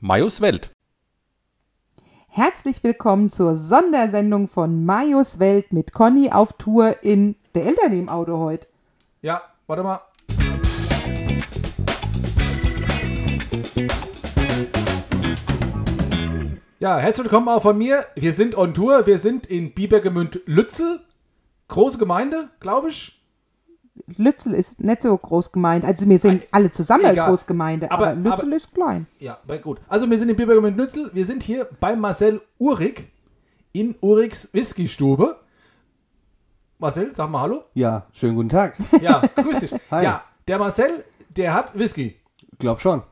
Majos Welt. Herzlich willkommen zur Sondersendung von Majos Welt mit Conny auf Tour in der Eltern im Auto heute. Ja, warte mal. Ja, herzlich willkommen auch von mir. Wir sind on Tour. Wir sind in Biebergemünd-Lützel. Große Gemeinde, glaube ich. Lützel ist nicht so groß gemeint. Also wir sind Ei, alle zusammen eine egal. Großgemeinde, aber, Aber- Lützel aber- ist klein. Ja, aber gut. Also wir sind in Biebergemünd-Lützel. Wir sind hier bei Marcel Uhrig in Uhrigs Whisky-Stube. Marcel, sag mal Hallo. Ja, schönen guten Tag. Ja, grüß dich. Hi. Ja, der Marcel, der hat Whisky. Glaub schon.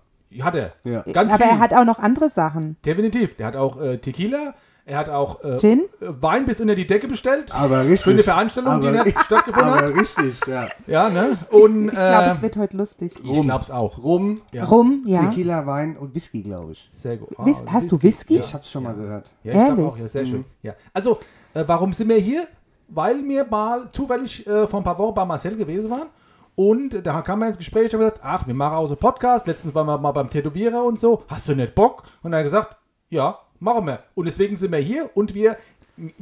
Hat er. Ja. Ganz aber viel. er hat auch noch andere Sachen. Definitiv. Der hat auch äh, Tequila, er hat auch äh, Gin? äh, Wein bis unter die Decke bestellt. Aber richtig. Schöne Veranstaltung, aber, die da stattgefunden hat. aber richtig, ja. Ja, ne? Und Ich glaube, es äh, wird heute lustig. ich glaub's auch. Rum, Ja. Rum, ja. Tequila, Wein und Whisky, glaube ich. Sehr gut. Ah, Whis hast du Whisky? Ich hab's schon mal gehört. Ja, ich Ehrlich? Mhm. glaub auch. Ja, sehr schön. Ja. Also, äh, warum sind wir hier? Weil wir mal zufällig äh, vor ein paar Wochen bei Marcel gewesen waren. Und äh, da kam er ins Gespräch und gesagt, ach, wir machen auch so Podcast. Letztens waren wir mal beim Tätowierer und so. Hast du nicht Bock? Und er hat gesagt, ja, machen wir. Und deswegen sind wir hier und wir,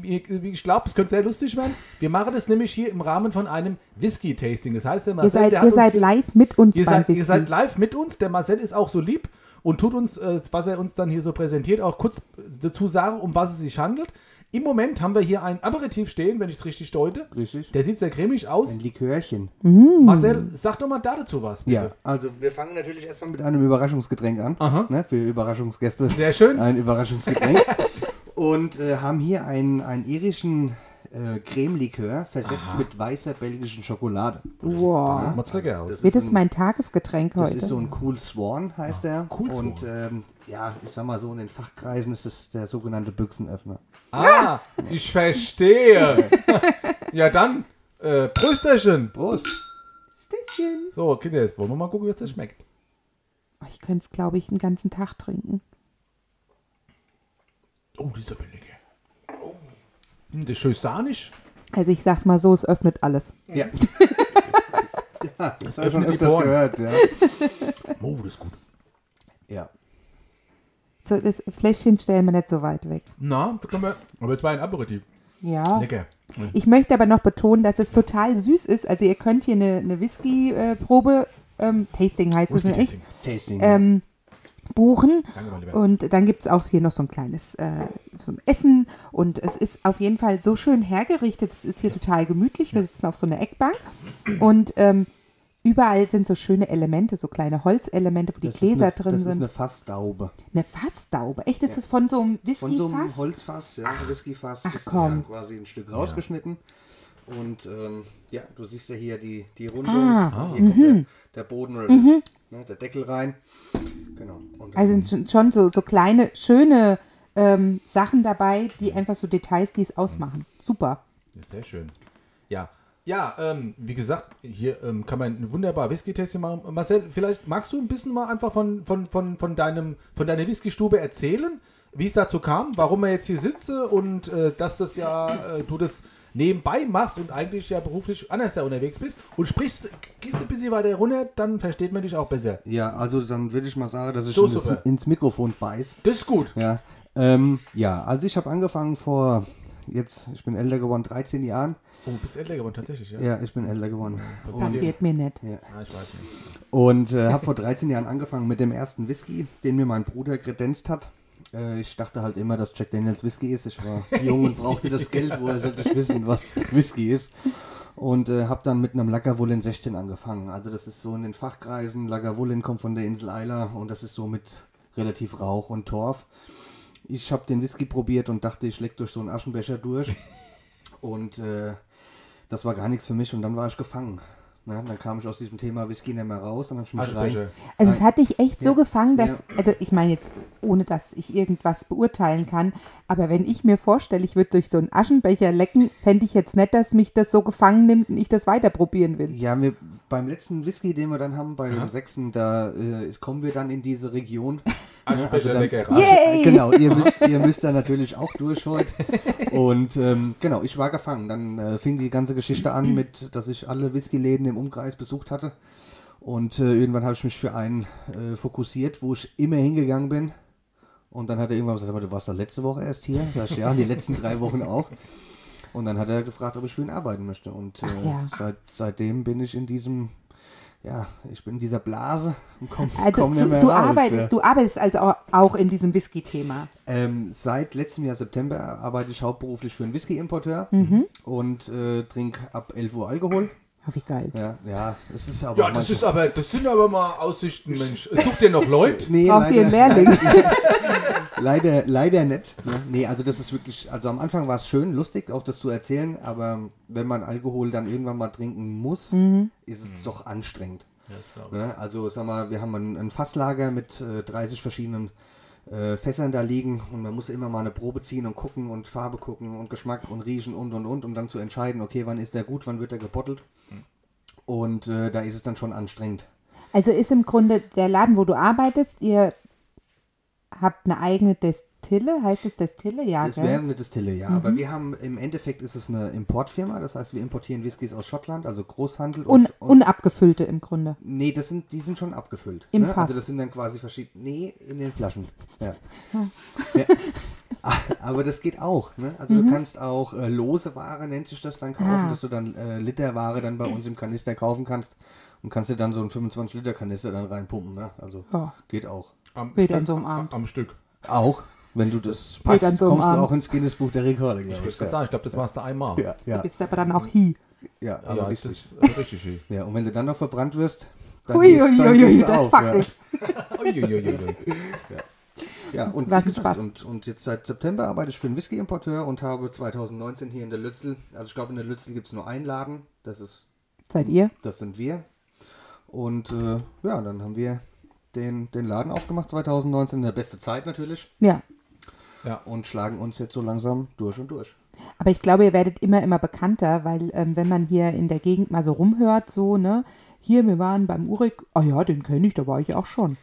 ich, ich glaube, es könnte sehr lustig werden. Wir machen das nämlich hier im Rahmen von einem Whisky-Tasting. Das heißt, der Marcel, Ihr seid, Also, der hat ihr uns seid hier- live mit uns Ihr beim seid, Whisky. ihr seid live mit uns. Der Marcel ist auch so lieb und tut uns, äh, was er uns dann hier so präsentiert, auch kurz dazu sagen, um was es sich handelt. Im Moment haben wir hier ein Aperitif stehen, wenn ich es richtig Mhm. deute. Richtig. Der sieht sehr cremig aus. Ein Likörchen. Hm. Marcel, sag doch mal da dazu was. bitte. Ja, also wir fangen natürlich erstmal mit einem Überraschungsgetränk an. Aha. Ne, für Überraschungsgäste. Sehr schön. Ein Überraschungsgetränk. Und äh, haben hier einen, einen irischen äh, Creme-Likör versetzt mit weißer belgischen Schokolade. wow. Mal zurück aus. Ah. Das Wird ist es ein- mein Tagesgetränk Das heute? ist so ein Cool Swan, heißt er. Cool Swan. Und ähm, ja, ich sag mal so, in den Fachkreisen ist es der sogenannte Büchsenöffner. Ah, ich verstehe. ja, dann, äh, Prösterchen. Prost! Stößchen. So, Kinder, jetzt wollen wir mal gucken, wie es das schmeckt. Oh, Ich könnte es, glaube ich, den ganzen Tag trinken. Oh, dieser billige. Oh. Hm, Das ist schön sahnig. Also ich sag's mal so, es öffnet alles. Ja. ja, das habe Öffnet ich schon die öfters Poren. gehört, ja. Oh, das ist gut. ja. So, das Fläschchen stellen wir nicht so weit weg. Na, da können wir. Aber es war ein Aperitif. Ja. Lecker. Ich möchte aber noch betonen, dass es total süß ist. Also ihr könnt hier eine, eine Whisky-Probe, ähm, Tasting heißt es in echt, Tasting. Tasting. ähm, Genau. buchen. Danke, mein Lieber. Und dann gibt es auch hier noch so ein kleines äh, so ein Essen. Und es ist auf jeden Fall so schön hergerichtet. Es ist hier total gemütlich. Wir sitzen auf so einer Eckbank. Und ähm, überall sind so schöne Elemente, so kleine Holzelemente, wo die das Gläser ist eine, drin das sind. ist eine Fassdaube. Eine Fassdaube. Echt, ist das von so einem Von so einem Whiskyfass? Holzfass, ja, Whiskyfass, ach ist das komm. dann quasi ein Stück rausgeschnitten. Und ähm, ja, du siehst ja hier die, die Rundung. Ah. Mhm. Hier kommt der, der Boden oder ne, der Deckel rein. Genau. Und also sind schon- schon so, so kleine, schöne ähm, Sachen dabei, die einfach so Details, die es ausmachen. Super. Ja, sehr schön. Ja. Ja, ähm, wie gesagt, hier ähm, kann man ein wunderbar Whisky-Testing machen. Marcel, vielleicht magst du ein bisschen mal einfach von, von, von, von, deinem, von deiner Whisky-Stube erzählen, wie es dazu kam, warum er jetzt hier sitze und äh, dass das ja, äh, du das nebenbei machst und eigentlich ja beruflich anders da unterwegs bist und sprichst, gehst ein bisschen weiter runter, dann versteht man dich auch besser. ja, also dann würde ich mal sagen, dass ich So, in das, super. ins Mikrofon beiß. Das ist gut. Ja, ähm, ja also ich habe angefangen vor, jetzt, ich bin älter geworden, 13 Jahren. Oh, bist älter geworden, tatsächlich, ja? Ja, ich bin älter geworden. Das passiert mir nicht. Ah, ich weiß nicht. Und äh, habe vor 13 Jahren angefangen mit dem ersten Whisky, den mir mein Bruder kredenzt hat. Äh, ich dachte halt immer, dass Jack Daniels Whisky ist. Ich war jung und brauchte das Geld, woher sollte ich wissen, was Whisky ist. Und äh, habe dann mit einem Lagavulin 16 angefangen. Also das ist so in den Fachkreisen. Lagavulin kommt von der Insel Eila und das ist so mit relativ Rauch und Torf. Ich habe den Whisky probiert und dachte, ich leck durch so einen Aschenbecher durch. Und äh, das war gar nichts für mich und dann war ich gefangen. Ne? dann kam ich aus diesem Thema Whisky nicht mehr raus und dann schon mich rein. Aschenbecher. Also es hat dich echt so Ja. gefangen, dass, also ich meine jetzt, ohne dass ich irgendwas beurteilen kann, aber wenn ich mir vorstelle, ich würde durch so einen Aschenbecher lecken, fände ich jetzt nett, dass mich das so gefangen nimmt und ich das weiter probieren will. Ja, wir, beim letzten Whisky, den wir dann haben, bei dem sechsten, da äh, ist- kommen wir dann in diese Region. Also Aschenbecher lecker. Aschen- Yay! Genau, ihr müsst, ihr müsst da natürlich auch durch heute. Und ähm, genau, ich war gefangen. Dann äh, fing die ganze Geschichte an mit, dass ich alle Whiskyläden im Umkreis besucht hatte Und äh, irgendwann habe ich mich für einen äh, fokussiert, wo ich immer hingegangen bin. Und dann hat er irgendwann gesagt, "Sag mal, du warst doch letzte Woche erst hier. Sag ich, ja, und die letzten drei Wochen auch. Und dann hat er gefragt, ob ich für ihn arbeiten möchte. Und äh, Ach ja. seit, seitdem bin ich in diesem, ja, ich bin in dieser Blase und komme Also komm nicht du, mehr du, raus. arbeitest, ja. du arbeitest also au- auch in diesem Whisky-Thema. Ähm, seit letztem Jahr September arbeite ich hauptberuflich für einen Whisky-Importeur Mhm. und äh, trinke ab 11 Uhr Alkohol. Oh, wie geil. Ja, ja, es ist aber. Ja, das manchmal- ist aber, das sind aber mal Aussichten, Mensch. Such dir noch Leute. Nee, Braucht ihr einen leider, Lehrling? leider, leider nicht. Ne? Nee, also das ist wirklich, also am Anfang war es schön, lustig, auch das zu erzählen, aber wenn man Alkohol dann irgendwann mal trinken muss, ist es doch anstrengend. Ne? Also sag mal, wir haben ein, ein Fasslager mit äh, 30 verschiedenen äh, Fässern da liegen und man muss immer mal eine Probe ziehen und gucken und Farbe gucken und Geschmack und riechen und und und, um dann zu entscheiden, okay, wann ist der gut, wann wird er gebottelt. Und äh, da ist es dann schon anstrengend. Also ist im Grunde der Laden, wo du arbeitest, ihr habt eine eigene Destille, heißt es Destille? Ja, Das gell? wäre eine Distille, ja. Mhm. Aber wir haben im Endeffekt ist es eine Importfirma, das heißt, wir importieren Whiskys aus Schottland, also Großhandel. Un, und, und unabgefüllte im Grunde. nee, das sind, die sind schon abgefüllt. Im Fass. Also das sind dann quasi verschiedene. Nee, in den Flaschen. Ja. ja. A- Aber das geht auch. Ne? Also du kannst auch äh, lose Ware, nennt sich das dann, kaufen, Mhm. Ah. dass du dann äh, Literware dann bei uns im Kanister kaufen kannst und kannst dir dann so einen 25-Liter-Kanister dann reinpumpen. Ne? Also Ja. geht auch. Am, Geht an so einem Abend. am Stück. Auch, wenn du das geht packst, an so einem kommst du Abend. auch ins Guinness-Buch der Rekorde, glaube Ich ich. würde ja. sagen, ich glaube, das warst du einmal. Ja, ja. Du bist aber dann auch hi. Ja, aber Ja, das richtig. ist äh, richtig. Ja, und wenn du dann noch verbrannt wirst, dann gehst, dann Uiuiui, gehst du das auf. Ja. fackelt. Uiuiuiui. ja, und War wie viel gesagt, Spaß. und, und jetzt seit September arbeite ich für einen Whisky-Importeur und habe 2019 hier in der Lützel, also ich glaube in der Lützel gibt es nur einen Laden, das ist, Seid ihr? das sind wir. Und äh, ja, dann haben wir den, den Laden aufgemacht 2019, in der beste Zeit natürlich, Ja. Ja. und schlagen uns jetzt so langsam durch und durch. Aber ich glaube, ihr werdet immer, immer bekannter, weil ähm, wenn man hier in der Gegend mal so rumhört, so, ne, hier, wir waren beim Urik, ah ja, den kenne ich, da war ich auch schon.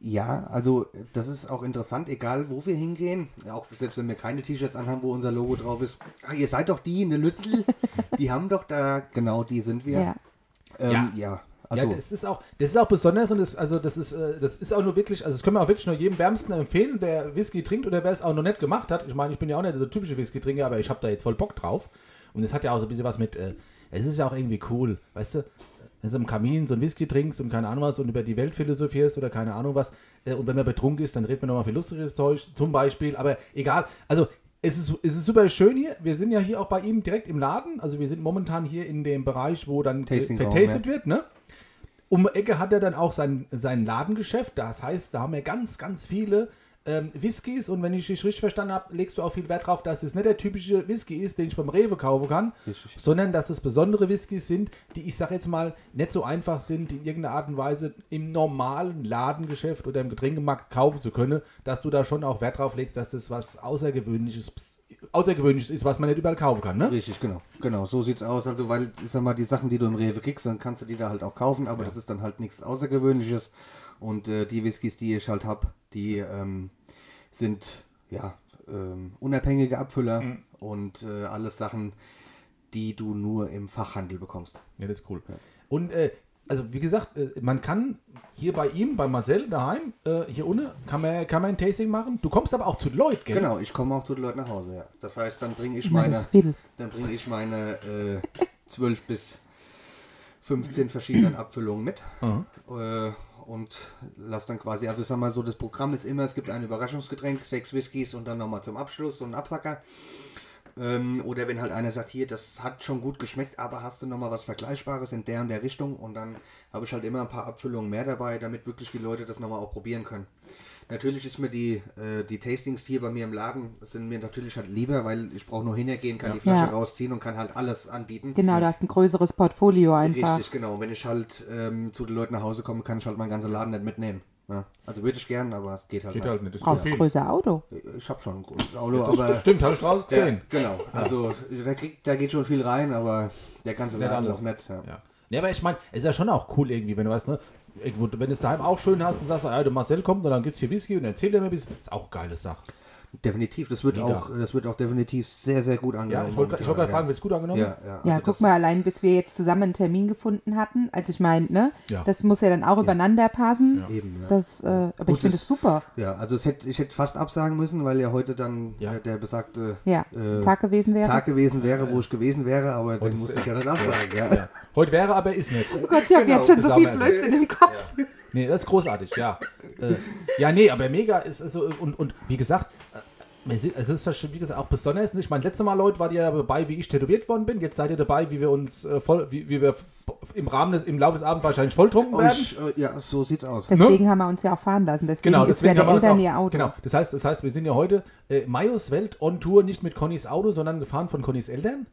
Ja, also das ist auch interessant, egal wo wir hingehen, auch selbst wenn wir keine T-Shirts anhaben, wo unser Logo drauf ist. Ah, ihr seid doch die in der Lützel, die haben doch da, genau die sind wir. Ja. Ähm, ja. also ja, das ist auch, das ist auch besonders und das, also das ist, äh, das ist auch nur wirklich, also das können wir auch wirklich nur jedem wärmsten empfehlen, wer Whisky trinkt oder wer es auch noch nicht gemacht hat. Ich meine, ich bin ja auch nicht so der typische Whisky-Trinker, aber ich habe da jetzt voll Bock drauf. Und es hat ja auch so ein bisschen was mit, äh, es ist ja auch irgendwie cool, weißt du, wenn du im Kamin so einen Whisky trinkst und keine Ahnung was und über die Welt philosophierst oder keine Ahnung was äh, und wenn man betrunken ist, dann redet man nochmal viel lustiges Zeug zum Beispiel, aber egal, also es ist, es ist super schön hier. Wir sind ja hier auch bei ihm direkt im Laden. Also wir sind momentan hier in dem Bereich, wo dann ge- Tasting Raum, getastet ja. wird, ne? Um die Ecke hat er dann auch sein, sein Ladengeschäft. Das heißt, da haben wir ganz, ganz viele ähm, Whiskys. Und wenn ich dich richtig verstanden habe, legst du auch viel Wert drauf, dass es nicht der typische Whisky ist, den ich beim Rewe kaufen kann, Richtig. sondern dass es besondere Whiskys sind, die ich sag jetzt mal nicht so einfach sind, in irgendeiner Art und Weise im normalen Ladengeschäft oder im Getränkemarkt kaufen zu können, dass du da schon auch Wert drauf legst, dass das was Außergewöhnliches, Außergewöhnliches ist, was man nicht überall kaufen kann, ne? richtig, genau. Genau, so sieht's aus. Also, weil, ich sag mal, die Sachen, die du im Rewe kriegst, dann kannst du die da halt auch kaufen, aber das ist dann halt nichts Außergewöhnliches. Und äh, die Whiskys, die ich halt hab, die ähm, sind ja ähm, unabhängige Abfüller und äh, alles Sachen, die du nur im Fachhandel bekommst. Ja, das ist cool. Und äh, also wie gesagt, äh, man kann hier bei ihm, bei Marcel daheim, äh, hier unten, kann man, kann man ein Tasting machen. Du kommst aber auch zu Leuten, gell? Genau, ich komme auch zu den Leuten nach Hause, ja. Das heißt, dann bringe ich Meine meine, Zwiebel. dann bringe ich meine äh, 12 bis 15 verschiedenen Abfüllungen mit äh, und lass dann quasi, also ich sag mal so, das Programm ist immer, es gibt ein Überraschungsgetränk, sechs Whiskys und dann nochmal zum Abschluss so ein Absacker. Ähm, oder wenn halt einer sagt, hier, das hat schon gut geschmeckt, aber hast du nochmal was Vergleichbares in der und der Richtung? Und dann habe ich halt immer ein paar Abfüllungen mehr dabei, damit wirklich die Leute das nochmal auch probieren können. Natürlich ist mir die, äh, die Tastings hier bei mir im Laden, sind mir natürlich halt lieber, weil ich brauche nur hintergehen, kann die Flasche Ja. rausziehen und kann halt alles anbieten. Genau, du hast ein größeres Portfolio einfach. Richtig, genau. Und wenn ich halt ähm, zu den Leuten nach Hause komme, kann ich halt meinen ganzen Laden nicht mitnehmen. Ja. Also würde ich gern, aber es geht halt Geht nicht. halt nicht, ist zu Brauchst ein viel. größer Auto. Ich habe schon ein großes Auto, aber... Das stimmt, habe ich draußen Ja, gesehen. genau. Also da, kriegt, da geht schon viel rein, aber der ganze Nicht Laden alles. noch nicht. Ja. Ja. Nee, aber ich meine, es ist ja schon auch cool irgendwie, wenn du weißt, ne? Irgendwo, wenn du es daheim auch schön hast und sagst, ah, der Marcel kommt und dann gibt es hier Whisky und erzählt er mir ein bisschen, ist auch eine geile Sache. Definitiv, das wird, Mega. auch, das wird auch definitiv sehr, sehr gut Ja, angenommen. äh, ich wollte ich wollte gerade fragen, wird es gut angenommen? Ja, ja, Ja, also guck das- mal, allein bis wir jetzt zusammen einen Termin gefunden hatten, also ich meine, ne, Ja. das muss ja dann auch übereinander passen. Eben, ja. Das, äh, aber ich Gutes- finde es super. Ja, also es hätte, ich hätte fast absagen müssen, weil ja heute dann Ja. äh, der besagte Ja, äh, Tag gewesen wäre. Tag gewesen wäre, wo ich gewesen wäre, aber Heute den ist- musste ich ja dann absagen. Ja. Ja. Heute wäre, aber ist nicht. Oh Gott, ich habe Genau, jetzt schon so viel zusammen. Ne? Blödsinn im Kopf. Nee, das ist großartig, ja. äh, ja, nee, aber mega ist also, und, und wie gesagt, äh, wir sind- es ist ja schon, wie gesagt, auch besonders. Nicht? Ich meine, letztes Mal, Leute, wart ihr ja dabei, wie ich tätowiert worden bin. Jetzt seid ihr dabei, wie wir uns äh, voll, wie, wie wir f- im Rahmen des, im Laufe des Abends wahrscheinlich volltrunken Oh, werden. ich, äh, ja, so sieht's aus. Deswegen haben wir uns ja auch fahren lassen. Deswegen Genau, ist deswegen ja haben der wir uns Eltern auch- ihr Auto. Genau, das heißt, das heißt, wir sind ja heute äh, Majos Welt on Tour, nicht mit Connys Auto, sondern gefahren von Connys Eltern.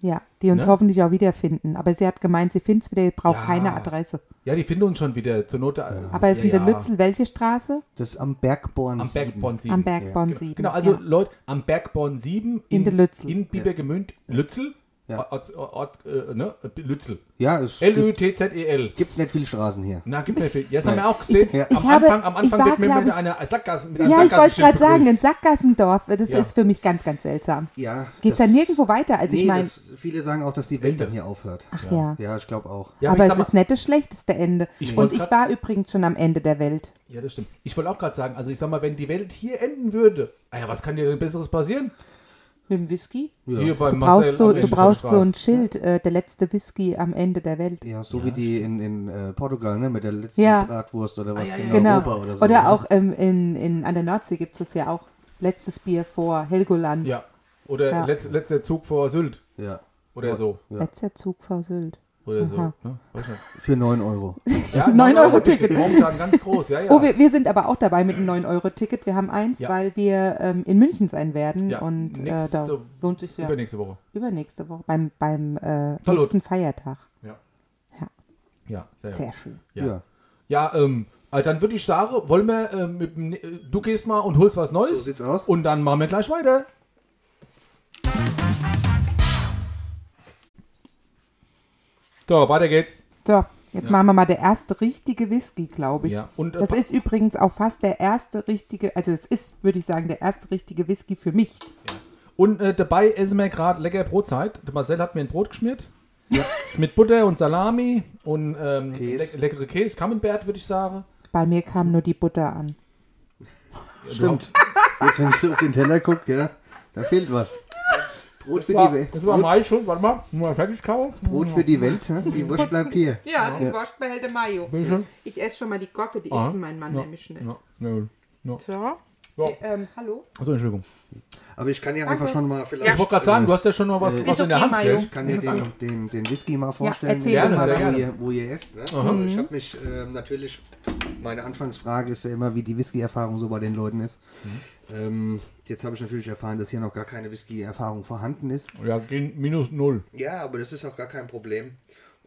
Ja, die uns Ne? hoffentlich auch wiederfinden. Aber sie hat gemeint, sie findet es wieder, braucht Ja. keine Adresse. Ja, die finden uns schon wieder zur Not. Äh, Aber es ja, ist in ja, der Lützel, welche Straße? Das ist am Bergborn Am 7. Bergborn 7. Am Bergborn 7. Genau, also ja. Leute, am Bergborn 7 In der Lützel. In Bibergemünd, Lützel. Ja. Ort, Ort, äh, ne? Lützel. Ja, es gibt, L-Ü-T-Z-E-L. gibt nicht viele Straßen hier. Na, gibt mir viel. Ja, das haben wir auch gesehen. Ich- ich am, habe- Anfang, am ich Anfang war, wird mir glaub mit ich- einer Sackgasse. Mit einem Ja, ich wollte Sackgassenschild gerade sagen, begrüßt. ein Sackgassendorf, äh, das Ja. ist für mich ganz, ganz seltsam. Ja, Geht es das- ja nirgendwo weiter. Also nee, ich meine, das, viele sagen auch, dass die Welt dann hier aufhört. ach ja. Ja, ich glaube auch. Ja, aber ich es sag mal- ist nicht das schlechteste Ende. Ich Und wollte ich grad- war übrigens schon am Ende der Welt. Ja, das stimmt. Ich wollte auch gerade sagen, also ich sag mal, wenn die Welt hier enden würde, ah ja, was kann dir denn Besseres passieren? Mit dem Whisky? Hier beim Marcel. Brauchst du, am Ende du von brauchst Spaß. so ein Schild, äh, der letzte Whisky am Ende der Welt. Ja, so wie die in, in äh, Portugal, ne? Mit der letzten Ja. Bratwurst oder was in Genau. Europa oder so. ne? auch ähm, in, in, an der Nordsee gibt es das ja auch. Letztes Bier vor Helgoland. Ja. Oder Ja. Letz, letzter Zug vor Sylt. Ja. Oder so. Ja. Letzter Zug vor Sylt. Oder Aha. so. Ne? Weiß nicht. Für 9 Euro. Ja, 9 Euro Ticket. Momentan ganz groß, ja, ja. Oh, wir, wir sind aber auch dabei mit einem 9-Euro-Ticket. Wir haben eins, Ja. weil wir ähm, in München sein werden. Ja, und äh, nächste- da lohnt sich ja Übernächste Woche. übernächste Woche beim, beim äh, Hallo. nächsten Feiertag. Ja. Ja. Ja, sehr, Sehr schön. Ja, ja. Ja. ähm, äh, dann würde ich sagen, wollen wir, äh, mit, dem- äh, du gehst mal und holst was Neues. So sieht's aus. Und dann machen wir gleich weiter. So, weiter geht's. So, jetzt machen wir mal der erste richtige Whisky, glaube ich. Ja, und, äh, das pa- ist übrigens auch fast der erste richtige, also es ist, würde ich sagen, der erste richtige Whisky für mich. Und äh, dabei essen wir gerade lecker Brotzeit. Der Marcel hat mir ein Brot geschmiert. Ist Mit Butter und Salami und ähm, Käse. le leckere Käse, Camembert würde ich sagen. Bei mir kam nur die Butter an. Stimmt. Jetzt, wenn ich so auf den Teller gucke, ja, da fehlt was. Brot für Ja, die Welt. das war Brot, Mai schon, warte mal, nur mal fertig kauen. Brot für die Welt, hä? die Wurst bleibt hier. Ja, die Wurstbehälte Mayo. Ich esse schon mal die Gocke, die isst mein Mann ne? nämlich nicht. Ah. Ja, ja, ja. So. Ja. Ähm, hallo? Achso, Entschuldigung. Aber ich kann ja einfach schon mal vielleicht. Ich wollte gerade sagen, du hast ja schon noch was, Äh, was Ist in der okay, Hand. Mario. gell? Ich kann dir den, den, den Whisky mal vorstellen, erzähl uns mal, mal. wo, ihr, wo ihr esst. Ne? Mhm. Ich habe mich ähm, natürlich, meine Anfangsfrage ist ja immer, wie die Whisky-Erfahrung so bei den Leuten ist. Ähm, jetzt habe ich natürlich erfahren, dass hier noch gar keine Whisky-Erfahrung vorhanden ist. Ja, gegen minus null. Ja, aber das ist auch gar kein Problem.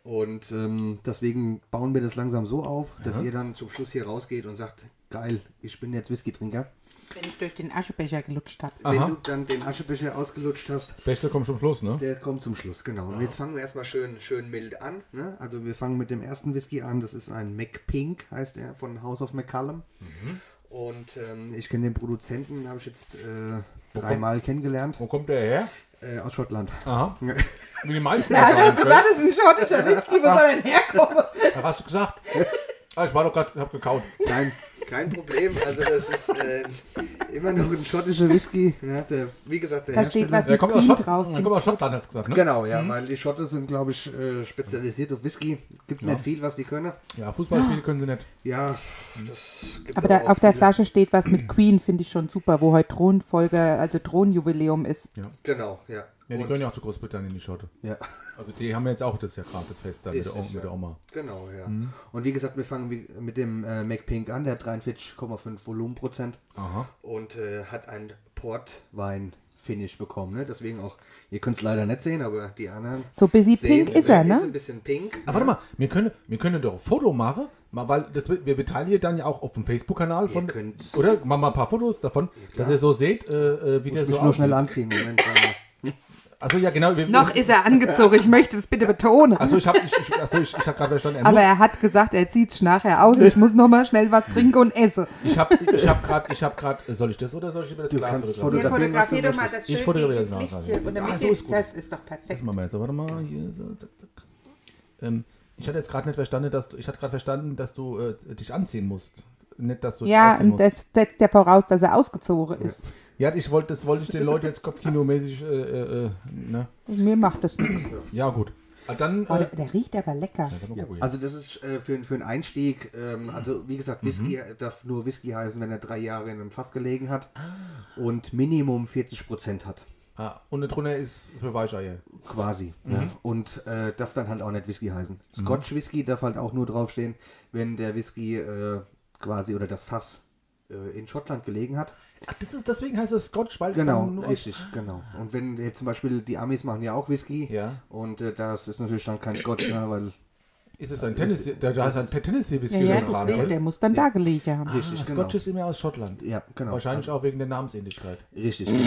Und ähm, deswegen bauen wir das langsam so auf, dass ihr dann zum Schluss hier rausgeht und sagt, geil, ich bin jetzt Whisky-Trinker. Wenn ich durch den Aschebecher gelutscht habe. Wenn Aha. du dann den Aschebecher ausgelutscht hast, Beste kommt zum Schluss, ne? Der kommt zum Schluss, genau. Und jetzt fangen wir erstmal schön, schön mild an. Ne? Also wir fangen mit dem ersten Whisky an. Das ist ein McPink, heißt er, von House of McCallum. Und ähm, ich kenne den Produzenten, habe ich jetzt äh, dreimal kennengelernt. Wo kommt der her? Äh, aus Schottland. Aha. Ja. Wie die meisten. gesagt, das ist ein schottischer Whisky, wo soll denn herkommen? Ja, Hast du gesagt? Ah, ich war doch gerade, ich hab gekaut. Kein, kein Problem. Also das ist äh, immer noch ein schottischer Whisky. Ja, der, wie gesagt, der Da steht Hersteller- was Der mit kommt aus, Cream Schott drauf. der kommt aus Schottland, hast du gesagt, ne? Genau, ja, weil die Schotten sind, glaube ich, äh, spezialisiert auf Whisky. Gibt nicht viel, was die können. Ja, Fußballspiele können sie nicht. Ja, das gibt Aber da, auf der Flasche steht was mit Queen, finde ich schon super, wo heute Thronfolger, also Thronjubiläum ist. Genau, ja. Ja, die gehören ja auch zu Großbritannien, die Schotte. Ja, Also die haben jetzt auch das ja gerade, das Fest da mit der, O- mit der Oma. genau, ja. Mhm. Und wie gesagt, wir fangen wie- mit dem äh, MacPink an, der hat 43,5 Volumenprozent Aha. und äh, hat ein Portwein-Finish bekommen. Ne? Deswegen auch, ihr könnt es leider nicht sehen, aber die anderen. So busy pink sehen's, ist er, Ist ein ne? bisschen pink. Aber warte mal, wir können, wir können doch ein Foto machen, mal, weil das, wird- wir beteiligen hier dann ja auch auf dem Facebook-Kanal von. könnt- Oder? Machen wir ein paar Fotos davon, dass ihr so seht, äh, äh, wie der Ich so muss mich nur aussieht. schnell anziehen. Moment, äh, Also ja, genau. Wir, Noch ist er angezogen, ich möchte es bitte betonen. also ich habe ich, ich, also ich, ich hab gerade verstanden, er Aber muss, er hat gesagt, er zieht es nachher aus. Ich muss nochmal schnell was trinken und esse. ich habe ich hab gerade, ich habe gerade, soll ich das oder soll ich über das Du Glas kannst drüber? fotografieren. fotografiere doch mal das Ich schön fotografiere gegen das das nachher. Lichtchen Und damit Ah, so damit ihr- ist gut. das das ist doch perfekt. Das machen wir jetzt. Warte mal, hier, so, zack, zack. Ähm, ich hatte jetzt gerade nicht verstanden, dass du, ich hatte gerade verstanden, dass du äh, dich anziehen musst. Nicht, dass du dich Ja, ausziehen und musst. das setzt ja voraus, dass er ausgezogen ist. ja, ich wollte, das wollte ich den Leuten jetzt kopfkinomäßig, äh, äh, äh, ne? Mir macht das nichts. Ja, gut. Ah, dann, Oh, der, äh, der riecht aber lecker. ja. gut, ja. Also das ist äh, für, für einen Einstieg, ähm, also wie gesagt, Whisky Mhm. darf nur Whisky heißen, wenn er drei Jahre in einem Fass gelegen hat und Minimum 40 Prozent hat, ah, und eine drunter ist für Weicheier. quasi. Ja. Und äh, darf dann halt auch nicht Whisky heißen. Scotch Whisky darf halt auch nur draufstehen, wenn der Whisky äh, quasi oder das Fass äh, in Schottland gelegen hat. Ah, das ist, deswegen heißt es Scotch, weil es Genau, dann nur aus- richtig, genau. Und wenn jetzt zum Beispiel die Amis machen ja auch Whisky Ja. und äh, das ist natürlich dann kein Scotch, ne, weil Ist es ein Tennis, Ist- da da das- heißt ein Tennessee-Whisky Ja, ja, so dran, deswegen, gell? der muss dann da gelegen haben. richtig, Ah, genau. Scotch ist immer aus Schottland. Ja, genau. Wahrscheinlich auch wegen der Namensähnlichkeit. Richtig, genau.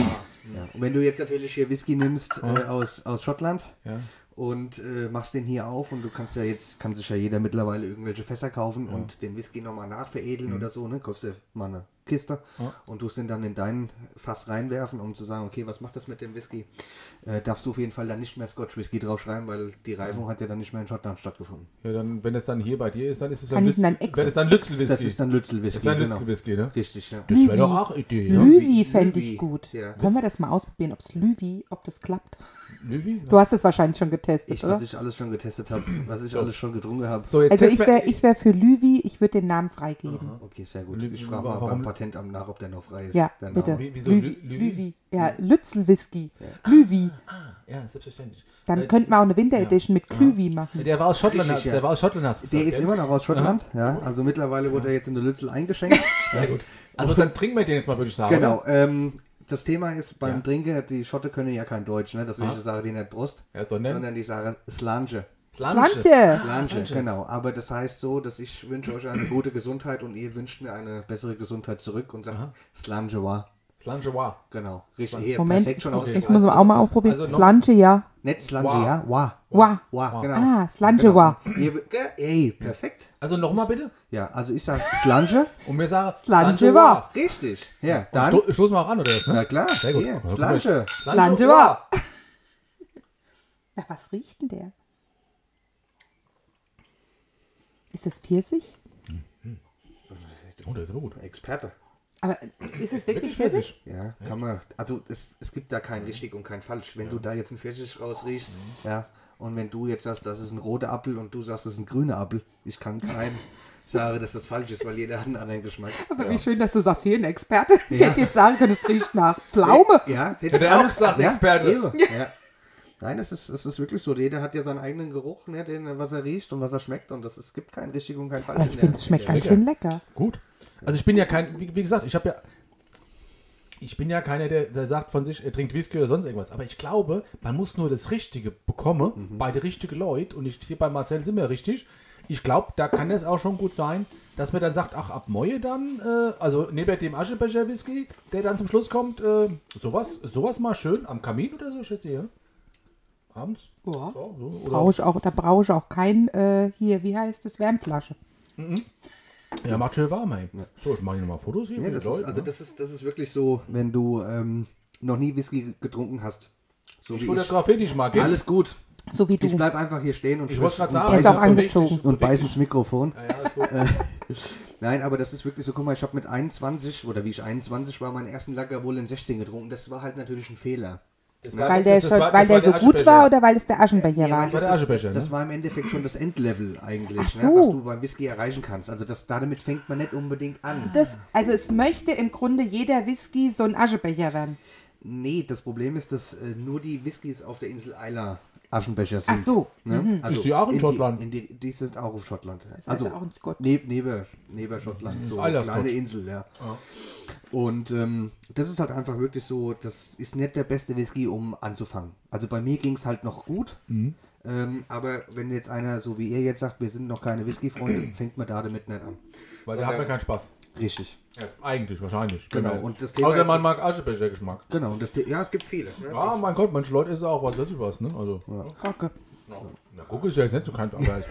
ja. Und wenn du jetzt natürlich hier Whisky nimmst äh, aus, aus Schottland Ja. und äh, machst den hier auf und du kannst ja jetzt, kann sich ja jeder mittlerweile irgendwelche Fässer kaufen und den Whisky nochmal nachveredeln oder so, ne? Kaufst dir mal eine Kiste und tust den dann in dein Fass reinwerfen, um zu sagen, okay, was macht das mit dem Whisky? Äh, darfst du auf jeden Fall dann nicht mehr Scotch Whisky draufschreiben, weil die Reifung hat ja dann nicht mehr in Schottland stattgefunden. Ja, dann, wenn es dann hier bei dir ist, dann ist es Kann dann, ich denn dann Lüt- ex- wenn es dann Lützelwhisky. Das ist dann Lützel Whisky. Das ist dann genau. Lützelwhisky, ne? Richtig, ja. Das wäre doch auch Idee, ja? Lüwi fände ich Lüwi, gut. ja. Können wir das mal ausprobieren, ob es Lüwi, ob das klappt? Lüwi? Du hast es wahrscheinlich schon getestet, Ich, oder? was ich alles schon getestet habe, was ich alles schon getrunken habe. So, jetzt also testen ich wir- wäre ich wär für Lüwi, ich würde den Namen freigeben. Okay, sehr gut. Lü- Ich frage mal warum- beim Patentamt nach, ob der noch frei ist. Ja, der bitte. Name. Wie- wieso Lüwi, Lü- Lüwi? Lüwi. Ja, Lützelwhisky. Lüwi. Ja, selbstverständlich. Dann Äh, könnte man auch eine Winteredition mit Klüwi machen. der war aus Schottland, Richtig, ja. der war aus Schottland, hast du gesagt, Der ist gell? immer noch aus Schottland. Ja, also mittlerweile wurde er jetzt in der Lützel eingeschenkt. Sehr gut. Also dann trinken wir den jetzt mal, würde ich sagen. genau. Ähm, das Thema ist beim Ja. Trinken, die Schotte können ja kein Deutsch, ne? Deswegen sage ich die nicht Brust, Ja, ne? sondern- sondern die sagen Slange. Pflanze. Slange, genau. Aber das heißt so, dass ich wünsche euch eine gute Gesundheit und ihr wünscht mir eine bessere Gesundheit zurück und sagt Slange war. Slange war. Genau. Richtig. Hier, Moment, perfekt schon ich ausgesprochen. muss mal auch mal aufprobieren. also noch- Slanche, ja. Nicht Slange, Wa. ja? Wa. Wa. Wa, genau. Ah, Slange war. Ihr, gell? ey, perfekt. Also nochmal bitte. Ja, also ich sage Slange. Und wir sagen Slange war. Richtig. Ja, Dann? dann. stoßen wir auch an, oder was? Ne? Na klar, Sehr gut. hier, Ja, Slange. Slange war. Na, was riecht denn der? Ist das Pfirsich? Oh, das ist aber gut. Experte. Aber ist es wirklich Wirklich Pfirsich. Pfirsich? Ja, kann man. Also es, es gibt da kein richtig und kein falsch. Wenn du da jetzt einen Pfirsich rausriechst, Mhm. ja, und wenn du jetzt sagst, das ist ein roter Apfel und du sagst, das ist ein grüner Apfel, ich kann keinem sagen, dass das falsch ist, weil jeder hat einen anderen Geschmack. Aber ja. wie schön, dass du sagst, hier ein Experte. Ich hätte jetzt sagen können, es riecht nach Pflaume. Ja, Hätte er auch gesagt, Experte. eben, Ja. Nein, das ist, das ist wirklich so. Jeder hat ja seinen eigenen Geruch, ne, den, was er riecht und was er schmeckt. Und das, es gibt kein richtig und kein falsch. Aber ich in der- finde, es schmeckt ganz lecker. schön lecker. Gut. Also ich bin ja kein, wie, wie gesagt, ich habe ja, ich bin ja keiner, der, der sagt von sich, er trinkt Whisky oder sonst irgendwas. Aber ich glaube, man muss nur das Richtige bekommen, Mhm. bei den richtigen Leuten. Und ich, hier bei Marcel sind wir richtig. Ich glaube, da kann es auch schon gut sein, dass man dann sagt, ach, ab Neue dann, äh, also neben dem Aschebecher Whisky, der dann zum Schluss kommt, äh, sowas, sowas mal schön am Kamin oder so, schätze ich, ja? Abends? Ja. So, so, Brauche oder, ich auch, da brauche ich auch kein, äh, hier, wie heißt das, Wärmflasche. ja, macht schön warm, ey. So, ich mache hier nochmal Fotos hier Ja, für die das ist, Leute. also ne? das ist, das ist wirklich so, wenn du ähm, noch nie Whisky getrunken hast. So ich wie ich. fotografiere dich mal, gell? Alles gut. So wie du. Ich bleib einfach hier stehen und Ich wollte gerade und sagen, Er ist beiß- auch angezogen. wichtig, und Äh, beiß wichtig. ins Mikrofon. Ja, ja, ist gut. Nein, aber das ist wirklich so, guck mal, ich habe mit 21 oder wie ich 21 war, meinen ersten Lager wohl in 16 getrunken. Das war halt natürlich ein Fehler. Das war- weil der, das schon, war- weil das war der so gut Aschenbecher. war oder weil es der Aschenbecher war? weil das, der ist, das, Aschebecher, das ne? war im Endeffekt schon das Endlevel eigentlich, Ach ne, so. was du beim Whisky erreichen kannst. Also das, damit fängt man nicht unbedingt an. Das, also es möchte im Grunde jeder Whisky so ein Aschebecher werden. Nee, das Problem ist, dass äh, nur die Whiskys auf der Insel Isla Aschenbecher sind. Ach so, Mhm. Ne? Also Ist die auch in Schottland? Die, in die, die sind auch auf Schottland. ja. ist also auch in Schottland. Neb, neben, neben Schottland. So Isla eine Mhm. ist kleine Schott. Insel, ja. Und ähm, das ist halt einfach wirklich so, das ist nicht der beste Whisky, um anzufangen. Also bei mir ging es halt noch gut. Mhm. Ähm, aber wenn jetzt einer, so wie ihr jetzt sagt, wir sind noch keine Whisky-Freunde, fängt man da damit nicht an. Weil da hat man keinen Spaß. Richtig. Erst eigentlich, wahrscheinlich. Genau, Wenn man- und das Thema Außer ist- man mag Aschebecher-Geschmack. Genau, und das, The- ja, es gibt viele. ne? Ja, mein Gott, manche Leute essen auch was, weiß ich was, ne? Also, Gurke. na, guck ist ja jetzt nicht so kein, aber es-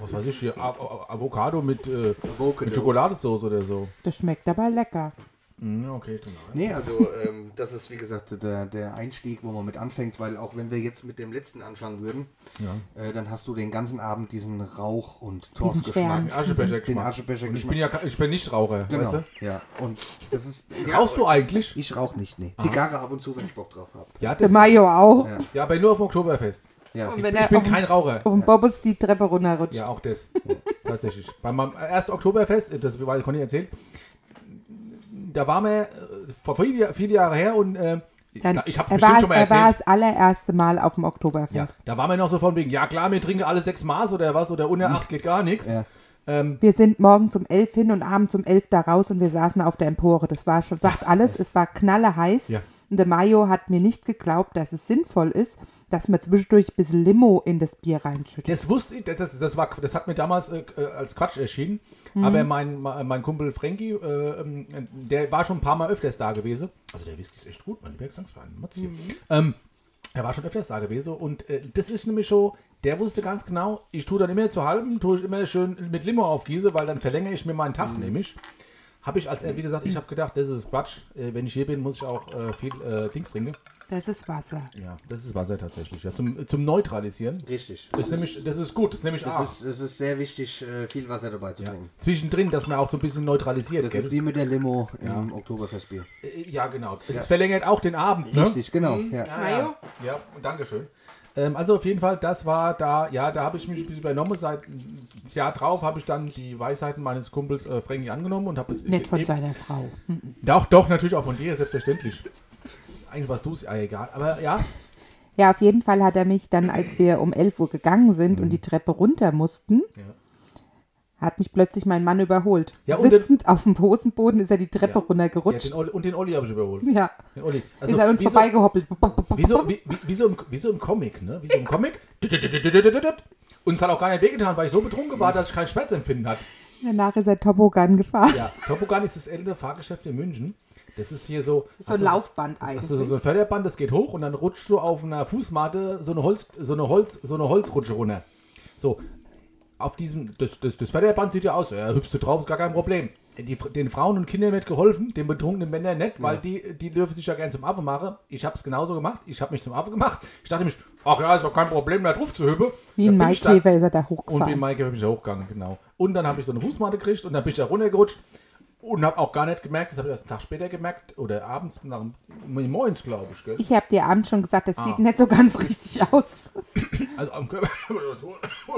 was weiß ich hier, A A Avocado mit, äh, Avocado. mit Schokoladensauce oder so. Das schmeckt aber lecker. Ja, okay, stimmt. Nee, also ähm, das ist wie gesagt der, der Einstieg, wo man mit anfängt, weil auch wenn wir jetzt mit dem letzten anfangen würden, äh, dann hast du den ganzen Abend diesen Rauch- und Stern. Torfgeschmack. Den Aschebecher-Geschmack. Den Aschebecher-Geschmack. Und ich bin ja ke- ich bin nicht Raucher, Genau, weißt ja. Und das ist. du? Rauchst du eigentlich? Ich rauche nicht, nee. Zigarre ab und zu, wenn ich Bock drauf habe. Ja, Der das Mayo auch. Ja. ja, aber nur auf dem Oktoberfest. Ja. Und wenn Ich er bin auf, kein Raucher. auf dem Bobbus die Treppe runterrutscht. Ja, auch das. Tatsächlich. Bei meinem ersten Oktoberfest, äh, das war- konnte ich erzählen, da waren wir äh, vor viele, viele Jahre her und äh, Dann, da- ich habe er, bestimmt war, schon mal er war erzählt. das allererste Mal auf dem Ja, Oktoberfest. da waren wir noch so von wegen, ja klar, wir trinken alle sechs Maß oder was oder unter acht geht gar nichts. Ja. Wir sind morgen zum elf hin und abends um elf da raus und wir saßen auf der Empore. Das war schon, sagt alles, es war knalleheiß. Ja. Und der Mayo hat mir nicht geglaubt, dass es sinnvoll ist, dass man zwischendurch ein bisschen Limo in das Bier reinschüttet. Das wusste ich, das, das, war, das hat mir damals äh, äh, als Quatsch erschienen. Aber mein, mein Kumpel Frankie, äh, ähm, der war schon ein paar Mal öfters da gewesen. Also der Whisky ist echt gut, meine Bergsangswein. Mhm. Ähm, er war schon öfters da gewesen. Und äh, das ist nämlich so, der wusste ganz genau, ich tue dann immer zu halben, tue ich immer schön mit Limo aufgieße, weil dann verlängere ich mir meinen Tag nämlich. Habe ich als, äh, wie gesagt, ich habe gedacht, das ist Quatsch. Äh, wenn ich hier bin, muss ich auch äh, viel äh, Dings trinken. Das ist Wasser. Ja, das ist Wasser tatsächlich. Ja, zum, zum Neutralisieren. Richtig. Das ist, nämlich, das ist gut, das nehme ich Es auch. ist, es ist sehr wichtig, äh, viel Wasser dabei zu Ja. trinken. Zwischendrin, dass man auch so ein bisschen neutralisiert. Das gell? ist wie mit der Limo im Oktoberfestbier. Äh, ja, genau. Es verlängert auch den Abend. Ne? Richtig, genau. Mhm. Ja. Ja, ja. ja und Dankeschön. Ähm, also auf jeden Fall, das war da, ja, da habe ich mich ein bisschen übernommen. Seit einem Jahr drauf habe ich dann die Weisheiten meines Kumpels äh, Frankie angenommen und habe es. Nicht von eben- deiner Frau. Hm. Doch, doch, natürlich auch von dir, selbstverständlich. Eigentlich warst du es ja egal. Aber ja, Ja, auf jeden Fall hat er mich dann, als wir um 11 Uhr gegangen sind und die Treppe runter mussten, Mhm. Ja. hat mich plötzlich mein Mann überholt. Ja, und Sitzend auf dem Hosenboden ist er die Treppe Ja. ja runtergerutscht. den Olli, und den Olli habe ich überholt. Ja, Den Olli. Also, ist an uns wieso- vorbeigehoppelt. Wie so, wie, wie, wie, so im, wie so im Comic, ne? Wie so im Comic. Und es hat auch gar nicht wehgetan, weil ich so betrunken war, dass ich kein Schmerzempfinden hat. Danach ist er Tobogan gefahren. Ja, Topogan ist das ältere Fahrgeschäft in München. Das ist hier so. So ein Laufband eigentlich. Hast du so- so ein Förderband, das geht hoch und dann rutschst du auf einer Fußmatte so eine Holz, so eine Holz, so eine Holzrutsche runter. So, auf diesem, das, das, das Förderband sieht ja aus, ja, hüpfst du drauf, ist gar kein Problem. Die, den Frauen und Kindern wird geholfen, den betrunkenen Männern nicht, weil die, die dürfen sich ja gerne zum Affe machen. Ich habe es genauso gemacht, ich habe mich zum Affe gemacht. Ich dachte mich, ach ja, ist doch kein Problem, da drauf zu hüpfen. Wie Da ein bin ich dann- Maikäfer ist er da und wie hochgefahren. Maike bin ich da hochgegangen, genau. Und dann habe ich so eine Fußmatte gekriegt und dann bin ich da runtergerutscht und habe auch gar nicht gemerkt, das habe ich erst einen Tag später gemerkt oder abends nach dem Moins, glaube ich, gell? ich habe dir abends schon gesagt, Ah. das sieht nicht so ganz richtig aus. Also am Körper.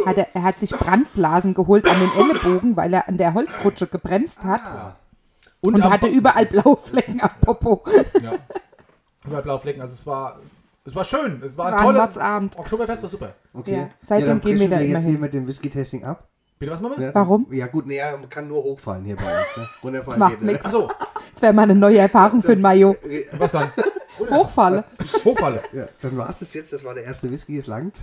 Hat er, er hat sich Brandblasen geholt an den Ellenbogen, weil er an der Holzrutsche gebremst hat Und, und am- hatte überall blaue Flecken am Popo. ja. Über Blauflecken, also es war es war schön, es war War ein ein tolles Matzabend. Oktoberfest war super. Okay. Ja. Seitdem dann gehen wir brechen da immer jetzt hier hin. mit dem Whisky-Tasting ab. Bitte was machen wir? Ja. Warum? Ja gut, nee, er kann nur hochfallen hier bei uns. Ne? Runterfallen Macht geht nix. nicht. Achso, Das wäre mal eine neue Erfahrung für den Mayo. was dann? Hochfalle. Hochfalle. Ja, dann war es das jetzt, das war der erste Whisky, es langt.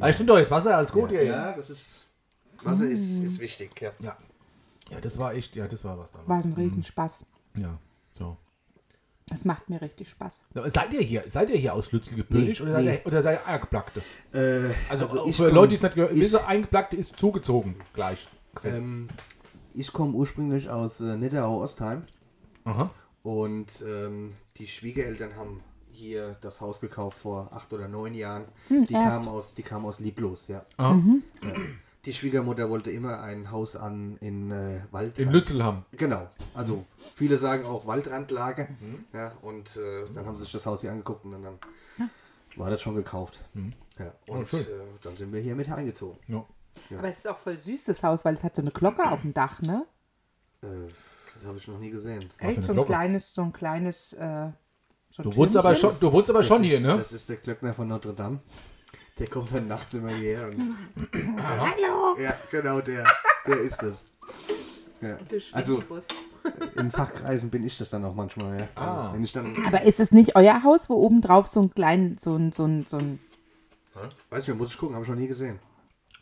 Ah, ich trinke doch jetzt Wasser, alles gut, ja. Ja, Ja, das ist. Wasser ist, ist wichtig, ja. ja. Ja, das war echt, ja, das war was dann. War ein Riesenspaß. Ja. So. Das macht mir richtig Spaß. Seid ihr hier? Seid ihr hier aus Lützelgebürdig Nee, oder, seid nee. ihr- oder seid ihr eingeplackte? Äh, Also, ich für komm- Leute, die es nicht gehört haben, ich, diese eingeplackte ist zugezogen gleich. ähm, ich komme ursprünglich aus äh, Nidderau-Ostheim Aha. und ähm, die Schwiegereltern haben hier das Haus gekauft vor acht oder neun Jahren. erst. die, kamen aus, die kamen aus Lieblos, ja. Äh, Aha. Die Schwiegermutter wollte immer ein Haus an in äh, Wald. In Lützelham. Genau. Also viele sagen auch Waldrandlage. Mhm. Ja, und äh, dann haben sie sich das Haus hier angeguckt und dann, dann war das schon gekauft. Ja, und Mhm. Oh, schön. äh, dann sind wir hier mit eingezogen. Ja. Aber es ist auch voll süß, das Haus, weil es hat so eine Glocke auf dem Dach, ne? Äh, das habe ich noch nie gesehen. für eine so ein Glocke? kleines, so ein kleines, äh, so Du wohnst aber Türmchen. schon, du wohnst aber schon das hier, ist, ne? Das ist der Glöckner von Notre Dame. Der kommt dann nachts immer hierher. Und, Hallo! ja, genau, der, der ist das. Ja. Also in Fachkreisen bin ich das dann auch manchmal. Ja. Ah. Wenn ich dann, Aber ist es nicht euer Haus, wo oben drauf so ein klein, so ein, so ein, so ein weiß nicht, muss ich gucken, habe ich noch nie gesehen.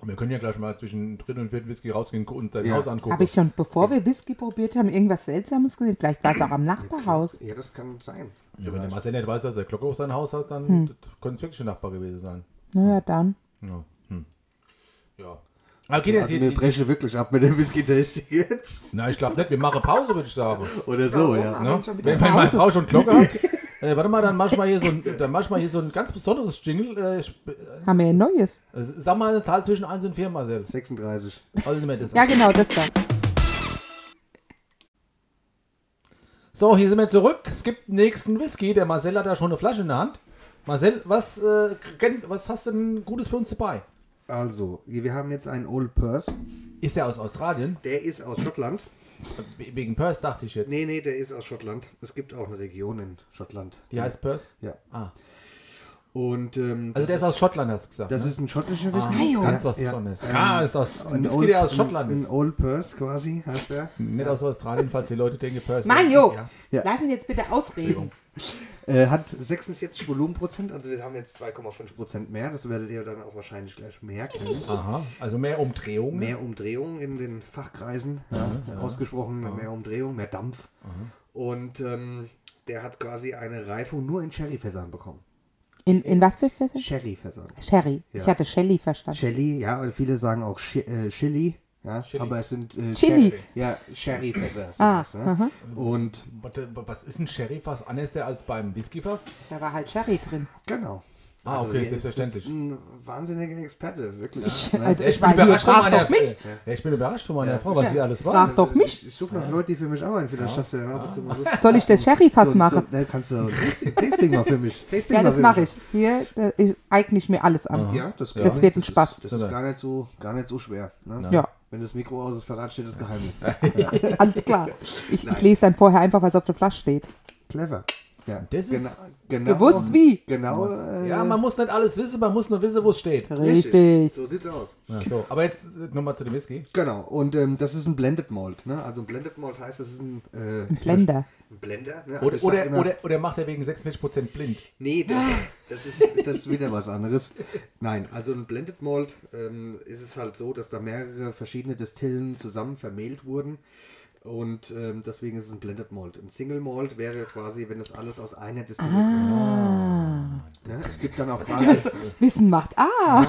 Und wir können ja gleich mal zwischen dritten und vierten Whisky rausgehen und dein Ja. Haus angucken. Habe ich schon, bevor wir Whisky probiert haben, irgendwas Seltsames gesehen? Vielleicht war es auch am Nachbarhaus. Ja, das kann sein. ja, wenn der Marcel nicht weiß, dass der Glocke auf sein Haus hat, dann das könnte es wirklich ein Nachbar gewesen sein. Naja, dann. Ja. Hm. ja. Okay, das Also wir hier, brechen wirklich ab mit dem Whisky-Test jetzt. na, ich glaube nicht, wir machen Pause, würde ich sagen. Oder so, ja. Ne? Jetzt schon wieder Wenn, wenn meine Pause. Frau schon Glocke hat. Äh, warte mal, dann mach ich mal hier so ein, dann mach ich mal hier so ein ganz besonderes Jingle. Äh, ich, äh, Haben wir ein neues? sag mal eine Zahl zwischen 1 und 4 mal selbst. 36. Also nehmen wir das Ja, genau, das da. So, hier sind wir zurück. Es gibt einen nächsten Whisky. Der Marcel hat da schon eine Flasche in der Hand. Marcel, was, äh, kenn- was hast du denn Gutes für uns dabei? Also, wir haben jetzt einen Old Purse. Ist der aus Australien? Der ist aus Schottland. We- Wegen Perth dachte ich jetzt. Nee, nee, der ist aus Schottland. Es gibt auch eine Region in Schottland. Die heißt Perth? Ja. Ah. Und ähm, Also der ist aus Schottland, hast du gesagt. das ne? ist ein schottischer Whisky. Ah, ganz was Ja. Besonderes. Ähm, ah, ist aus ein Ein Whisky, Old- der aus Schottland ein, ist. Ein Old Purse quasi heißt der. Nicht aus Australien, falls die Leute denken, Perth. Mann, jo, Ja. Ja. lass ihn jetzt bitte ausreden. Äh, hat 46 Volumenprozent, also wir haben jetzt 2,5 Prozent mehr. Das werdet ihr dann auch wahrscheinlich gleich merken. Aha, also mehr Umdrehungen. Mehr Umdrehung in den Fachkreisen, Mhm. ja, ausgesprochen mehr Umdrehung, mehr Dampf. Und ähm, der hat quasi eine Reifung nur in Sherryfässern bekommen. In, in was für Fässer? Sherryfässern. Sherry. Ich Ja. hatte Shelly verstanden. Shelly, ja, und viele sagen auch Shi- äh, Chili, ja, Chili. aber es sind äh, Chili. Sherry- ja, Sherryfässer. sind Ah, das, ne? Und Warte, Was ist ein Sherryfass anders der als beim Whiskyfass? Da war halt Sherry drin. genau. Ah, okay, hier ist selbstverständlich. jetzt ein wahnsinniger Experte, wirklich. ne? also Ich ich bin war hier, überrascht von frag meiner doch mich. Ja, ich bin überrascht von meiner Frau, was sie alles war. Frag doch mich. Also, Ich, ich suche noch Leute, die für mich arbeiten. Vielleicht schaffst du ja ab und zu mal Lust. Soll ich das Sherryfass So, machen? So, ne, kannst du Tasting mal für mich. Tasting Ja, mal das für mache mich. ich. Hier da, ich, eigne ich mir alles an. Ja, das, Das wird ein Spaß. Ist, das ist gar nicht so, gar nicht so schwer. Ne? Ja. Wenn das Mikro aus ist, verrat steht das Geheimnis. Alles klar. Ich, ich lese dann vorher einfach, was auf der Flasche steht. Clever. Ja. Das ist- genau, Gewusst wie. Genau. Äh, Ja, man muss nicht alles wissen, man muss nur wissen, wo es steht. Richtig. So sieht's aus. Ja, so. Aber jetzt nochmal zu dem Whisky. Genau. Und ähm, das ist ein Blended Malt. Ne? Also ein Blended Malt heißt, das ist ein, äh, ein Blender. Ein Blender. Ne? Also Oder, ich sag oder, immer- oder, oder macht er wegen 46% blind? Nee, das, das, ist, das ist wieder was anderes. Nein, also ein Blended Malt ähm, ist es halt so, dass da mehrere verschiedene Destillen zusammen vermehlt wurden. Und ähm, deswegen ist es ein Blended Malt. Ein Single Malt wäre quasi, wenn das alles aus einer Destille kommt. Ne? Es gibt dann auch quasi, es, Wissen macht. Ah,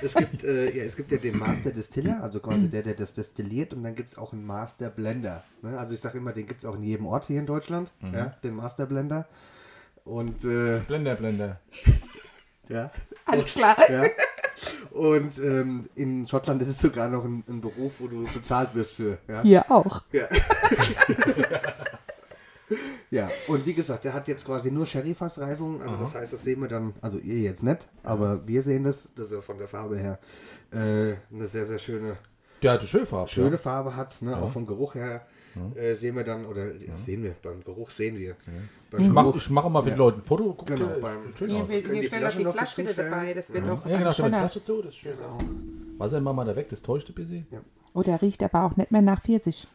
es, gibt, äh, ja, es gibt ja den Master Distiller, also quasi der, der das destilliert. Und dann gibt es auch einen Master Blender. Ne? Also ich sage immer, den gibt es auch in jedem Ort hier in Deutschland, ja, den Master Blender. Und äh, Blender, Blender. ja. alles klar. Ja. Und ähm, in Schottland ist es sogar noch ein, ein Beruf, wo du bezahlt wirst für. Ja. Hier auch. ja. Und wie gesagt, der hat jetzt quasi nur Sherryfassreifung. Also das heißt, das sehen wir dann, also ihr jetzt nicht, aber wir sehen das, dass er von der Farbe her äh, eine sehr, sehr schöne, Der hatte schön Farbe. schöne Farbe hat. Ne? Auch vom Geruch her äh, sehen wir dann, oder sehen wir, beim Geruch sehen wir. Beim Ich mache Geruch- ich mache mal für die Leute ein Foto. Guck Genau, dir, beim- schön aus. Können die Flasche noch dazustellen? Das wird doch Ja, genau, ein stimmt. schöner. Flasche zu, das ist schön. Wasser machen wir da weg, das täuscht ein bisschen. Oh, der riecht aber auch nicht mehr nach 40.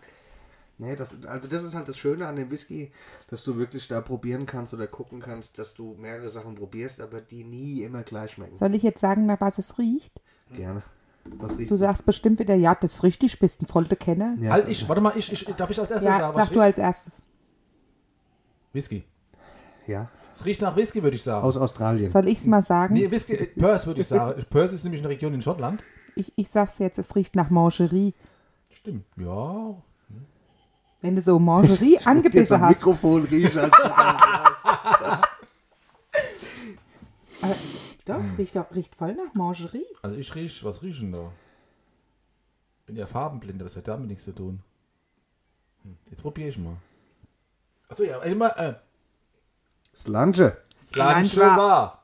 Nee, das, also das ist halt das Schöne an dem Whisky, dass du wirklich da probieren kannst oder gucken kannst, dass du mehrere Sachen probierst, aber die nie immer gleich schmecken. Soll ich jetzt sagen, nach was es riecht? Gerne. Was riechst Du sagst bestimmt wieder, ja, das ist richtig, bist ein voller Kenner. Ja, halt, so- ich, warte mal, ich, ich, darf ich als erstes Ja, sagen, was sag du riecht? als erstes. Whisky. Ja, Es riecht nach Whisky, würde ich sagen. aus Australien. Soll ich es mal sagen? nee, Whisky, äh, Perth würde ich sagen. Perth ist nämlich eine Region in Schottland. Ich, ich sag's jetzt, es riecht nach Mangerie. Stimmt. Ja. Wenn du so Mangerie Jetzt angebissen am hast. Mikrofon riechen. als- Aber das riecht, doch, riecht voll nach Mangerie. Also ich riech, was riechen da? Bin ja farbenblind, aber es hat damit nichts zu tun. Hm, Jetzt probiere ich mal. Achso, ja, immer. Äh, Slange. Slanschwa. Slanschwa.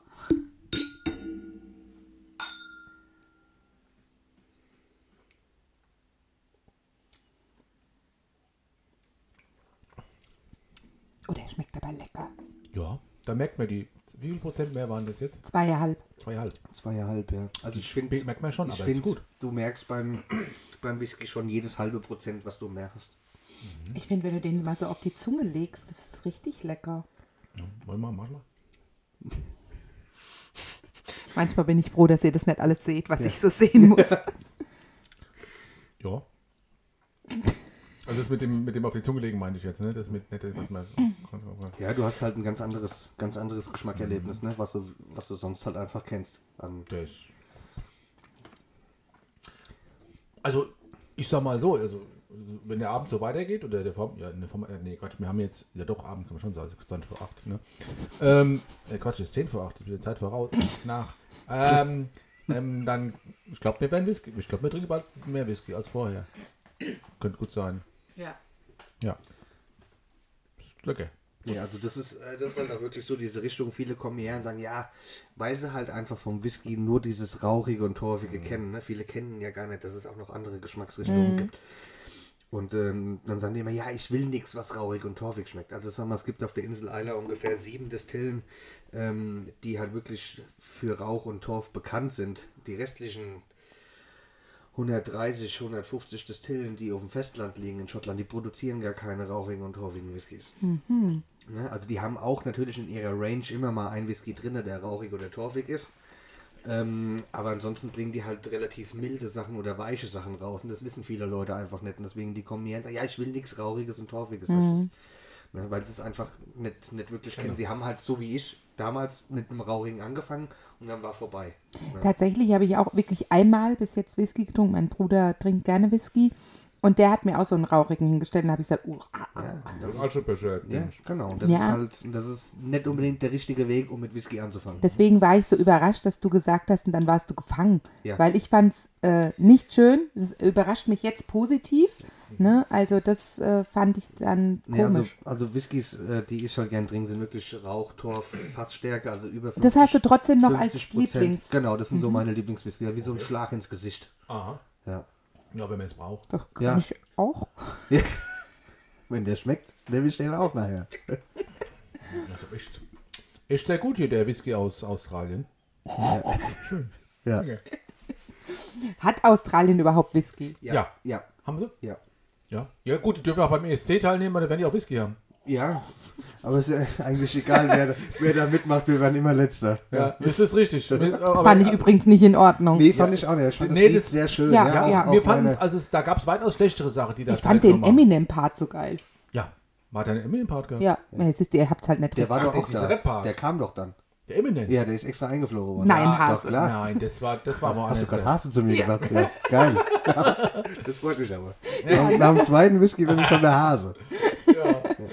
Oh, der schmeckt aber lecker. Ja, da merkt man die. Wie viel Prozent mehr waren das jetzt? Zweieinhalb. Zweieinhalb. Zweieinhalb, ja. Also ich finde, Merkt man schon, ich aber ist find, gut. du merkst beim, beim Whisky schon jedes halbe Prozent, was du merkst. Ich finde, wenn du den mal so auf die Zunge legst, das ist richtig lecker. Ja, wollen wir, mach mal. Manchmal bin ich froh, dass ihr das nicht alles seht, was ich so sehen muss. Ja. Also das mit dem, mit dem auf die Zunge legen meine ich jetzt, ne? Das mit nette, was man. Ja, du hast halt ein ganz anderes, ganz anderes Geschmackerlebnis, ne? was, du, was du sonst halt einfach kennst. An Das. Also, ich sag mal so, also wenn der Abend so weitergeht oder der Form, ja, in der Form, äh, nee, Quatsch, wir haben jetzt, ja doch, Abend kann man schon sagen, also 20 vor 8, ne? Ähm, äh, Quatsch, es ist 10 vor 8, ist wieder Zeit voraus, nach. Ähm, ähm, dann, ich glaube, wir werden Whisky, ich glaube, wir trinken bald mehr Whisky als vorher. Könnte gut sein. Ja. Ja. Ist lecker. Nee, also das ist, äh, das ist halt auch wirklich so diese Richtung. Viele kommen hierher und sagen, ja, weil sie halt einfach vom Whisky nur dieses rauchige und torfige kennen. Ne? Viele kennen ja gar nicht, dass es auch noch andere Geschmacksrichtungen gibt. Und ähm, dann sagen die immer, ja, ich will nichts, was rauchig und torfig schmeckt. Also sagen wir, mal, es gibt auf der Insel Eiler ungefähr sieben Destillen, ähm, die halt wirklich für Rauch und Torf bekannt sind. Die restlichen 130, 150 Destillen, die auf dem Festland liegen in Schottland, die produzieren gar keine rauchigen und torfigen Whiskys. Ne? Also die haben auch natürlich in ihrer Range immer mal einen Whisky drin, der rauchig oder torfig ist. Ähm, aber ansonsten bringen die halt relativ milde Sachen oder weiche Sachen raus. Und das wissen viele Leute einfach nicht. Und deswegen, die kommen hier und sagen, ja, ich will nichts Rauchiges und Torfiges. Ne, weil sie es einfach nicht, nicht wirklich kennen. Sie haben halt, so wie ich, damals mit einem Rauchigen angefangen und dann war vorbei. Ne? Tatsächlich habe ich auch wirklich einmal bis jetzt Whisky getrunken. Mein Bruder trinkt gerne Whisky. Und der hat mir auch so einen rauchigen hingestellt. Und da habe ich gesagt, uh, ah, ah. Das ist auch schon beschert, Ja, genau. Und das Ja. ist halt, das ist nicht unbedingt der richtige Weg, um mit Whisky anzufangen. Deswegen war ich so überrascht, dass du gesagt hast und dann warst du gefangen. Ja. Weil ich fand es äh, nicht schön. Es überrascht mich jetzt positiv. Ne? Also das äh, fand ich dann komisch. Nee, also, also Whiskys, äh, die ich halt gern trinke, sind wirklich Rauch, Torf, Fassstärke, also über 50 Das hast du trotzdem noch als 50%. Lieblings- Mhm. Genau, das sind so meine Lieblingswhiskys, ja, wie so ein Schlag ins Gesicht. Aha. Ja. Ja, wenn man es braucht. Doch, kann Ja. ich auch. Wenn der schmeckt, nehme ich den auch nachher. Also echt, echt sehr gut hier, der Whisky aus Australien. Ja. Okay. Hat Australien überhaupt Whisky? Ja. Ja. Haben sie? Ja. Ja. Ja, gut, die dürfen auch beim ESC teilnehmen, dann werden die auch Whisky haben. Ja, aber es ist ja eigentlich egal, wer, wer da mitmacht, wir werden immer letzter. Ja. Ja. Das ist richtig. Wir- aber- Fand ich übrigens nicht in Ordnung. Nee, fand ich auch nicht. Ich fand Nee, das Lied das- sehr schön. Ja, ja, auch- ja. auch wir fanden meine- es, also es, da gab es weitaus schlechtere Sachen, die da ich fand den teilgenommen haben. Eminem-Part so geil. Ja, war dein Eminem-Part gehabt? Ja, jetzt ist, ihr habt halt nicht Der richtig. war Ach, doch auch dieser da. Rap-Part. Der kam doch dann. Der Eminem? Ja, der ist extra eingeflogen worden. Nein, ja, Hase. Doch, klar. Nein, das war, das war mal Hast du gerade anders. Hase zu mir gesagt? Ja, geil. das freut mich aber. Ja. Nach, nach dem zweiten Whisky bin ich schon der Hase.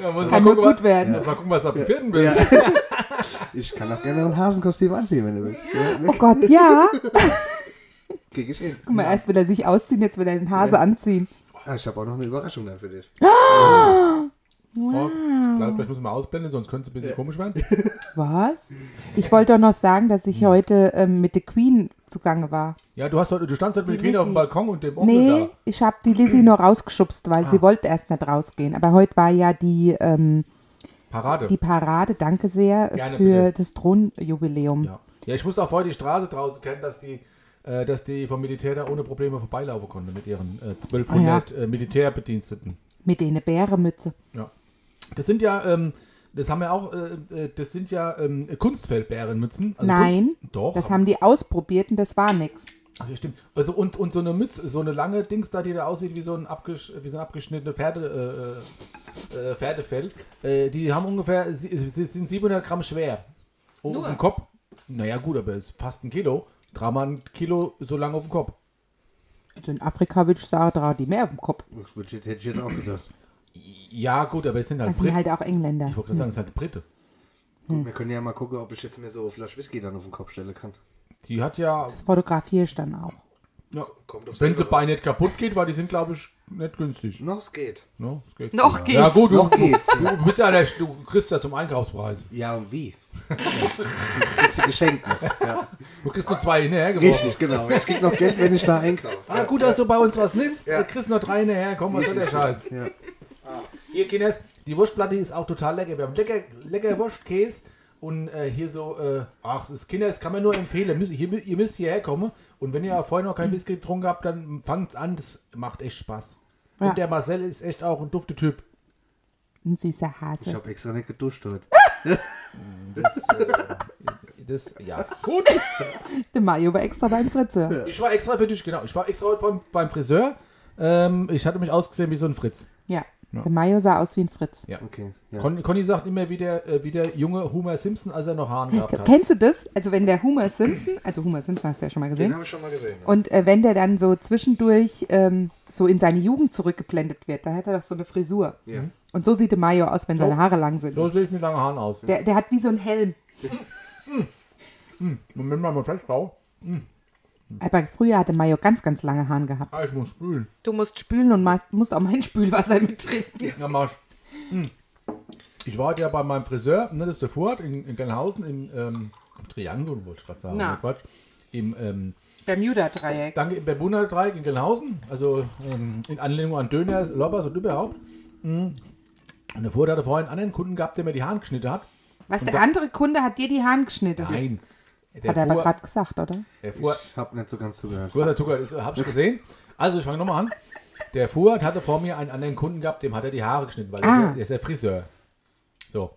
Ja, muss mal Kann nur gucken, gut was- werden. Muss mal gucken, was ab dem vierten wird. Ja. Ich kann auch gerne ein Hasenkostüm anziehen, wenn du willst. Ja, ne? Oh Gott, ja. krieg ich hin. Guck mal, erst will er sich ausziehen, jetzt will er den Hase anziehen. Ah, ich habe auch noch eine Überraschung dann für dich. Oh, Vielleicht vielleicht muss man ausblenden, sonst könnte es ein bisschen komisch werden. Was? Ich wollte doch noch sagen, dass Hm. ich heute ähm, mit The Queen zugange war. Ja, du, hast heute, du standst heute mit Die Queen auf Lizzie. dem Balkon und dem Onkel Nee, ich habe die Lizzie nur rausgeschubst, weil Ah. sie wollte erst nicht rausgehen. Aber heute war ja die, ähm, da. Parade. die Parade, danke sehr, Gerne, für bitte. das Thronjubiläum. Ja. ja, ich musste auch vorher die Straße draußen kennen, dass die, äh, dass die vom Militär da ohne Probleme vorbeilaufen konnte mit ihren äh, Ah, 1200 äh, Militärbediensteten. Mit denen Bäremütze. Ja. Das sind ja, ähm, das haben ja auch, äh, äh, das sind ja ähm, Kunstfeldbärenmützen. Also Nein, Kunst, doch. das aber- haben die ausprobiert und das war nichts. Ach, ja, stimmt. Also und, und so eine Mütze, so eine lange Dings da, die da aussieht wie so ein, abgesch wie so ein abgeschnittene Pferde, äh, äh, Pferdefell. Äh, die haben ungefähr, sie, sie sind 700 Gramm schwer. Oh, auf dem Kopf. Naja gut, aber ist fast ein Kilo. Drei mal ein Kilo so lang auf dem Kopf. Also in Afrika würde ich sagen, da hat die mehr auf dem Kopf. Das würd ich- hätte ich jetzt auch gesagt. Ja gut, aber es sind halt Das sind Briten. halt auch Engländer. ich wollte gerade sagen, es sind halt Brite. Hm. Gut, wir können ja mal gucken, ob ich jetzt mir so eine Flasche Whisky dann auf den Kopf stellen kann. Die hat ja, Das fotografiere ich dann auch. ja Kommt aufs wenn sie Leben bei nicht kaputt geht, weil die sind glaube ich nicht günstig. Noch es geht. No, es geht. Noch Ja geht's. gut, du, Noch geht's. du, bist ja der, du kriegst ja zum Einkaufspreis. Ja, und wie? Du kriegst ein Geschenk noch. Ja. Du kriegst nur zwei hinterhergeworfen. Richtig, genau. Ich krieg noch Geld, wenn ich da einkaufe. Ah, gut, dass du bei uns was nimmst. Du kriegst noch drei hinterher. Komm, was soll der Scheiß? Ja. Hier, Kinders, die Wurstplatte ist auch total lecker. Wir haben lecker, lecker Wurstkäse und äh, hier so, äh, ach, es ist Kinders, kann man nur empfehlen. Müsst, hier, ihr müsst hierher kommen. Und wenn ihr vorher noch kein Whisky getrunken habt, dann fangt's an. Das macht echt Spaß. Ja. Und der Marcel ist echt auch ein dufte Typ. Ein süßer Hase. Ich habe extra nicht geduscht heute. Das, äh, das, ja. Gut, Der Mario war extra beim Fritze. ich war extra für dich, genau. Ich war extra heute beim, beim Friseur. Ähm, ich hatte mich ausgesehen wie so ein Fritz. Ja. Ja. Der Mario sah aus wie ein Fritz. Ja. Okay. Ja. Con Conny sagt immer wie der, äh, wie der junge Homer Simpson, als er noch Haaren gehabt hat. Kennst du das? Also wenn der Homer Simpson, also Homer Simpson hast du ja schon mal Den gesehen, habe ich schon mal gesehen. ja. und äh, wenn der dann so zwischendurch ähm, so in seine Jugend zurückgeblendet wird, dann hat er doch so eine Frisur. Ja. Und so sieht der Mario aus, wenn seine So. Haare lang sind. So sehe ich mit langen Haaren aus. Der, der hat wie so einen Helm. Moment mal, mal festbau. Aber früher hatte Mario ganz, ganz lange Haaren gehabt. Ah, ich muss spülen. Du musst spülen und machst- musst auch mein Spülwasser mittrinken. Ja, Marsch. Hm. Ich war heute ja bei meinem Friseur, ne, das ist der Fuhrt, in, in Gelnhausen, im ähm, Triangel, wollte ich gerade sagen. Na. ne, Quatsch. Im, ähm, Bermuda-Dreieck. danke, im Bermuda-Dreieck in Gelnhausen, also ähm, in Anlehnung an Döner, Lobbers und überhaupt. Hm. Und der Fuhrt hatte vorhin einen anderen Kunden gehabt, der mir die Haare geschnitten hat. Was, der andere Kunde hat dir die Haaren geschnitten? Nein. Der Hat er aber Fuhr- gerade gesagt, oder? Der Fuhr, Ich habe nicht so ganz zugehört. Größer Zucker, das habe ich äh, gesehen. Also, ich fange nochmal an. Der Fuhrt hatte vor mir einen anderen Kunden gehabt, dem hat er die Haare geschnitten, weil Ah. er, der ist der Friseur. So.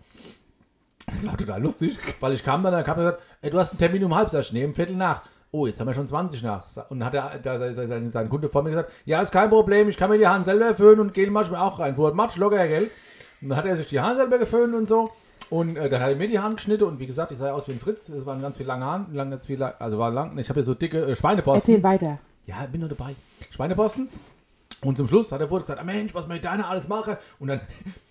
Das war total lustig, weil ich kam dann, dann kam er und gesagt, ey, du hast einen Termin um halb, sag ich, nee, um Viertel nach. Oh, jetzt haben wir schon 20 nach. Sa- Und hat er, da, da, sein, sein Kunde vor mir gesagt, ja, ist kein Problem, ich kann mir die Haare selber föhnen und Gel mach ich mir auch rein. Fuhrt, matsch locker, gell? Und dann hat er sich die Haare selber geföhnt und so. Und äh, dann hat er mir die Haare geschnitten und wie gesagt, ich sah aus wie ein Fritz. Es waren ganz viele lange Haare, lang, ganz viel, also war lang. Ich habe ja so dicke äh, Schweineposten. Erzähl weiter. Ja, bin nur dabei. Schweineposten. Und zum Schluss hat er wohl gesagt, ah, Mensch, was man mit deiner alles machen kann. Und dann,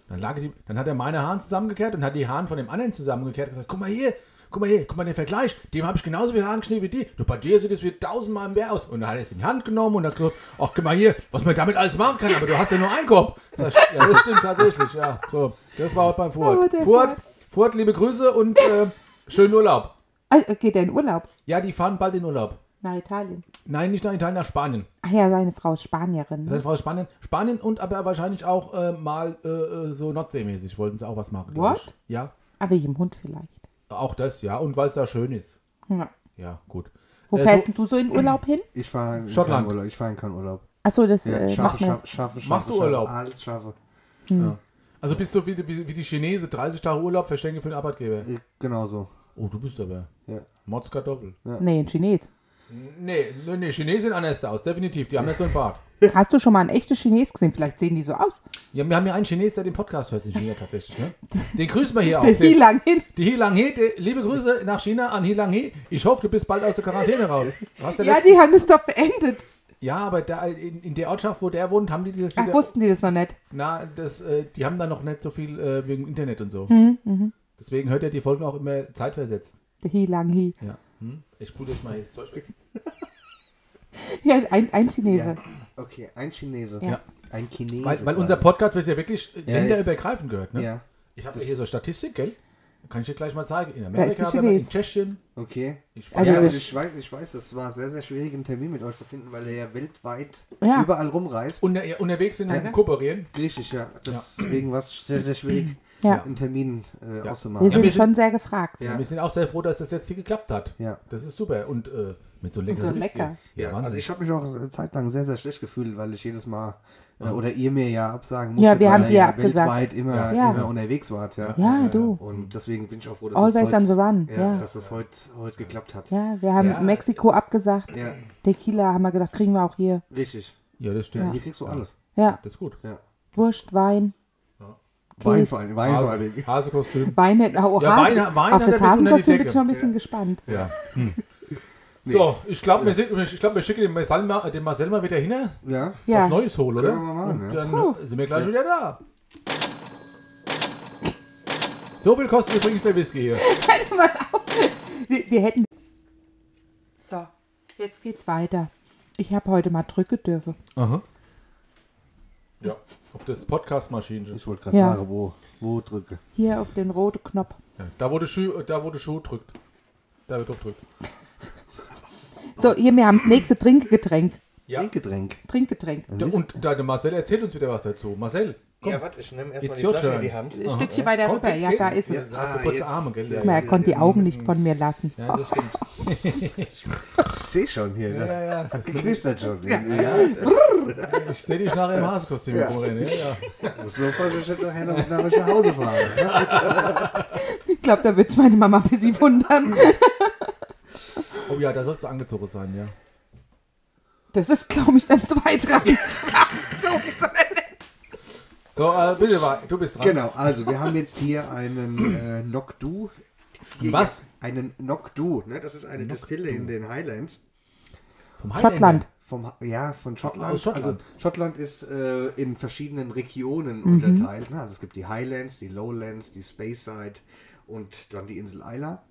dann, lag die, dann hat er meine Haaren zusammengekehrt und hat die Haaren von dem anderen zusammengekehrt und gesagt, guck mal hier, guck mal hier, guck mal den Vergleich. Dem habe ich genauso viel Haaren geschnitten wie die. Du, bei dir sieht es wie tausendmal mehr aus. Und dann hat er es in die Hand genommen und hat gesagt, ach, guck mal hier, was man damit alles machen kann, aber du hast ja nur einen Kopf. Sag ich, ja, das stimmt tatsächlich, ja. So, das war heute beim Oh, Furt. der Furt, Furt. Furt, liebe Grüße und äh, schönen Urlaub. Also, geht er in Urlaub? Ja, die fahren bald in Urlaub. Nach Italien. Nein, nicht nach Italien, nach Spanien. Ach ja, seine Frau ist Spanierin. ne? Seine Frau ist Spanien. Spanien und aber wahrscheinlich auch äh, mal äh, äh, so nordseemäßig wollten sie auch was machen. glaub What? ich. Ja, Aber wegen dem Hund vielleicht. auch das, ja. Und weil es da schön ist. Ja. Ja, gut. Wo Äh, fährst denn du so in Urlaub hin? Ich fahre in Schottland. keinen Urlaub. Ich fahre in keinen Urlaub. Achso, das Ja, äh, scharfe, macht mir. scharfe, scharfe, scharfe, Machst du scharfe, Urlaub? Alles scharfe. so, ja. Also bist du wie, die- wie, wie die Chinese, 30 Tage Urlaub verschenke für den Arbeitgeber. Äh, Genau so. Oh, du bist aber Ja. Motzkartoffel. Nee, in Chines. Nee, nee, nee, Chinesen anders da aus, definitiv. Die haben nicht so einen Bart. Hast du schon mal einen echten Chines gesehen? Vielleicht sehen die so aus. Ja, wir haben ja einen Chines, der den Podcast hört, in China tatsächlich, ne? Den grüßen wir hier auch. Der hie Den, lang hin. die Hilang He, die- liebe Grüße nach China an Hilang He. Ich hoffe, du bist bald aus der Quarantäne raus. Hast du Ja, letztens- die haben es doch beendet. Ja, aber da, in, in der Ortschaft, wo der wohnt, haben die dieses Ach, wieder- wussten die das noch nicht. Na, das, äh, die haben da noch nicht so viel äh, wegen Internet und so. Deswegen hört er die Folgen auch immer zeitversetzt. Der Hi lang Hi. Ja. Hm? Ich spule jetzt mal jetzt Zeug weg. Ja, ein, ein Chinese. Okay, ein Chinese. Ja. Ein Chinese. Weil, weil unser quasi. Podcast wird ja wirklich äh, Ja, länderübergreifend gehört, ne? Ja. Ich habe Das- hier so Statistik, gell? Kann ich dir gleich mal zeigen. In Amerika, ist aber der in Chinese. Tschechien. Okay. Ich Also- ja, also ich weiß, ich weiß, es war sehr, sehr schwierig, einen Termin mit euch zu finden, weil er ja weltweit Ja. überall rumreist. unter, ja, unterwegs sind und kooperieren. Griechisch, ja. Deswegen war es sehr, sehr schwierig, Ja. einen Termin äh, Ja. auszumachen. Wir wir sind sind- schon sehr gefragt. Ja. Wir sind auch sehr froh, dass das jetzt hier geklappt hat. Ja. Das ist super. Und äh, mit so So leckeren lecker. Ja, Ja, Wahnsinn. also ich habe mich auch eine Zeit lang sehr, sehr schlecht gefühlt, weil ich jedes Mal äh, oder ihr mir ja absagen Ja, musstet, wir weil haben ihr dir abgesagt. weltweit immer, Ja. immer unterwegs wart. Ja, Ja, du. Und deswegen bin ich auch froh, dass Always es heute, on the run, ja. dass es heute, heute geklappt hat. Ja, wir haben Ja. Mexiko abgesagt. Ja. Tequila haben wir gedacht, kriegen wir auch hier. Richtig. Ja, das stimmt. Hier kriegst du alles. Ja, Das ist gut. Ja. Wurst, Wein. Wein Käse. vor allem, Wein vor allem. Hasekostüm. Wein, hätten- oh, Ja, Hasen- Wein- Wein hat auf er bis das unter die Hasenkostüm bin Decke. ich schon ein bisschen gespannt. Ja. Hm. So, ich glaube, wir, sind- ich glaub, wir schicken den Marcel, mal, den Marcel mal wieder hin, ne? Ja. Ja. was Neues holen, oder? Können wir mal machen, Und ja. dann sind wir gleich wieder da. So viel kostet übrigens der Whisky hier. Wir, wir hätten. So, jetzt geht's weiter. Ich habe heute mal drücke dürfen. Aha. Ja, auf das Podcast-Maschinen. Ich wollte gerade Ja. fragen, wo, wo drücke. Hier auf den roten Knopf. Ja, da, wo der Schuh, da, wo der Schuh drückt. Da wird drauf drückt. So, hier, wir haben das nächste Trinkgetränk. Ja. Trinkgetränk. Trinkgetränk. Da, und da, der Marcel erzählt uns wieder was dazu. Marcel, komm. Ja, warte, ich nehme erstmal It's die your Flasche in turn. die Hand. Ein Stückchen weiter Komm, rüber. jetzt Ja, geht's. da ist es. Jetzt Ah, hast du kurze jetzt. Arme, gell? Ja. Guck mal, er konnte die Augen nicht von mir lassen. Ja, das stimmt. Ich sehe schon hier. Ja, ja, ja. Hat geknistert schon. Ja. Ich sehe dich nachher im Hasekostüm ja. rumrennen. Ja, ja. Muss nur vorstellen, nachher noch nach euch nach Hause fahren. Ich glaube, da wird meine Mama ein bisschen wundern. Oh ja, da sollst du angezogen sein, ja. Das ist, glaube ich, dann zweitrangig. so, so nett. So, äh, bitte, wa- du bist dran. Genau, also wir haben jetzt hier einen äh, Nokdu. Was? Einen Nokdu, ne? Das ist eine Destille in den Highlands. Vom Highlander. Schottland. Vom, Ha- ja, von Schottland. Aus Schottland. Also Schottland ist äh, in verschiedenen Regionen Mhm. unterteilt. Ne? Also es gibt die Highlands, die Lowlands, die Speyside und dann die Insel Isla.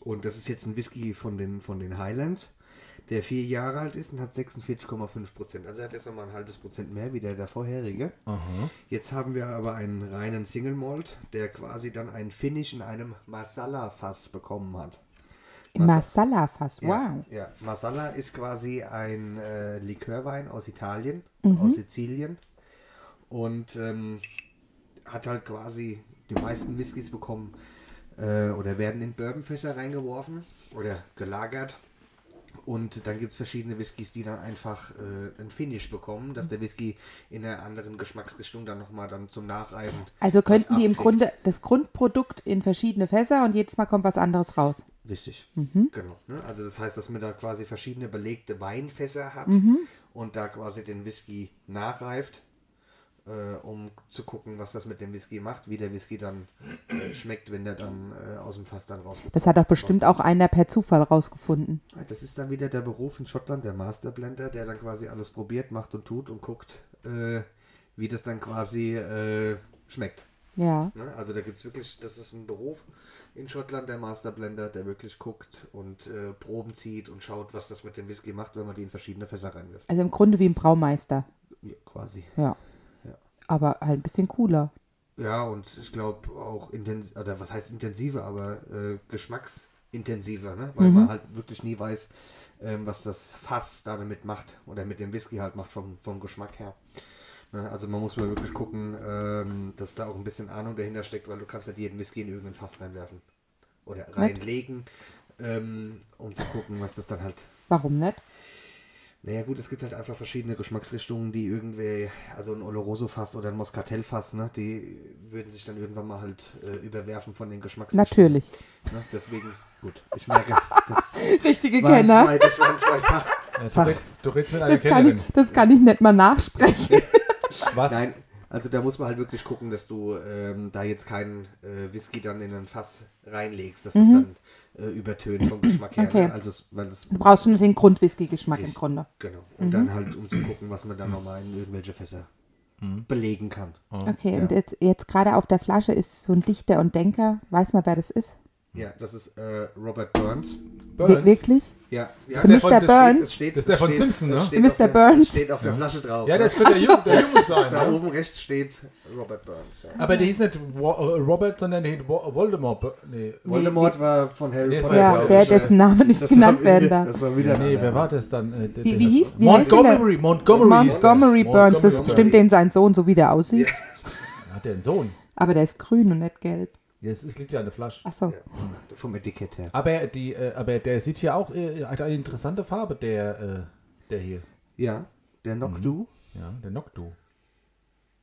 Und das ist jetzt ein Whisky von den, von den Highlands, der vier Jahre alt ist und hat 46,5 Prozent. Also er hat jetzt nochmal ein halbes Prozent mehr wie der, der vorherige. Jetzt haben wir aber einen reinen Single Malt, der quasi dann einen Finish in einem Masala-Fass bekommen hat. Im Masala-Fass. Ja, Wow. Ja, Marsala ist quasi ein äh, Likörwein aus Italien, Mhm. aus Sizilien und ähm, hat halt quasi die meisten Whiskys bekommen äh, oder werden in Bourbonfässer reingeworfen oder gelagert. Und dann gibt es verschiedene Whiskys, die dann einfach äh, ein Finish bekommen, dass der Whisky in einer anderen Geschmacksrichtung dann nochmal dann zum Nachreifen. Also könnten was die im abkriegt. Grunde das Grundprodukt in verschiedene Fässer und jedes Mal kommt was anderes raus. Richtig. Genau. Ne? Also das heißt, dass man da quasi verschiedene belegte Weinfässer hat und da quasi den Whisky nachreift, äh, um zu gucken, was das mit dem Whisky macht, wie der Whisky dann äh, schmeckt, wenn der dann äh, aus dem Fass dann rauskommt. Das hat doch bestimmt auch einer per Zufall rausgefunden. Ah, Das ist dann wieder der Beruf in Schottland, der Masterblender, der dann quasi alles probiert, macht und tut und guckt, äh, wie das dann quasi äh, schmeckt. Ja. Ne? Also da gibt es wirklich, das ist ein Beruf in Schottland, der Masterblender, der wirklich guckt und äh, Proben zieht und schaut, was das mit dem Whisky macht, wenn man die in verschiedene Fässer reinwirft. Also im Grunde wie ein Braumeister. Ja, quasi. Ja. Ja. Aber halt ein bisschen cooler. Ja, und ich glaube auch intensiv, oder was heißt intensiver, aber äh, geschmacksintensiver, ne? weil man halt wirklich nie weiß, ähm, was das Fass da damit macht oder mit dem Whisky halt macht vom, vom Geschmack her. Ne? Also man muss mal wirklich gucken, ähm, dass da auch ein bisschen Ahnung dahinter steckt, weil du kannst nicht jeden Whisky in irgendein Fass reinwerfen oder reinlegen, ähm, um zu gucken, was das dann halt Warum nicht? naja gut, es gibt halt einfach verschiedene Geschmacksrichtungen, die irgendwie, also ein Oloroso-Fass oder ein Moscatel-Fass, ne, die würden sich dann irgendwann mal halt äh, überwerfen von den Geschmacksrichtungen. Natürlich. Ne? Deswegen, gut, ich merke, das Richtige waren Kenner. zwei, das waren zwei Fach. Äh, Du redest, du redest mit einer Das kann, Kennerin. ich, das kann ich nicht mal nachsprechen. Was? Nein, also da muss man halt wirklich gucken, dass du ähm, da jetzt keinen äh, Whisky dann in ein Fass reinlegst, dass es dann äh, übertönt vom Geschmack her. Mhm. Okay. Ne? Also, es- weil es Du brauchst schon den Grundwhisky-Geschmack im Richtig. Grunde. genau. Mhm. Und dann halt, um zu gucken, was man dann nochmal in irgendwelche Fässer belegen kann. Okay, und jetzt, jetzt gerade auf der Flasche ist so ein Dichter und Denker. Weiß man, wer das ist? Ja, das ist äh, Robert Burns. Wir, wirklich? Ja, ja. Für der Mr. von- das steht- Burns? steht, Das ist der von steht- Simpson, das ne? steht Mr. auf der- Burns. das Steht auf der Flasche drauf. Ja, ne? das könnte der, Jung, der Junge sein. da ne? oben rechts steht Robert Burns. Ja. Aber der hieß nicht Wo- äh, Robert, sondern der hieß Wo- Voldemort. Nee, Voldemort war von Harry Nee, das Potter. war Ja, glaub der, ich, dessen ne? Name nicht Das genannt war- werden darf. Das war wieder nee einer. wer war das dann? Äh, der- Wie- der- wie hieß- wie heißt denn der? Montgomery, Montgomery. hieß der. Montgomery Burns, das Montgomery. stimmt dem sein Sohn, so wie der aussieht. Hat der einen Sohn? Aber der ist grün und nicht gelb. Jetzt ist, liegt ja an der Flasche. Achso. Vom Etikett her. Aber, die, äh, aber der sieht hier auch, äh, hat eine interessante Farbe, der, äh, der hier. Ja, der Noctu. Ja, der Noctu.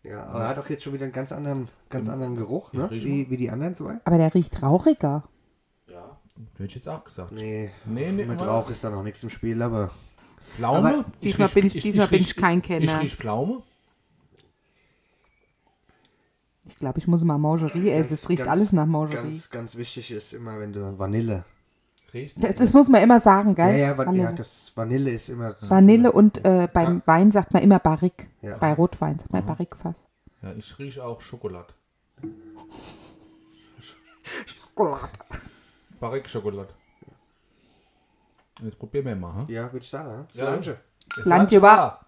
Ja, aber er hat auch jetzt schon wieder einen ganz anderen, ganz Mhm. anderen Geruch, ne? riech Wie, wie die anderen zwei. Aber der riecht rauchiger. Hätte ich jetzt auch gesagt. Nee, Nee, nee, mit aber- Rauch ist da noch nichts im Spiel, aber Pflaume? Aber diesmal riech- bin ich- diesmal bin riech- ich kein Kenner. Ich riech Pflaume. Ich glaube, ich muss mal Mangerie essen. Es ganz- riecht ganz- alles nach Mangerie. ganz, ganz wichtig ist immer, wenn du Vanille. Riechst Das, das muss man immer sagen, Ja, gell? äh, ja, Van Vanille. ja, das Vanille ist immer. Vanille und äh, beim Wein sagt man immer Barrique. Ja. Mhm. Bei Rotwein sagt man Barrique fast. Ja, ich rieche auch Schokolade. Barrique Schokolade. Jetzt probieren wir mal. Hm? Ja, würde ich sagen. ne? Solange. Es Land war ein über. Spaß.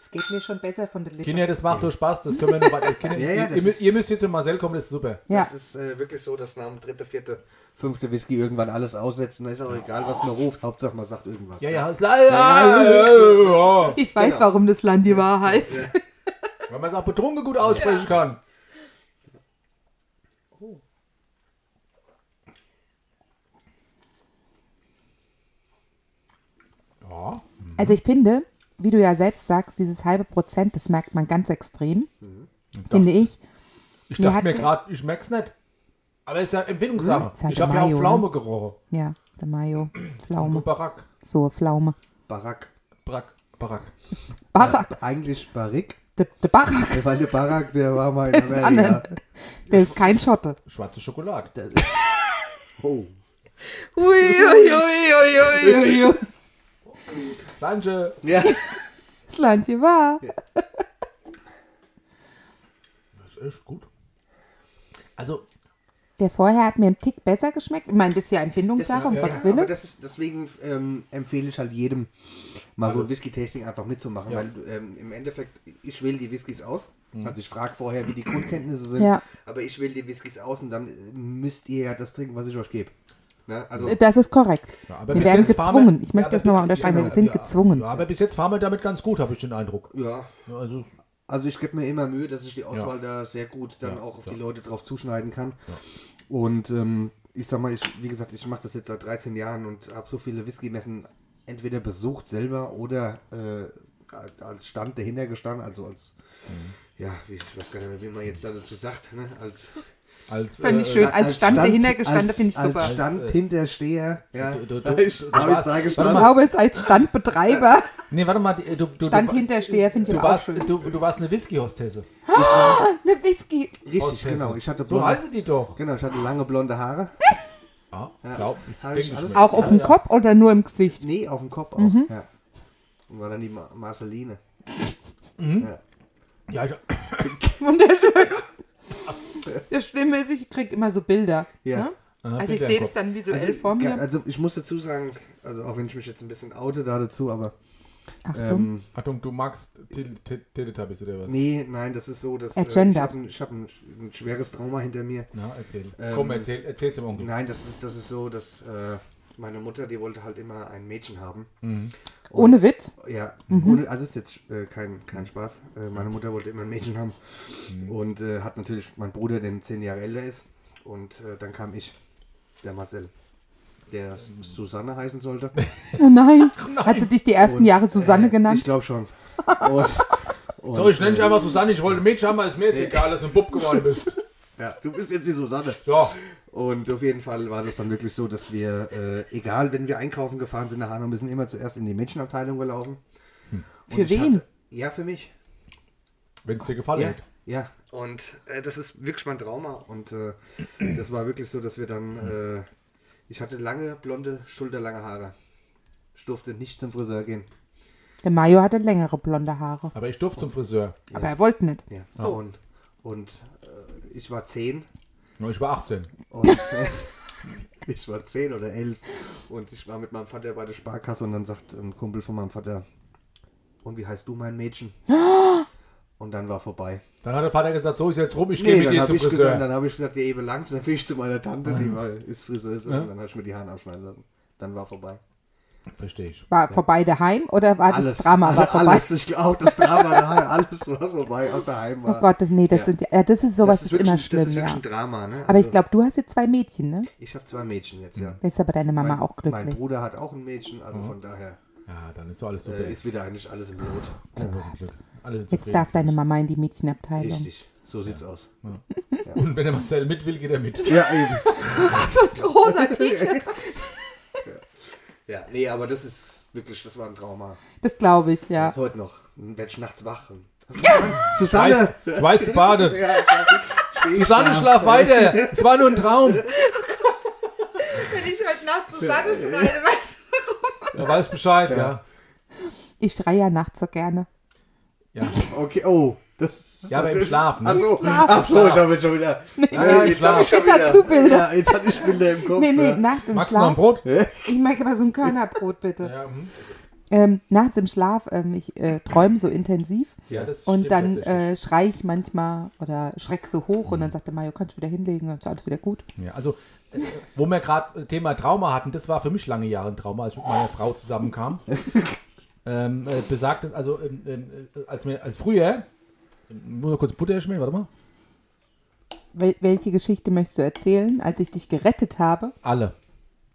Es geht mir schon besser von der Lippe. Kinder, das macht so Spaß, das können wir noch weiter. Kinder, Ja, ja, ihr- das ihr, müsst- ist- ihr müsst hier zu Marcel kommen, das ist super. Ja, Das ist äh, wirklich so, dass nach dem dritte, vierte, fünfte Whisky irgendwann alles aussetzt. Und da ist auch egal, was man ruft. Hauptsache, man sagt irgendwas. ne? Ja, Ah, ja, ist ja, leider. ich weiß, genau. warum das Land die Wahr heißt. Weil man es auch betrunken gut aussprechen kann. Ja. Also ich finde, wie du ja selbst sagst, dieses halbe Prozent, das Mhm. merkt man ganz extrem. Finde ich. Ich Mir dachte hat mir der- gerade, ich merk's nicht. Aber ist ja Empfindungssache. Ist halt ich habe ja auch Mayo, Pflaume gerochen. Ja, der Mayo. Und Pflaume. Barack. So, Pflaume. Barack. Barack. Barack. Barack. Eigentlich Barrick. Der der Barack. Der war der Barack, der war mal in Das ist ein Amerika. anderer. Der ist kein Schotte. Schwarze Schokolade. Oh. Ui, ui, ui, ui, ui, ui. Lange. Ja. Das Land hier war. Das ist echt gut. Also, Der vorher hat mir einen Tick besser geschmeckt. Ich meine, das ist ja Empfindungssache, um ja, Gottes Aber Willen. das ist, deswegen ähm, empfehle ich halt jedem, mal so ein Whisky-Tasting einfach mitzumachen, Also- Ja. Mhm. weil ähm, im Endeffekt, ich wähle die Whiskys aus. Also ich frage vorher, wie die Grundkenntnisse sind, Ja. aber ich wähle die Whiskys aus und dann äh, müsst ihr ja das trinken, was ich euch gebe. Ne? Also Das ist korrekt. ja, aber Wir bis werden jetzt fahren gezwungen. Ich möchte aber das nochmal bis- unterschreiben. Wir sind gezwungen. Ja, aber bis jetzt fahren wir damit ganz gut, habe ich den Eindruck. ja, Ja, Also, also ich gebe mir immer Mühe, dass ich die Auswahl da sehr gut dann Ja, auch auf ja. die Leute drauf zuschneiden kann. Und ähm, ich sag mal, ich, wie gesagt, ich mache das jetzt seit 13 Jahren und habe so viele Whisky-Messen entweder besucht selber oder äh, als Stand dahinter gestanden, also als Mhm. ja, wie, ich weiß gar nicht mehr, wie man jetzt dazu sagt, ne? als, als, äh, Fand ich schön. Als Stand dahinter gestanden, als- finde ich super. Als Standhintersteher, ja, Du- du- du- da ist- du da habe ich warst- da Ich gestanden. glaube, es als Standbetreiber, Nee, warte mal. die- Du, du, du, Standhintersteher finde ich du, aber auch warst, schön. du, du warst eine Whisky-Hostesse. Eine Whisky. Richtig, Hostesse. genau. Ich hatte so blonde, heißen die doch. genau, ich hatte lange blonde Haare. Ja, glaub, Hab denk ich ich alles- mir. Auch auf dem Kopf oder nur im Gesicht? Nee, auf dem Kopf auch. Ja. Und war dann die Ma Marceline. Ja. ja, ich, Also Wunderschön. Das Schlimme ist, ich kriege immer so Bilder. Ja. Ne? Ja, Also ich Bilder im sehe Kopf. das dann visuell Also, vor ga- mir. also ich muss dazu sagen, also auch wenn ich mich jetzt ein bisschen oute da dazu, aber Achtung. ähm, Achtung, du magst Tele- Te- Teletubbies oder was? nee, nein, das ist so, dass äh, ich Agenda. habe ein, ich hab ein, ein schweres Trauma hinter mir. Na, erzähl. Ähm, Komm, erzähl, erzähl's dem Onkel. Nein, das ist, das ist so, dass äh, meine Mutter, die wollte halt immer ein Mädchen haben. Ohne Witz. Ja, Mhm. ohne, also ist jetzt äh, kein, kein Spaß. Äh, meine Mutter wollte immer ein Mädchen haben Mhm. und äh, hat natürlich meinen Bruder, der zehn Jahre älter ist. Und äh, dann kam ich, der Marcel, der Mhm. Susanne heißen sollte. Oh nein. Hat sie dich die ersten Und, Jahre Susanne äh, genannt? Ich glaube schon. Und, und, So, ich nenne dich äh, einfach Susanne, ich wollte ein Mädchen haben, aber ist mir jetzt egal, dass du ein Bub geworden bist. Ja, du bist jetzt die Susanne. Ja, Und auf jeden Fall war das dann wirklich so, dass wir, äh, egal, wenn wir einkaufen gefahren sind nach Hanau, wir sind immer zuerst in die Menschenabteilung gelaufen. Und Für ich wen? Hatte, ja, für mich. wenn es dir gefallen Ja, hat. ja. Und äh, das ist wirklich mein Trauma. Und äh, das war wirklich so, dass wir dann, äh, ich hatte lange, blonde, schulterlange Haare. Ich durfte nicht zum Friseur gehen. Der Mayo hatte längere blonde Haare. Aber ich durfte zum Friseur. Aber er wollte nicht. Ja. Und, und äh, ich war zehn Ja, Ich war 18. Und äh, ich war 10 oder 11 und ich war mit meinem Vater bei der Sparkasse und dann sagt ein Kumpel von meinem Vater, und wie heißt du mein Mädchen? Und dann war vorbei. Dann hat der Vater gesagt, so ist jetzt rum, ich gehe mit dann dir habe zum ich, gesagt- Friseur. Ah. dann hab ich gesagt, ja, eben langsam dann bin ich zu meiner Tante, die war, ist Friseuse und dann habe ich mir die Haare abschneiden lassen. Dann war vorbei. Verstehe ich. War vorbei daheim oder war Alles, das Drama? War vorbei. alles, ich glaube, das Drama daheim, alles war vorbei, auch daheim war. Oh Gott, das, nee, das, äh, Ja. sind, ja, das ist sowas, das ist, wirklich, immer ein- schlimm. Das ist wirklich ja. ein Drama, ne? Aber ich Also, glaube, du hast jetzt zwei Mädchen, ne? ich habe zwei Mädchen jetzt, ja. Jetzt ist aber deine Mama mein, auch mein glücklich. Bruder hat auch ein Mädchen, also Mhm. von daher. Ja, dann ist doch alles super. äh, ist wieder eigentlich alles im Lot. Ja, hoffentlich. Alle sind Jetzt zufrieden. darf deine Mama in die Mädchenabteilung. Richtig, so sieht's aus. Und wenn der Marcel mit will, geht er mit. Ja, eben. Rosa T-Shirt. Ja, nee, aber das ist wirklich, das war ein Trauma. Das glaube ich, ja. Ist heute noch. Dann werd ich nachts wach. und- Susanne! Susanne! Weiß, weiß gebadet. Ja, steh ich Susanne, da. schlaf weiter. Es war nur ein Traum. Wenn ich heute Nacht Susanne schreie, weißt Er weiß Bescheid, ja. Ich schreie ja nachts so gerne. Ja, Okay, oh. Das ist Ja, aber im natürlich- Schlaf, ne? Ach so, ach so ich habe jetzt schon wieder. Äh, Ja, im jetzt hab ich Schlaf. schon Jetzt hast wieder- du Bilder. Ja, jetzt hatte ich Bilder im Kopf. Nee, nee, ja. nachts im Magst du noch ein Brot? Schlaf. Ich mag immer so ein Körnerbrot, bitte. Ja, mhm. Ähm, nachts im Schlaf, ähm, ich äh, träume so intensiv. ja das Und stimmt dann tatsächlich. Mhm. äh, schreie ich manchmal oder schreck so hoch und dann sagt der Mario, kannst du wieder hinlegen, dann ist alles wieder gut. Ja, also, äh, wo wir gerade Thema Trauma hatten, das war für mich lange Jahre ein Trauma, als ich mit meiner Frau zusammenkam. ähm, äh, besagt es, also, ähm, ähm, äh, als, mir, als früher, muss ich kurz Butter schmieren, warte mal. Wel welche Geschichte möchtest du erzählen, als ich dich gerettet habe? Alle.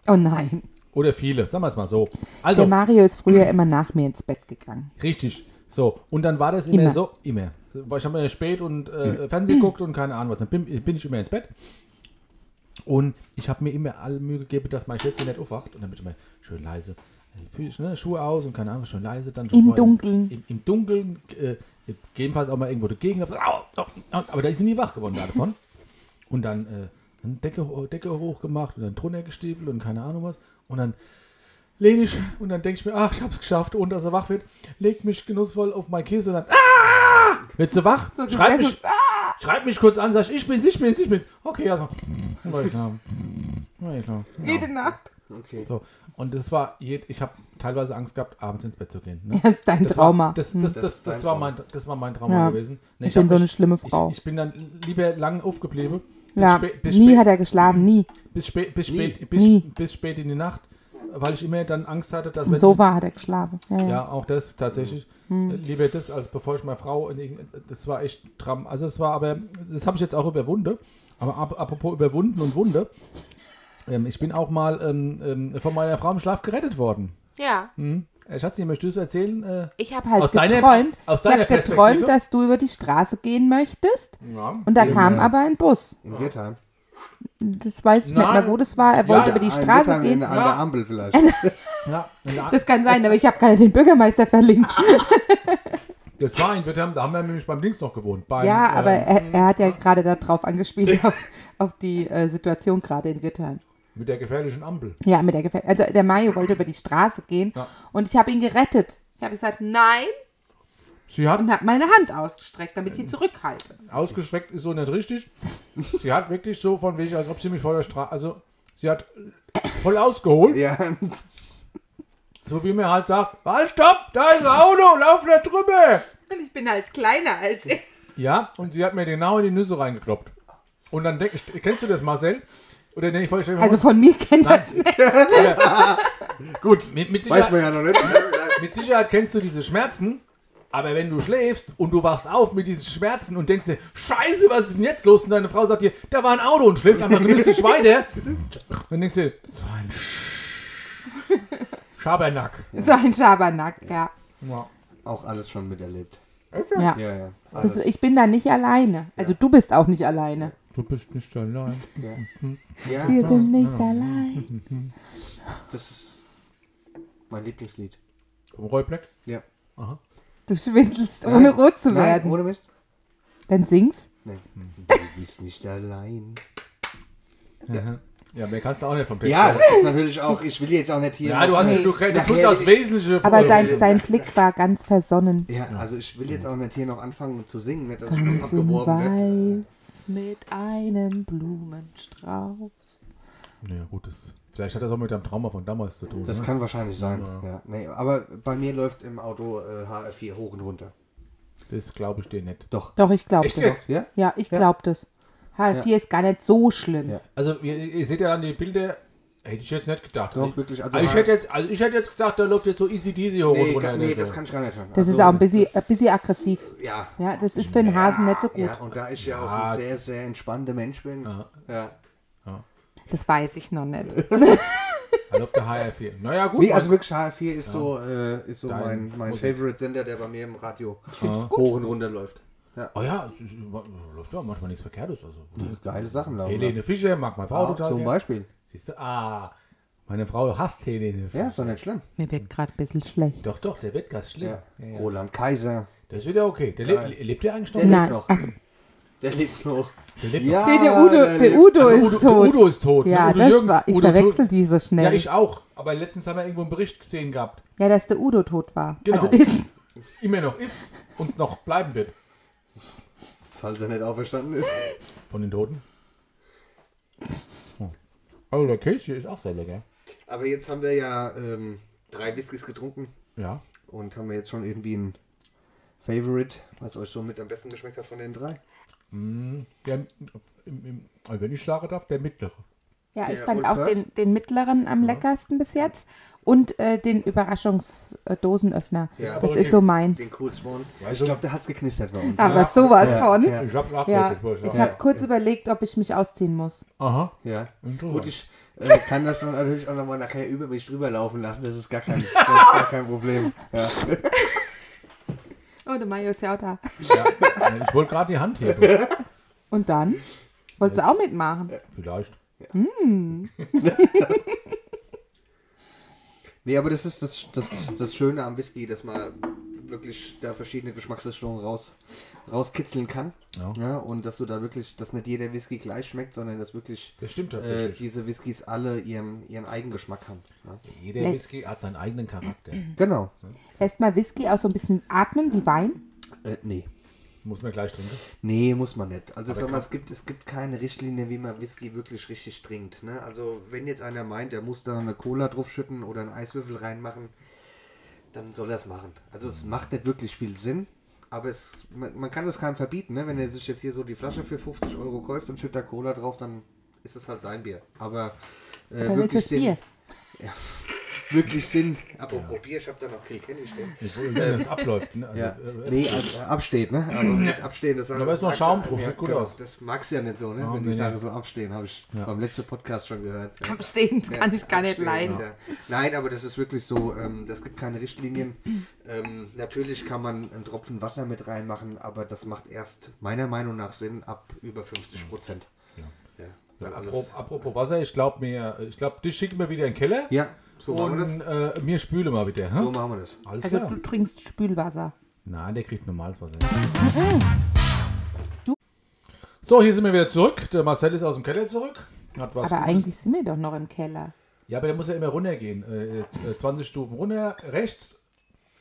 Oh nein. Oder viele, sagen wir es mal so. Der Also, Mario ist früher immer nach mir ins Bett gegangen. richtig. So, und dann war das immer, Immer. so, immer. So, weil Ich habe mir spät und äh, Fernsehen geguckt und keine Ahnung was. Dann bin, bin ich immer ins Bett. Und ich habe mir immer alle Mühe gegeben, dass mein Schätzchen nicht aufwacht. Und dann bin ich immer schön leise, äh, Füße, ne, Schuhe aus und keine Ahnung, schön leise. Dann schon Im vorher- Dunkeln. Im, im Dunkeln, äh, gegebenenfalls auch mal irgendwo dagegen. Au, au, au. Aber da sind die wach geworden davon. Und dann äh, dann Decke, ho- Decke hochgemacht und dann drunter gestiefelt und keine Ahnung was. Und dann lehne ich und dann denke ich mir, ach, ich hab's geschafft, ohne dass er wach wird. Leg mich genussvoll auf mein Kissen und dann, ah! Wird sie wach? So schreib, gesessen. mich, schreib mich kurz an, sag ich, ich bin's, ich bin's, ich bin's. Okay, also. War ich klar. War ich klar. Jede Nacht. Okay. So. Und das war, jed- ich habe teilweise Angst gehabt, abends ins Bett zu gehen. Ne? Das ist dein Das Trauma. War, das, Hm. das, das, das, war mein, das war mein Trauma Ja. gewesen. Ne, Ich bin hab so eine mich- schlimme ich, Frau. ich bin dann lieber lang aufgeblieben. Bis ja, spä- bis nie spä- hat er geschlafen, nie. bis spät, bis Nie. spät, bis, Nie. bis spät in die Nacht, weil ich immer dann Angst hatte, dass Im wenn Sofa hat er geschlafen. Ja, Hm. ich, ja. ja auch das tatsächlich lieber das als bevor ich meine Frau in irgendein- das war echt Tram. Also es war aber das habe ich jetzt auch überwunden. Aber ap apropos überwunden und Wunde, ähm, ich bin auch mal ähm, ähm, von meiner Frau im Schlaf gerettet worden. ja. Hm? Äh, Schatzi, möchtest du erzählen? Äh, Ich habe halt Aus deiner- geträumt. aus ich deiner habe geträumt, Perspektive? dass du über die Straße gehen möchtest. ja. Und da Eben, kam äh, aber ein Bus. In Wirtheim. Das weiß ich nicht Nein. mehr, wo das war. Er Ja, wollte ja, über die Ah, in Straße Wirtheim gehen. in- An der Ja. Ampel vielleicht. Ja, ja, Das kann sein, aber ich habe gerade den Bürgermeister verlinkt. das war in Vietnam, da haben wir nämlich beim Links noch gewohnt. Beim, Ja, aber ähm, er, er hat ja gerade darauf angespielt, auf, auf die äh, Situation gerade in Wittheim. mit der gefährlichen Ampel. Ja, mit der Gefähr Also der Mario wollte über die Straße gehen Ja. und ich habe ihn gerettet. Ich habe gesagt, nein, Sie hat und habe meine Hand ausgestreckt, damit ich ihn zurückhalte. Ausgestreckt ist so nicht richtig. Sie hat wirklich so von wegen, als ob sie mich vor der Straße. Also, sie hat voll ausgeholt. Ja. So wie mir halt sagt: Halt, stopp, da ist ein Auto, lauf da drüber. Und ich bin halt kleiner als er. Ja, und sie hat mir genau in die Nüsse reingekloppt. Und dann denke ich: Kennst du das, Marcel? Oder nee, ich wollte Also von mir kennt das nicht. Gut. mit, mit, Weiß man Sicherheit, ja noch nicht. mit Sicherheit kennst du diese Schmerzen. Aber wenn du schläfst und du wachst auf mit diesen Schmerzen und denkst dir, Scheiße, was ist denn jetzt los? Und deine Frau sagt dir, da war ein Auto und schläft einfach genüsslich weiter. Dann denkst du, so ein Sch- Schabernack. So ein Schabernack, ja. Ja. Auch alles schon miterlebt. ja. Ja, ja. Das, Alles. ich bin da nicht alleine. Also du bist auch nicht alleine. Du bist nicht allein. ja, Wir sind nicht allein. das ist mein Lieblingslied. Vom Rollblack? Ja. Du schwindelst, ohne rot zu werden. Nein, ohne Mist. Dann sing's. Nee. Du bist nicht allein. Ja. ja, mehr kannst du auch nicht vom Text. Ja, sagen. das ist natürlich auch, ich will jetzt auch nicht hier. ja du hast Nee. du, du tust Nachher- das Wesentliche. Aber vor- sein, sein Blick war ganz versonnen. ja, also ich will jetzt auch nicht hier noch anfangen zu singen, nicht, dass ich noch Sind abgeworben werde. weiß mit einem Blumenstrauß. Ja, gut, das, vielleicht hat das auch mit deinem Trauma von damals zu tun. Das ne? kann wahrscheinlich sein. Ja. Nee, aber bei mir läuft im Auto äh, HR4 hoch und runter. das glaube ich dir nicht. Doch. Doch, ich glaube Echt das. jetzt? Ja? Ja, ich glaube das. H4 ist gar nicht so schlimm. Ja. Also, ihr, ihr seht ja dann die Bilder, hätte ich jetzt nicht gedacht. Doch, ich, wirklich, also Also, ich halt- hätte jetzt, also ich hätte jetzt gedacht, da läuft jetzt so easy deasy hoch Nee, und runter. ga- nee oder das so. kann ich gar nicht hören. Das ist Also, auch ein bisschen, ein das- bisschen aggressiv. Ja. Ja, das ist für einen Hasen nicht so gut. Ja, und da ich ja auch ein sehr, sehr entspannter Mensch bin. Ja. Das weiß ich noch nicht. Da läuft der HR4. Naja, gut. Nee, man- also wirklich, HR4 ist so, äh, ist so Dein mein, mein Musik. Favorite-Sender, der bei mir im Radio hoch und runter läuft. oh ja, es ist- läuft ja manchmal nichts Verkehrtes. Also. Geile Sachen laufen. Helene Fischer mag meine Frau Ja, total. zum gern. Beispiel. Siehst du, ah, meine Frau hasst Helene Fischer. Ja, ist doch nicht schlimm. Mir wird gerade ein bisschen schlecht. Doch, doch, der wird ganz schlimm. Ja. Ja, ja. Roland Kaiser. Das wird ja okay. Der le le lebt ja eigentlich noch. Der Nein, lebt noch. also- Der lebt noch. Der lebt Ja, Ah, Nee, der Udo, der lebt- Udo noch. ist Also Udo, tot. Udo ist tot. ne? ja, Udo das Jürgens, war, ich Udo verwechsel tot. die so schnell. Ja, ich auch. Aber letztens haben wir irgendwo einen Bericht gesehen gehabt. Ja, dass der Udo tot war. Genau. Also ist, Immer noch ist, uns noch bleiben wird. Falls er nicht auferstanden ist. Von den Toten. Hm. Oh, der Käse ist auch sehr lecker. Aber jetzt haben wir ja ähm, drei Whiskys getrunken Ja. und haben wir jetzt schon irgendwie ein Favorite, was euch so mit am besten geschmeckt hat von den drei. Der, Mhm. im, im, also wenn ich sagen darf, der mittlere. ja, ich Der fand Old auch Perth? den, den mittleren am leckersten bis jetzt und äh, den Überraschungsdosenöffner. Ja, das aber ist den- so meins. Den Cool Swan. Weißt ich du- glaube, der hat's geknistert bei uns. Aber sowas von. ja. Ich hab's Ja, abgeholt, wollte ich ich sagen. habe kurz überlegt, ob ich mich ausziehen muss. Aha. Ja. Interessant. Gut, ich äh, kann das dann natürlich auch nochmal nachher über mich drüber laufen lassen. Das ist gar kein, das ist gar kein Problem. Ja. Oh, der Mario ist ja auch da. Ja. Ich wollte gerade die Hand heben. Und dann? Wolltest du auch mitmachen? Vielleicht. Nee, aber das ist das, das, das Schöne am Whisky, dass man wirklich da verschiedene Geschmacksrichtungen raus, rauskitzeln kann. Ja. und dass du da wirklich, dass nicht jeder Whisky gleich schmeckt, sondern dass wirklich Das stimmt äh, tatsächlich. diese Whiskys alle ihren, ihren Eigengeschmack haben. Ja. Jeder Nee. Whisky hat seinen eigenen Charakter. Genau. Lässt mal Whisky auch so ein bisschen atmen wie Wein. Äh, nee. Muss man gleich trinken. Nee, muss man nicht. Also sag mal, es gibt, es gibt keine Richtlinie, wie man Whisky wirklich richtig trinkt. Ne? Also wenn jetzt einer meint, er muss da eine Cola draufschütten oder einen Eiswürfel reinmachen, dann soll er es machen. Also es macht nicht wirklich viel Sinn, aber es, man, man kann es keinem verbieten. Ne? Wenn er sich jetzt hier so die Flasche für 50 Euro kauft und schüttet da Cola drauf, dann ist es halt sein Bier. Aber äh, Dann ist wirklich das Sinn. Bier. Wirklich Sinn. Apropos Bier, ich habe da noch Kilkenny stehen. Ich will, wie das abläuft. Ne? Also, Ja. äh, Nee, also absteht, ne? Aber mit abstehen, das Aber ist noch Schaum drauf, sieht gut genau, aus. Das magst du ja nicht so, ne? Ja, Wenn nee, die Sache nee. so abstehen, habe ich beim letzten Podcast schon gehört. Ja. Abstehen, das kann ich gar nicht Abstehen, leiden. ja. Nein, aber das ist wirklich so, ähm, das gibt keine Richtlinien. Ähm, natürlich kann man einen Tropfen Wasser mit reinmachen, aber das macht erst meiner Meinung nach Sinn ab über 50 Prozent. Ja. Ja, Weil apropos, alles- apropos Wasser, ich glaube mir, ich glaube, dich schicken wir wieder in den Keller. ja, so machen wir und das. wir, äh, wir spülen mal wieder. hä? So machen wir das. Alles Also klar. du trinkst Spülwasser. Nein, der kriegt normales Wasser. Mhm. So, hier sind wir wieder zurück. Der Marcel ist aus dem Keller zurück. Hat was Aber Gutes. eigentlich sind wir doch noch im Keller. Ja, aber der muss ja immer runtergehen. Äh, äh, 20 Stufen runter, rechts,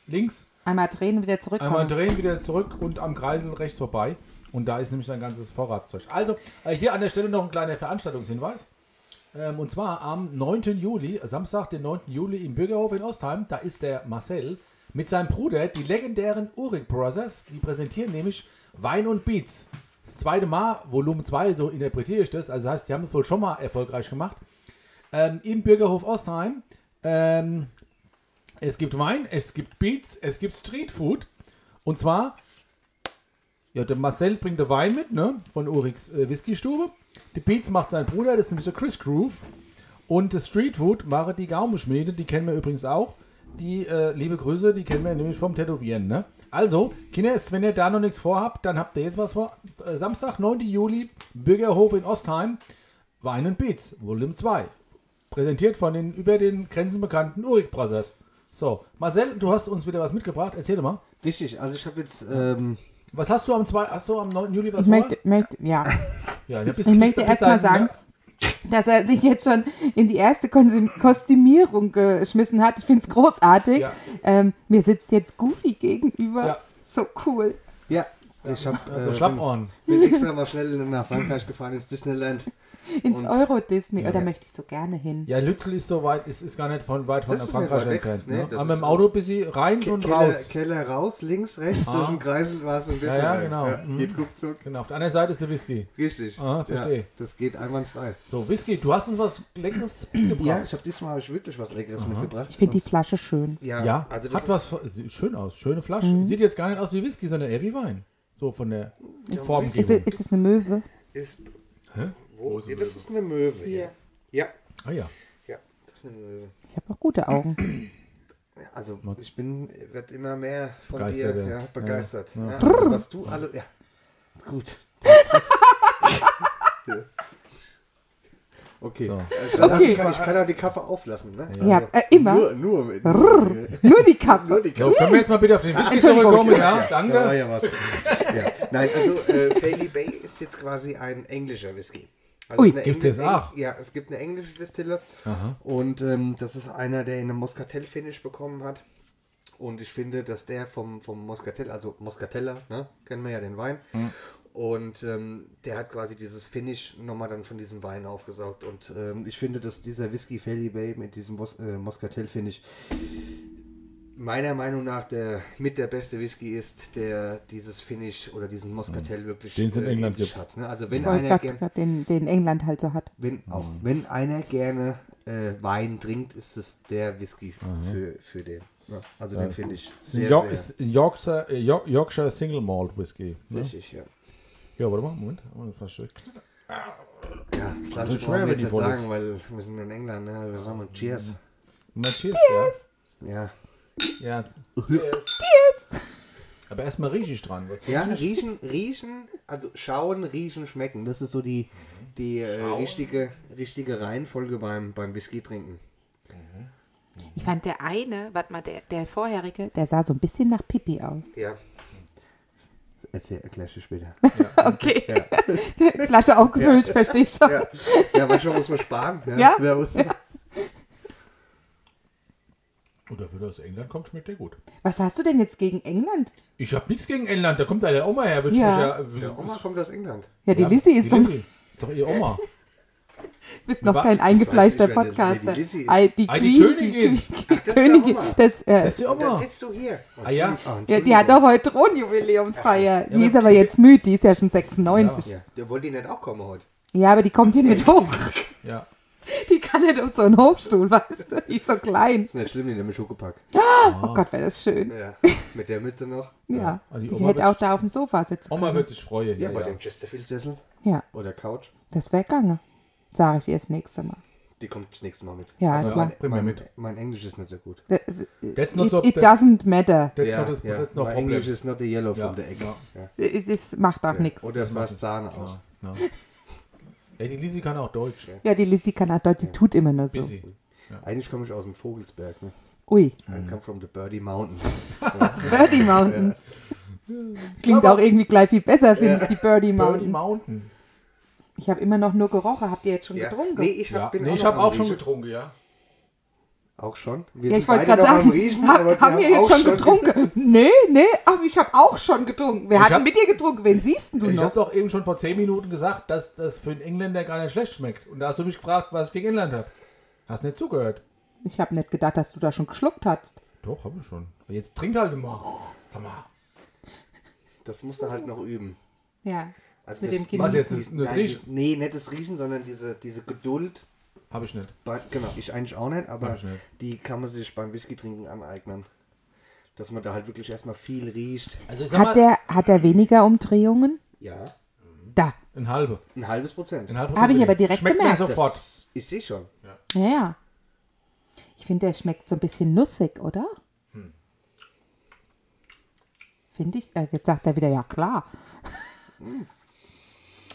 links, Einmal drehen, wieder zurückkommen. einmal drehen, wieder zurück und am Kreisel rechts vorbei. Und da ist nämlich sein ganzes Vorratszeug. Also, äh, hier an der Stelle noch ein kleiner Veranstaltungshinweis. Ähm, und zwar am 9. Juli, Samstag, den 9. Juli im Bürgerhof in Ostheim, da ist der Marcel mit seinem Bruder, die legendären Uric Brothers, die präsentieren nämlich Wein und Beats. Das zweite Mal, Volumen 2, so interpretiere ich das. Also das heißt, die haben es wohl schon mal erfolgreich gemacht. Ähm, Im Bürgerhof Ostheim. Ähm, es gibt Wein, es gibt Beats, es gibt Streetfood. Und zwar, ja, der Marcel bringt den Wein mit, ne? Von Urix äh, Whiskystube. Die Beats macht sein Bruder, das ist nämlich der Chris Groove. Und das Streetfood machen die Gaumenschmiede, die kennen wir übrigens auch. Die äh, liebe Grüße, die kennen wir nämlich vom Tätowieren, ne? Also, Kinder, wenn ihr da noch nichts vorhabt, dann habt ihr jetzt was vor. Äh, Samstag, 9. Juli, Bürgerhof in Ostheim, Wein und Beats, Volume 2. Präsentiert von den über den Grenzen bekannten Urik Brothers. So, Marcel, du hast uns wieder was mitgebracht. Erzähl doch mal. Richtig, also ich habe jetzt, ähm, Was hast du am, zwei, hast du am 9. Juli was ich möchte, möchte, ja. ja, du bist- Ich bist- möchte bist erst mal dann, sagen, ne? dass er sich jetzt schon in die erste Konsum Kostümierung geschmissen hat. Ich finde es großartig. Ja. Ähm, mir sitzt jetzt Goofy gegenüber. Ja. So cool. ja, ich habe ne? So äh, Schlappohren. bin, bin extra mal schnell nach Frankreich gefahren, ins Disneyland. Ins Und- Euro-Disney. Oder möchte ich so gerne hin. Ja, Lützel ist so weit, es ist gar nicht von weit von Das ist nicht Frankreich weit weg, entfernt. ne? Ne? Das Aber mit ist dem so- Auto bis sie rein Ke- und Keller, raus. Keller raus, links, rechts, durch den Kreisel war es ein bisschen. ja, genau. Mhm. geht ruckzuck. Genau, auf der anderen Seite ist der Whisky. Richtig. Ah, verstehe. Ja, das geht einwandfrei. So, Whisky, du hast uns was Leckeres mitgebracht. Ja, ich habe diesmal hab ich wirklich was Leckeres mitgebracht. Ich finde die Flasche schön. Mhm. ja, Ja, also das hat was, ist, von- sieht schön aus, schöne Flasche. Mhm. Sieht jetzt gar nicht aus wie Whisky, sondern eher wie Wein. So von der Ist, Formgebung. es- ist es eine Möwe? Ist, Hä? wo, ja, das ist eine Möwe. hier. Ja, Ah ja, ja, das ist eine Möwe. Ich habe auch gute Augen. Also ich bin, werd immer mehr von Begeistert, dir ja. ja, begeistert. Ja. Ja. also, was du alle, ja, gut. Okay. So. Also, dann Okay. Ich, kann, ich kann auch die Kappe auflassen, ne? Ja, äh, immer. Nur, nur, mit- nur Nur die Kappe. die Kappe. So, können wir jetzt mal bitte auf den Whisky Entschuldigung. zurückkommen? Ja, Da war danke. ja was. ja. Nein, also äh, Fairly Bay ist jetzt quasi ein englischer Whisky. Also Ui. es ist eine Gibt's Engl- das auch? Eng- Ja, es gibt eine englische Destille. Und ähm, das ist einer, der einen Moscatel-Finish bekommen hat. Und ich finde, dass der vom, vom Moscatel, also Moscatella, ne, kennen wir ja den Wein. Mhm. Und ähm, der hat quasi dieses Finish nochmal dann von diesem Wein aufgesaugt. Und ähm, ich finde, dass dieser Whisky Fairly Bay mit diesem Mos äh, Moscatel-Finish meiner Meinung nach der mit der beste Whisky ist, der dieses Finish oder diesen Moscatel wirklich Mhm. Den es in England sich gibt. hat. Ne? Also wenn Ich wollte einer, grad- gern, grad oh den, den England halt so hat. wenn, Mhm. auch, wenn einer gerne äh, Wein trinkt, ist es der Whisky für, für den. Ja, also den finde ich sehr, York, sehr Mhm. ist ein Yorkshire, äh, York- Yorkshire Single Malt Whisky. Ne? richtig, ja. Ja, warte mal, Moment. Oh, eine Flasche. Ja, das Land schwer, brauchen wenn wir jetzt die nicht voll ist. sagen, weil wir sind in England, ne? Wir sagen mal Cheers. Mal Cheers, Ja. ja. ja. Aber erstmal rieche ich dran. Was? Ja, riechen, riechen, also schauen, riechen, schmecken. Das ist so die, die äh, richtige, richtige Reihenfolge beim, beim Whisky trinken. Ich fand der eine, warte mal, der, der vorherige, der sah so ein bisschen nach Pipi aus. Ja. Erzähl, erklärst du später. Okay. Flasche aufgefüllt, verstehe ich schon. Ja, ja manchmal muss man sparen. Ja. Wer muss- Und dafür, dass er aus England kommt, schmeckt der gut. Was hast du denn jetzt gegen England? Ich habe nichts gegen England, da kommt ja der Oma her. Will Ja. Ich mich ja, Der Oma kommt aus England. Ja, die Ja, Lissy ist die doch, Lizzie. Doch ihr Oma. bist noch Wa- kein das eingefleischter weiß ich, wer das- wer die Podcaster. Lizzie ist. Ei, die Ei, Queen, die Königin. die- die Ach, das ist der Königin. Oma. Das, äh, Das ist die Und dann Oma. sitzt du hier. Ah ja. ja, die hat doch heute Thronjubiläumsfeier. Die aber- ist aber jetzt müde, die ist ja schon 96. Ja, der wollte ihn nicht auch kommen heute. Ja, aber die kommt hier nicht hoch. Ja. Die kann nicht auf so einen Hochstuhl, weißt du? Die ist so klein. Ist nicht schlimm, den haben wir schon gepackt. Oh Gott, wäre das schön. Ja, mit der Mütze noch. Ja. Ah, die Die Oma hätte wird's- auch da auf dem Sofa sitzen Oma können. wird sich freuen. Ja, Ja, bei ja. dem Chesterfield-Sessel Ja, oder Couch. das wäre gange. Sage ich ihr das nächste Mal. Die kommt das nächste Mal mit. Ja, Ja, klar. bring mal mein, mit. mein Englisch ist nicht so gut. Das, it, That's not so- it doesn't matter. That's not das that's not mein problem. Englisch ist not the yellow Ja. from the egg. Ja. Ja. Das macht auch nichts. Oder fast Sahne aus. Ja. Ja, die Lisi kann auch Deutsch. Ja, die Lissy kann auch Deutsch, die tut immer nur so. Lisi. Eigentlich komme ich aus dem Vogelsberg. Ne? Ui, I Mhm. come from the Birdie Mountain. Birdie Mountains. Klingt auch irgendwie gleich viel besser, finde ich, die Birdie Birdie Mountains. Mountain. Ich habe immer noch nur gerochen. Habt ihr jetzt schon Ja. getrunken? Nee, ich Ja. habe Nee, ich habe am auch schon Riechen. getrunken, ja. Auch schon? ja, Wir sind ich wollte beide gerade noch am sagen, Riechen, hab, aber wir haben wir jetzt auch schon getrunken? nee, nee, aber ich habe auch schon getrunken. Wir Ich hatten hab- mit dir getrunken. Wen siehst denn du Ich habe noch? doch eben schon vor 10 Minuten gesagt, dass das für einen Engländer gar nicht schlecht schmeckt. Und da hast du mich gefragt, was ich gegen England habe. Hast nicht zugehört. Ich habe nicht gedacht, dass du da schon geschluckt hast. Doch, habe ich schon. Aber Jetzt trinkt halt immer. Sag mal. Das musst du halt noch üben. Ja. Also Mit das- dem dieses- Was jetzt, das- das nein, Riechen? dieses- Nee, nicht das Riechen, sondern diese, diese Geduld. Habe ich nicht. Bei, genau, ich eigentlich auch nicht, aber Hab ich nicht. die kann man sich beim Whisky trinken aneignen. Dass man da halt wirklich erstmal viel riecht. Also ich sag Hat mal, der, hat der weniger Umdrehungen? Ja, Da. ein halbe. ein halbes Prozent. Ein halbe Hab ich Prozent. aber direkt Schmeckt gemerkt. mir Das- sofort. Ich sehe schon. Ja, ja. Ich finde, der schmeckt so ein bisschen nussig, oder? Finde ich. Äh, jetzt sagt er wieder, ja klar.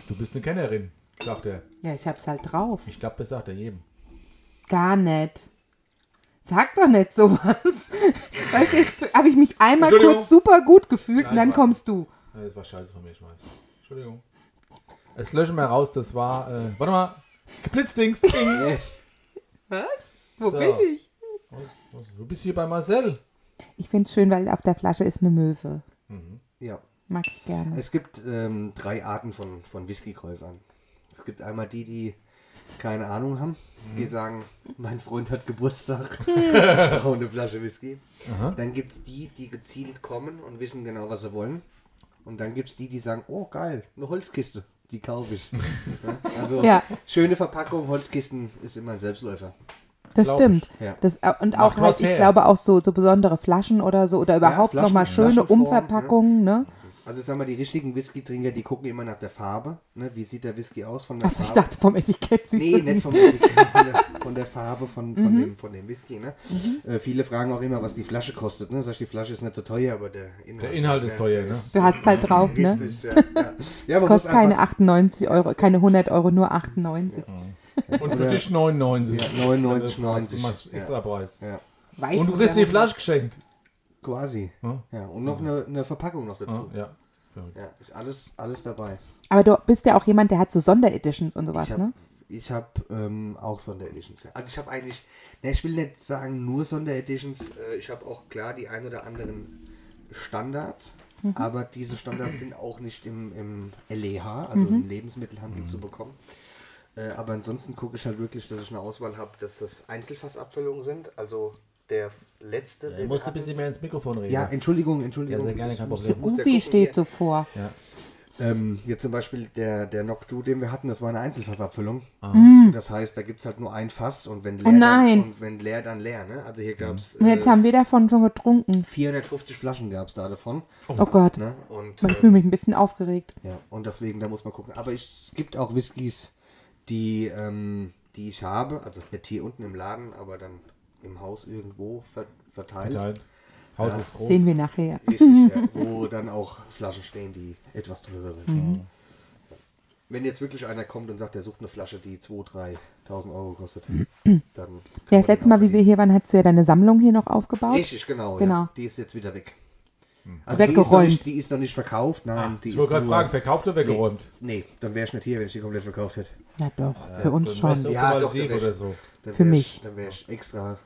Du bist eine Kennerin, sagt er. Ja, ich hab's halt drauf. Ich glaube, das sagt er jedem. Gar nicht. Sag doch nicht sowas. Weißt du, jetzt habe ich mich einmal Entschuldigung. kurz super gut gefühlt und Nein, dann warte. kommst du. Ja, das war scheiße von mir, ich weiß. Entschuldigung. Es löschen wir raus, das war. Äh, warte mal. Blitzdings. Ding. Wo So. bin ich? Du bist hier bei Marcel. Ich finde es schön, weil auf der Flasche ist eine Möwe. Ja. Mag ich gerne. Es gibt ähm, drei Arten von, von Whiskykäufern. Es gibt einmal die, die keine Ahnung haben, die sagen, mein Freund hat Geburtstag, ich brauche eine Flasche Whisky. Dann gibt es die, die gezielt kommen und wissen genau, was sie wollen. Und dann gibt es die, die sagen, oh geil, eine Holzkiste, die kaufe ich. Ja, also Ja. schöne Verpackung, Holzkisten ist immer ein Selbstläufer. Das glaub stimmt. ich. Ja. Das, äh, und auch Macht halt, was ich her. glaube auch so, so besondere Flaschen oder so oder überhaupt Flaschen- nochmal schöne Flaschenform, Umverpackungen. Ne? Also ich sag mal, die richtigen Whisky-Trinker, die gucken immer nach der Farbe. Ne? Wie sieht der Whisky aus von der Achso, ich Farbe? dachte vom Etikett. siehst Nee, du nicht vom Etikett, von, der, von der Farbe von, Mhm. von, dem, von dem Whisky. Ne? Äh, viele fragen auch immer, was die Flasche kostet. Ne? Sag ich, die Flasche ist nicht so teuer, aber der Inhalt, Der Inhalt ist teuer, ne? Du hast es halt drauf, Ja, ne? richtig, ja. ja. ja man muss Kostet keine einfach- 98 Euro, keine 100 Euro, nur 98. Und für dich 99. Ja, 99, Du machst 90. extra Preis. Ja, Weiß Und du nicht, kriegst wer- die Flasche geschenkt. quasi. Ja. Ja, und noch eine, eine Verpackung noch dazu. Ja. Ja, ist alles, alles dabei. Aber du bist ja auch jemand, der hat so Sondereditions und sowas, ich habe ne? ich hab, ähm, auch Sondereditions. ja. Also ich habe eigentlich, ne, ich will nicht sagen nur Sondereditions. Äh, ich habe auch klar die ein oder anderen Standards, Mhm. aber diese Standards sind auch nicht im, im LEH, also Mhm. im Lebensmittelhandel Mhm. zu bekommen. Äh, aber ansonsten gucke ich halt wirklich, dass ich eine Auswahl habe, dass das Einzelfassabfüllungen sind. Also der letzte. Du den musst wir ein bisschen hatten- mehr ins Mikrofon reden. ja, Entschuldigung, Ja, Entschuldigung. sehr gerne, Ich kein muss- Problem. muss ja Goofy gucken, steht hier. so vor. Ähm, hier zum Beispiel der, der Noctu, den wir hatten, das war eine Einzelfassabfüllung. Das heißt, da gibt es halt nur ein Fass und wenn leer, Mhm. Oh nein. Dann, und wenn leer dann leer. Ne? Also hier gab es Und jetzt haben wir davon schon getrunken. 450 Flaschen gab es da davon. Oh, Gott, Ne? Und, ich äh, fühle mich ein bisschen aufgeregt. ja, und deswegen, da muss man gucken. Aber ich, es gibt auch Whiskys, die, ähm, die ich habe, also nicht hier unten im Laden, aber dann im Haus irgendwo ver verteilt. Verteilt. Haus ist groß. Sehen wir nachher. Richtig, ja. Wo dann auch Flaschen stehen, die etwas teurer sind. Mhm. Mhm. Wenn jetzt wirklich einer kommt und sagt, er sucht eine Flasche, die 2.000, 3.000 Euro kostet, dann. kann Mhm. Ja, man das letzte den auch Mal, wie wir hier waren, hast du ja deine Sammlung hier noch aufgebaut. Richtig, genau. Genau. Mhm. Ja. Die ist jetzt wieder weg. Also Die ist, noch Weggeräumt. Ah. nicht, die ist noch nicht verkauft, nein. die Ich ist wollte gerade nur- fragen, verkauft oder weggeräumt? Nee, nee, dann wäre ich nicht hier, wenn ich die komplett verkauft hätte. Na doch, für uns schon. Ja, doch, Operativ der oder Wäsche. so. Dann Für wär mich. Ich, dann wäre ich extra,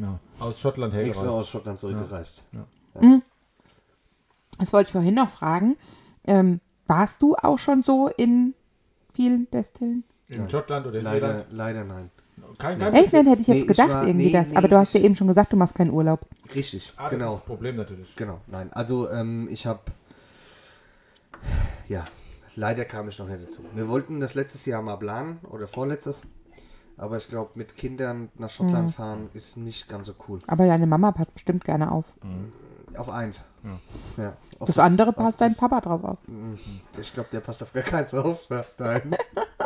Ja. Aus Schottland extra hergereist. aus Schottland zurückgereist. Das wollte ich vorhin noch fragen. Ähm, warst du auch schon so in vielen Destillen? In Schottland oder in Leider, Irland. leider nein. Kein, kein Echt? Nein, hätte ich Nee, jetzt ich gedacht, war- irgendwie nee, das. nee, Aber du hast ja ich- eben schon gesagt, du machst keinen Urlaub. Richtig, Ah, das ist genau. das Problem natürlich. Genau, nein. Also ähm, ich habe, ja, leider kam ich noch nicht dazu. Wir wollten das letztes Jahr mal planen oder vorletztes, aber ich glaube, mit Kindern nach Schottland Mhm. fahren ist nicht ganz so cool. Aber deine Mama passt bestimmt gerne auf. Auf eins. Ja. Auf Das andere auf passt dein Papa drauf auf. das- Ich glaube, der passt auf gar keins auf. Ja, nein.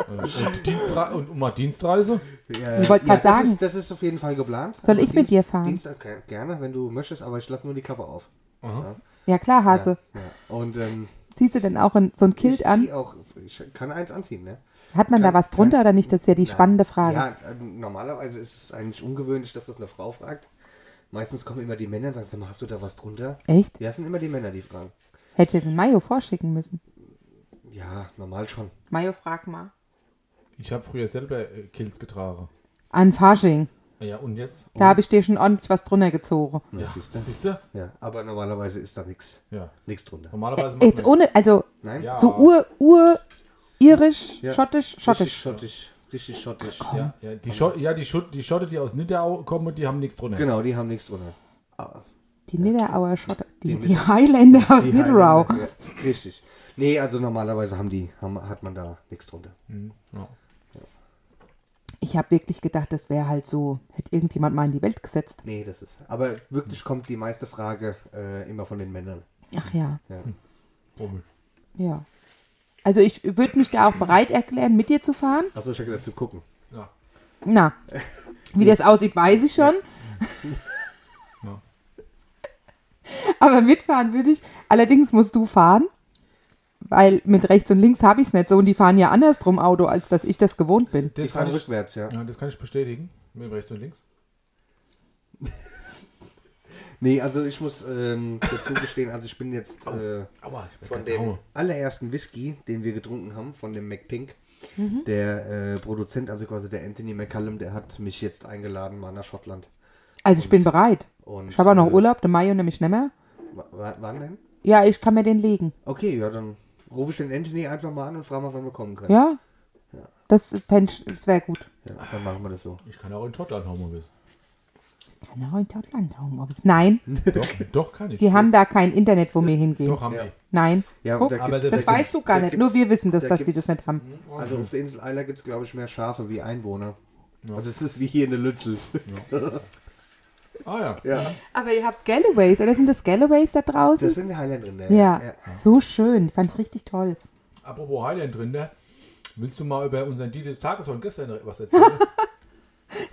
Und, Dienstre und, und mal Dienstreise? Ja, Ich wollte ja, gerade das sagen. Ist, das ist auf jeden Fall geplant. Soll ich mit dir fahren? Dienstag okay, gerne, wenn du möchtest, aber ich lasse nur die Kappe auf. Ja klar, Hase. Ja, ja. Und ähm, Ziehst du denn auch in, so ein Also. Kilt ich an? zieh Auch, ich kann eins anziehen, ne? Hat man da kann- was drunter oder nicht? Das ist ja die spannende Frage. Ja, ähm, normalerweise ist es eigentlich ungewöhnlich, dass das eine Frau fragt. Meistens kommen immer die Männer und sagen, sag mal, hast du da was drunter? Echt? Ja, es sind immer die Männer, die fragen. Hätte ich den Mayo vorschicken müssen. Ja, normal schon. Mayo, frag mal. Ich habe früher selber äh, Kills getragen. An Fasching. Ja, und jetzt? Oh. Da habe ich dir schon ordentlich was drunter gezogen. Ja, siehst du? Siehst du? Ja, aber normalerweise ist da nichts Ja. nichts drunter. Normalerweise macht Jetzt man ohne, also Nein? Ja. so ur, ur, irisch, Ja. schottisch, Richtig schottisch. schottisch. Richtig schottisch. ja, ja, die, Schott, ja die, Schott, die Schotte, die aus Nidderau kommen, und die haben nichts drunter. Genau, die haben nichts drunter. Ah, Die Niederauer Schotter, die, Die die Highlander aus die Niederau. Highlander, ja. Richtig. Nee, also normalerweise haben die, haben, hat man da nichts drunter. Mhm, ja. Ich habe wirklich gedacht, das wäre halt so, hätte irgendjemand mal in die Welt gesetzt. Nee, das ist. Aber wirklich kommt die meiste Frage äh, immer von den Männern. Ach ja, Ja. Hm. Komisch. ja. Also ich würde mich da auch bereit erklären, mit dir zu fahren. Achso, ich habe gedacht, zu gucken. Ja. Na, wie das aussieht, weiß ich schon. Ja. Aber mitfahren würde ich. Allerdings musst du fahren, weil mit rechts und links habe ich es nicht so. Und die fahren ja andersrum Auto, als dass ich das gewohnt bin. Die Das, fahren kann ich, rückwärts, ja. ja, das kann ich bestätigen. Mit rechts und links. Nee, also ich muss ähm, dazu gestehen, also ich bin jetzt äh, Aua, ich von der dem allerersten Whisky, den wir getrunken haben, von dem McPink, Mhm. der äh, Produzent, also quasi der Anthony McCallum, der hat mich jetzt eingeladen, mal nach Schottland. Also ich bin bereit. Und, Ich habe auch noch äh, Urlaub, den Mayo nämlich nicht mehr. wa- wa- Wann denn? Ja, ich kann mir den legen. Okay, ja, dann rufe ich den Anthony einfach mal an und frage mal, wann wir kommen können. Ja? Das, ist- fänd ich- das wäre gut. ja dann machen wir das so. Ich kann auch in Schottland Homeoffice. Kann auch in Deutschland Homeoffice. Nein, Doch, doch kann ich. die haben da kein Internet, wo wir hingehen. Doch, haben Ja. die. Nein. Ja, und Guck, da aber gibt's- das- da das da weißt du gar da nicht. Nur gibt's- wir wissen das, da dass die das gibt's- nicht haben. Also auf der Insel Eiler gibt es, glaube ich, mehr Schafe wie Einwohner. Also es ist wie hier eine Lützel. Ah ja. ja. Aber ihr habt Galloways, oder sind das Galloways da draußen? Das sind die Highlanderinnen. ja. so schön. Fand ich richtig toll. Apropos Highland Rinder, willst du mal über unseren Deal des Tages von gestern was erzählen?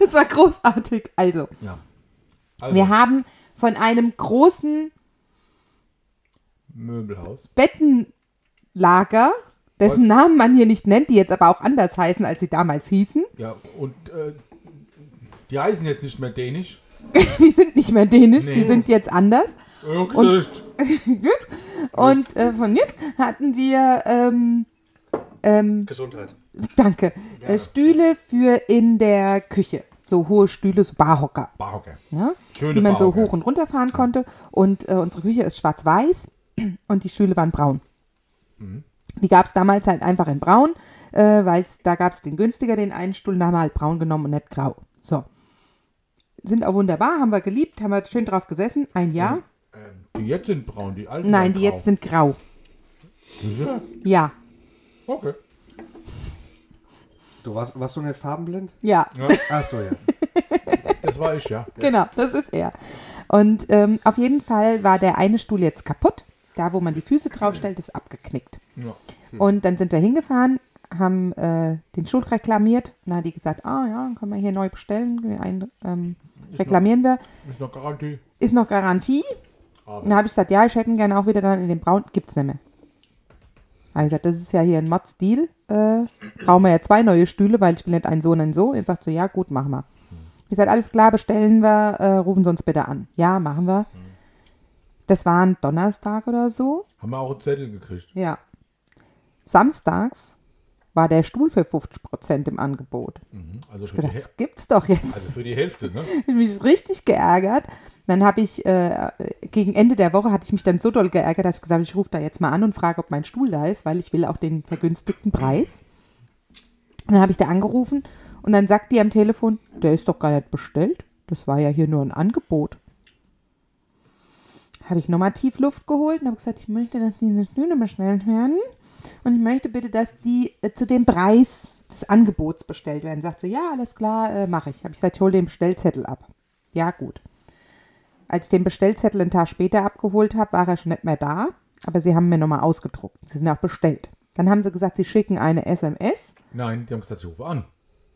Das war großartig. Also, ja. Also, wir haben von einem großen Möbelhaus. Bettenlager, dessen Namen man hier nicht nennt, die jetzt aber auch anders heißen, als sie damals hießen. Ja, und äh, die heißen jetzt nicht mehr dänisch. Die sind nicht mehr dänisch, die Nee. sind jetzt anders. Und Gut. Und äh, von jetzt hatten wir ähm, Gesundheit. Danke. Äh, Stühle für in der Küche. So hohe Stühle, so Barhocker, Barhocker. ne? Schöne die man so Barhocker. hoch und runter fahren konnte. Und äh, unsere Küche ist schwarz-weiß und die Stühle waren braun. Mhm. Die gab es damals halt einfach in braun, äh, weil da gab es den günstiger, den einen Stuhl, da haben wir halt braun genommen und nicht grau. So. Sind auch wunderbar, haben wir geliebt, haben wir schön drauf gesessen, ein Jahr. Ähm, die jetzt sind braun, die alten. Nein, waren die jetzt sind grau. grau. Sicher? Ja, Okay. Du warst, warst du nicht farbenblind? ja. Ja, Ach so, ja. das war ich, ja. Genau, das ist er. Und ähm, auf jeden Fall war der eine Stuhl jetzt kaputt. Da, wo man die Füße draufstellt, ist abgeknickt. ja. Und dann sind wir hingefahren, haben äh, den Stuhl reklamiert. Und dann hat die gesagt, ah ja, dann können wir hier neu bestellen. Den einen ähm, reklamieren wir. Ist noch Garantie. Ist noch Garantie. Aber Dann habe ich gesagt, ja, ich hätte ihn gerne auch wieder dann in den Braun. Gibt's nicht mehr. Habe ich gesagt, das ist ja hier ein Mod-Stil. Äh, brauchen wir ja zwei neue Stühle, weil ich will nicht einen so und einen so. Er sagt so, ja, gut, machen wir. Ich gesagt, alles klar, bestellen wir, äh, rufen Sie uns bitte an. Ja, machen wir. Das war ein Donnerstag oder so. haben wir auch einen Zettel gekriegt. Ja. Samstags war der Stuhl für 50% im Angebot. Mhm. Also, für Ich die, dachte, Häl- das gibt's doch jetzt. also für die Hälfte, ne? Ich habe mich richtig geärgert. Dann habe ich, äh, gegen Ende der Woche hatte ich mich dann so doll geärgert, dass ich gesagt habe, ich rufe da jetzt mal an und frage, ob mein Stuhl da ist, weil ich will auch den vergünstigten Preis. Und dann habe ich da angerufen und dann sagt die am Telefon, der ist doch gar nicht bestellt. Das war ja hier nur ein Angebot. Habe ich nochmal tief Luft geholt und habe gesagt, ich möchte, dass diese Stühle bestellt werden. Und ich möchte bitte, dass die äh, zu dem Preis des Angebots bestellt werden. Sagt sie, ja, alles klar, äh, mache ich. Habe ich gesagt, ich hole den Bestellzettel ab. Ja, gut. Als ich den Bestellzettel einen Tag später abgeholt habe, war er schon nicht mehr da. Aber sie haben mir nochmal ausgedruckt. Sie sind auch bestellt. Dann haben sie gesagt, sie schicken eine SMS. Nein, die haben gesagt, ich rufe an.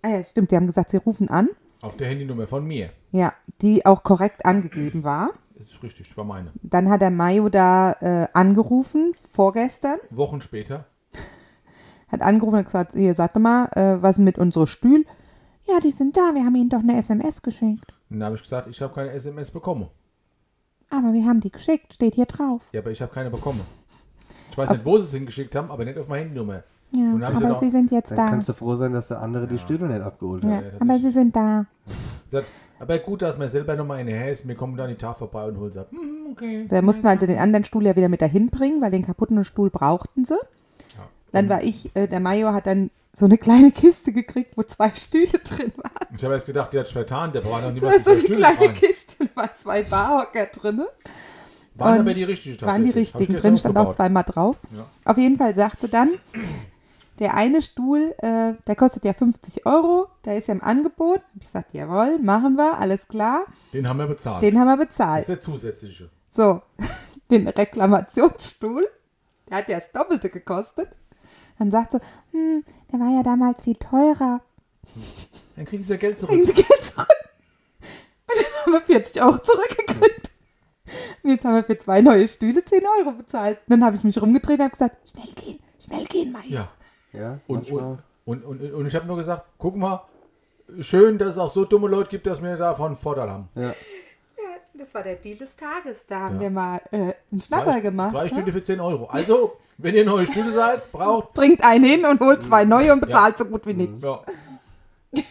Ah ja, stimmt, die haben gesagt, sie rufen an. Auf der Handynummer von mir. Ja, die auch korrekt angegeben war. Das ist richtig, das war meine. Dann hat der Mayo da äh, angerufen, vorgestern. Wochen später. hat angerufen und gesagt, hier, sagt mal, äh, was ist denn mit unseren Stühl? Ja, die sind da, wir haben ihnen doch eine SMS geschickt. Dann habe ich gesagt, ich habe keine SMS bekommen. Aber wir haben die geschickt, steht hier drauf. Ja, aber ich habe keine bekommen. Ich weiß nicht, wo sie es hingeschickt haben, aber nicht auf meine Handynummer. Ja, Und dann haben sie aber doch- sie sind jetzt Dann da. kannst du froh sein, dass der andere die Stühle nicht abgeholt Ja, hat. das aber ist- sie sind da. Sagt, aber gut, dass mir selber nochmal eine her ist. Wir kommen dann die Tag vorbei und holen sie ab. Hm, okay. Da mussten wir also den anderen Stuhl ja wieder mit dahin bringen, weil den kaputten Stuhl brauchten sie. Dann war ich, äh, der Major hat dann so eine kleine Kiste gekriegt, wo zwei Stühle drin waren. Ich habe erst gedacht, die hat es vertan. Der war noch Da war niemals so eine Stühle kleine rein. Kiste, da waren zwei Barhocker drinne. Waren Und aber die richtigen waren die tatsächlich. Hab ich richtigen. gestern Drin stand auch aufgebaut. zweimal drauf. Ja. Auf jeden Fall sagte dann, der eine Stuhl, äh, der kostet ja 50 Euro, der ist ja im Angebot. Hab Ich sagte, jawohl, machen wir, alles klar. Den haben wir bezahlt. Den haben wir das ist bezahlt. der zusätzliche. So, den Reklamationsstuhl, der hat ja das Doppelte gekostet. Dann sagte, hm, der war ja damals viel teurer. Dann kriegen sie ja Geld zurück. Kriegen Sie Geld zurück? Und dann haben wir 40 Euro zurückgekriegt. Und jetzt haben wir für zwei neue Stühle 10 Euro bezahlt. Und dann habe ich mich rumgedreht und habe gesagt, schnell gehen, schnell gehen, Mai. Ja. Ja, Und, manchmal. und, und, und, und ich habe nur gesagt, guck mal, schön, dass es auch so dumme Leute gibt, dass wir davon Vorteil haben. ja. Das war der Deal des Tages. Da haben Ja. wir mal äh, einen Schnapper Zwei- gemacht. Zwei ne? Stühle für 10 Euro. Also, wenn ihr neue Stühle seid, braucht. Bringt einen hin und holt zwei Mhm. neue und bezahlt so gut wie nichts. Ja, Ja,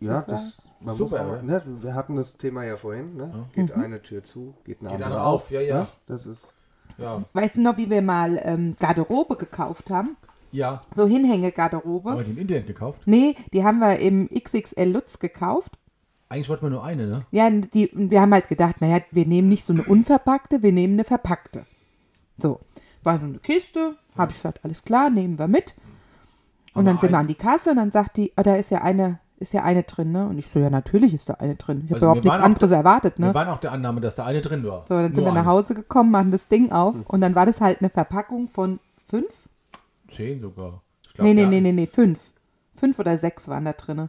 Das war das, man super, muss auch, oder? ne, wir hatten das Thema ja vorhin, ne? geht Mhm. eine Tür zu, geht eine Geht andere eine auf. auf, ja, ja. Ne? Das ist, ja, Weißt du noch, wie wir mal ähm, Garderobe gekauft haben? ja. So Haben wir Hinhängegarderobe. die im Internet gekauft? Nee, die haben wir im XXL Lutz gekauft. Eigentlich wollten wir nur eine, ne? Ja, die, wir haben halt gedacht, naja, wir nehmen nicht so eine unverpackte, wir nehmen eine verpackte. So, war so eine Kiste, habe ich gesagt, alles klar, nehmen wir mit. Und dann Aber sind wir ein- an die Kasse und dann sagt die, ah, da ist ja eine, ist ja eine drin, ne? Und ich so, ja, natürlich ist da eine drin. Ich habe Also überhaupt wir nichts waren auch- anderes erwartet, ne? Wir waren auch der Annahme, dass da eine drin war. So, dann sind Nur wir eine. nach Hm. Hause gekommen, machen das Ding auf und dann war das halt eine Verpackung von fünf? Zehn sogar. Ich glaub, Nee, nee, ja, nee, nee, nee, fünf. Fünf oder sechs waren da drin.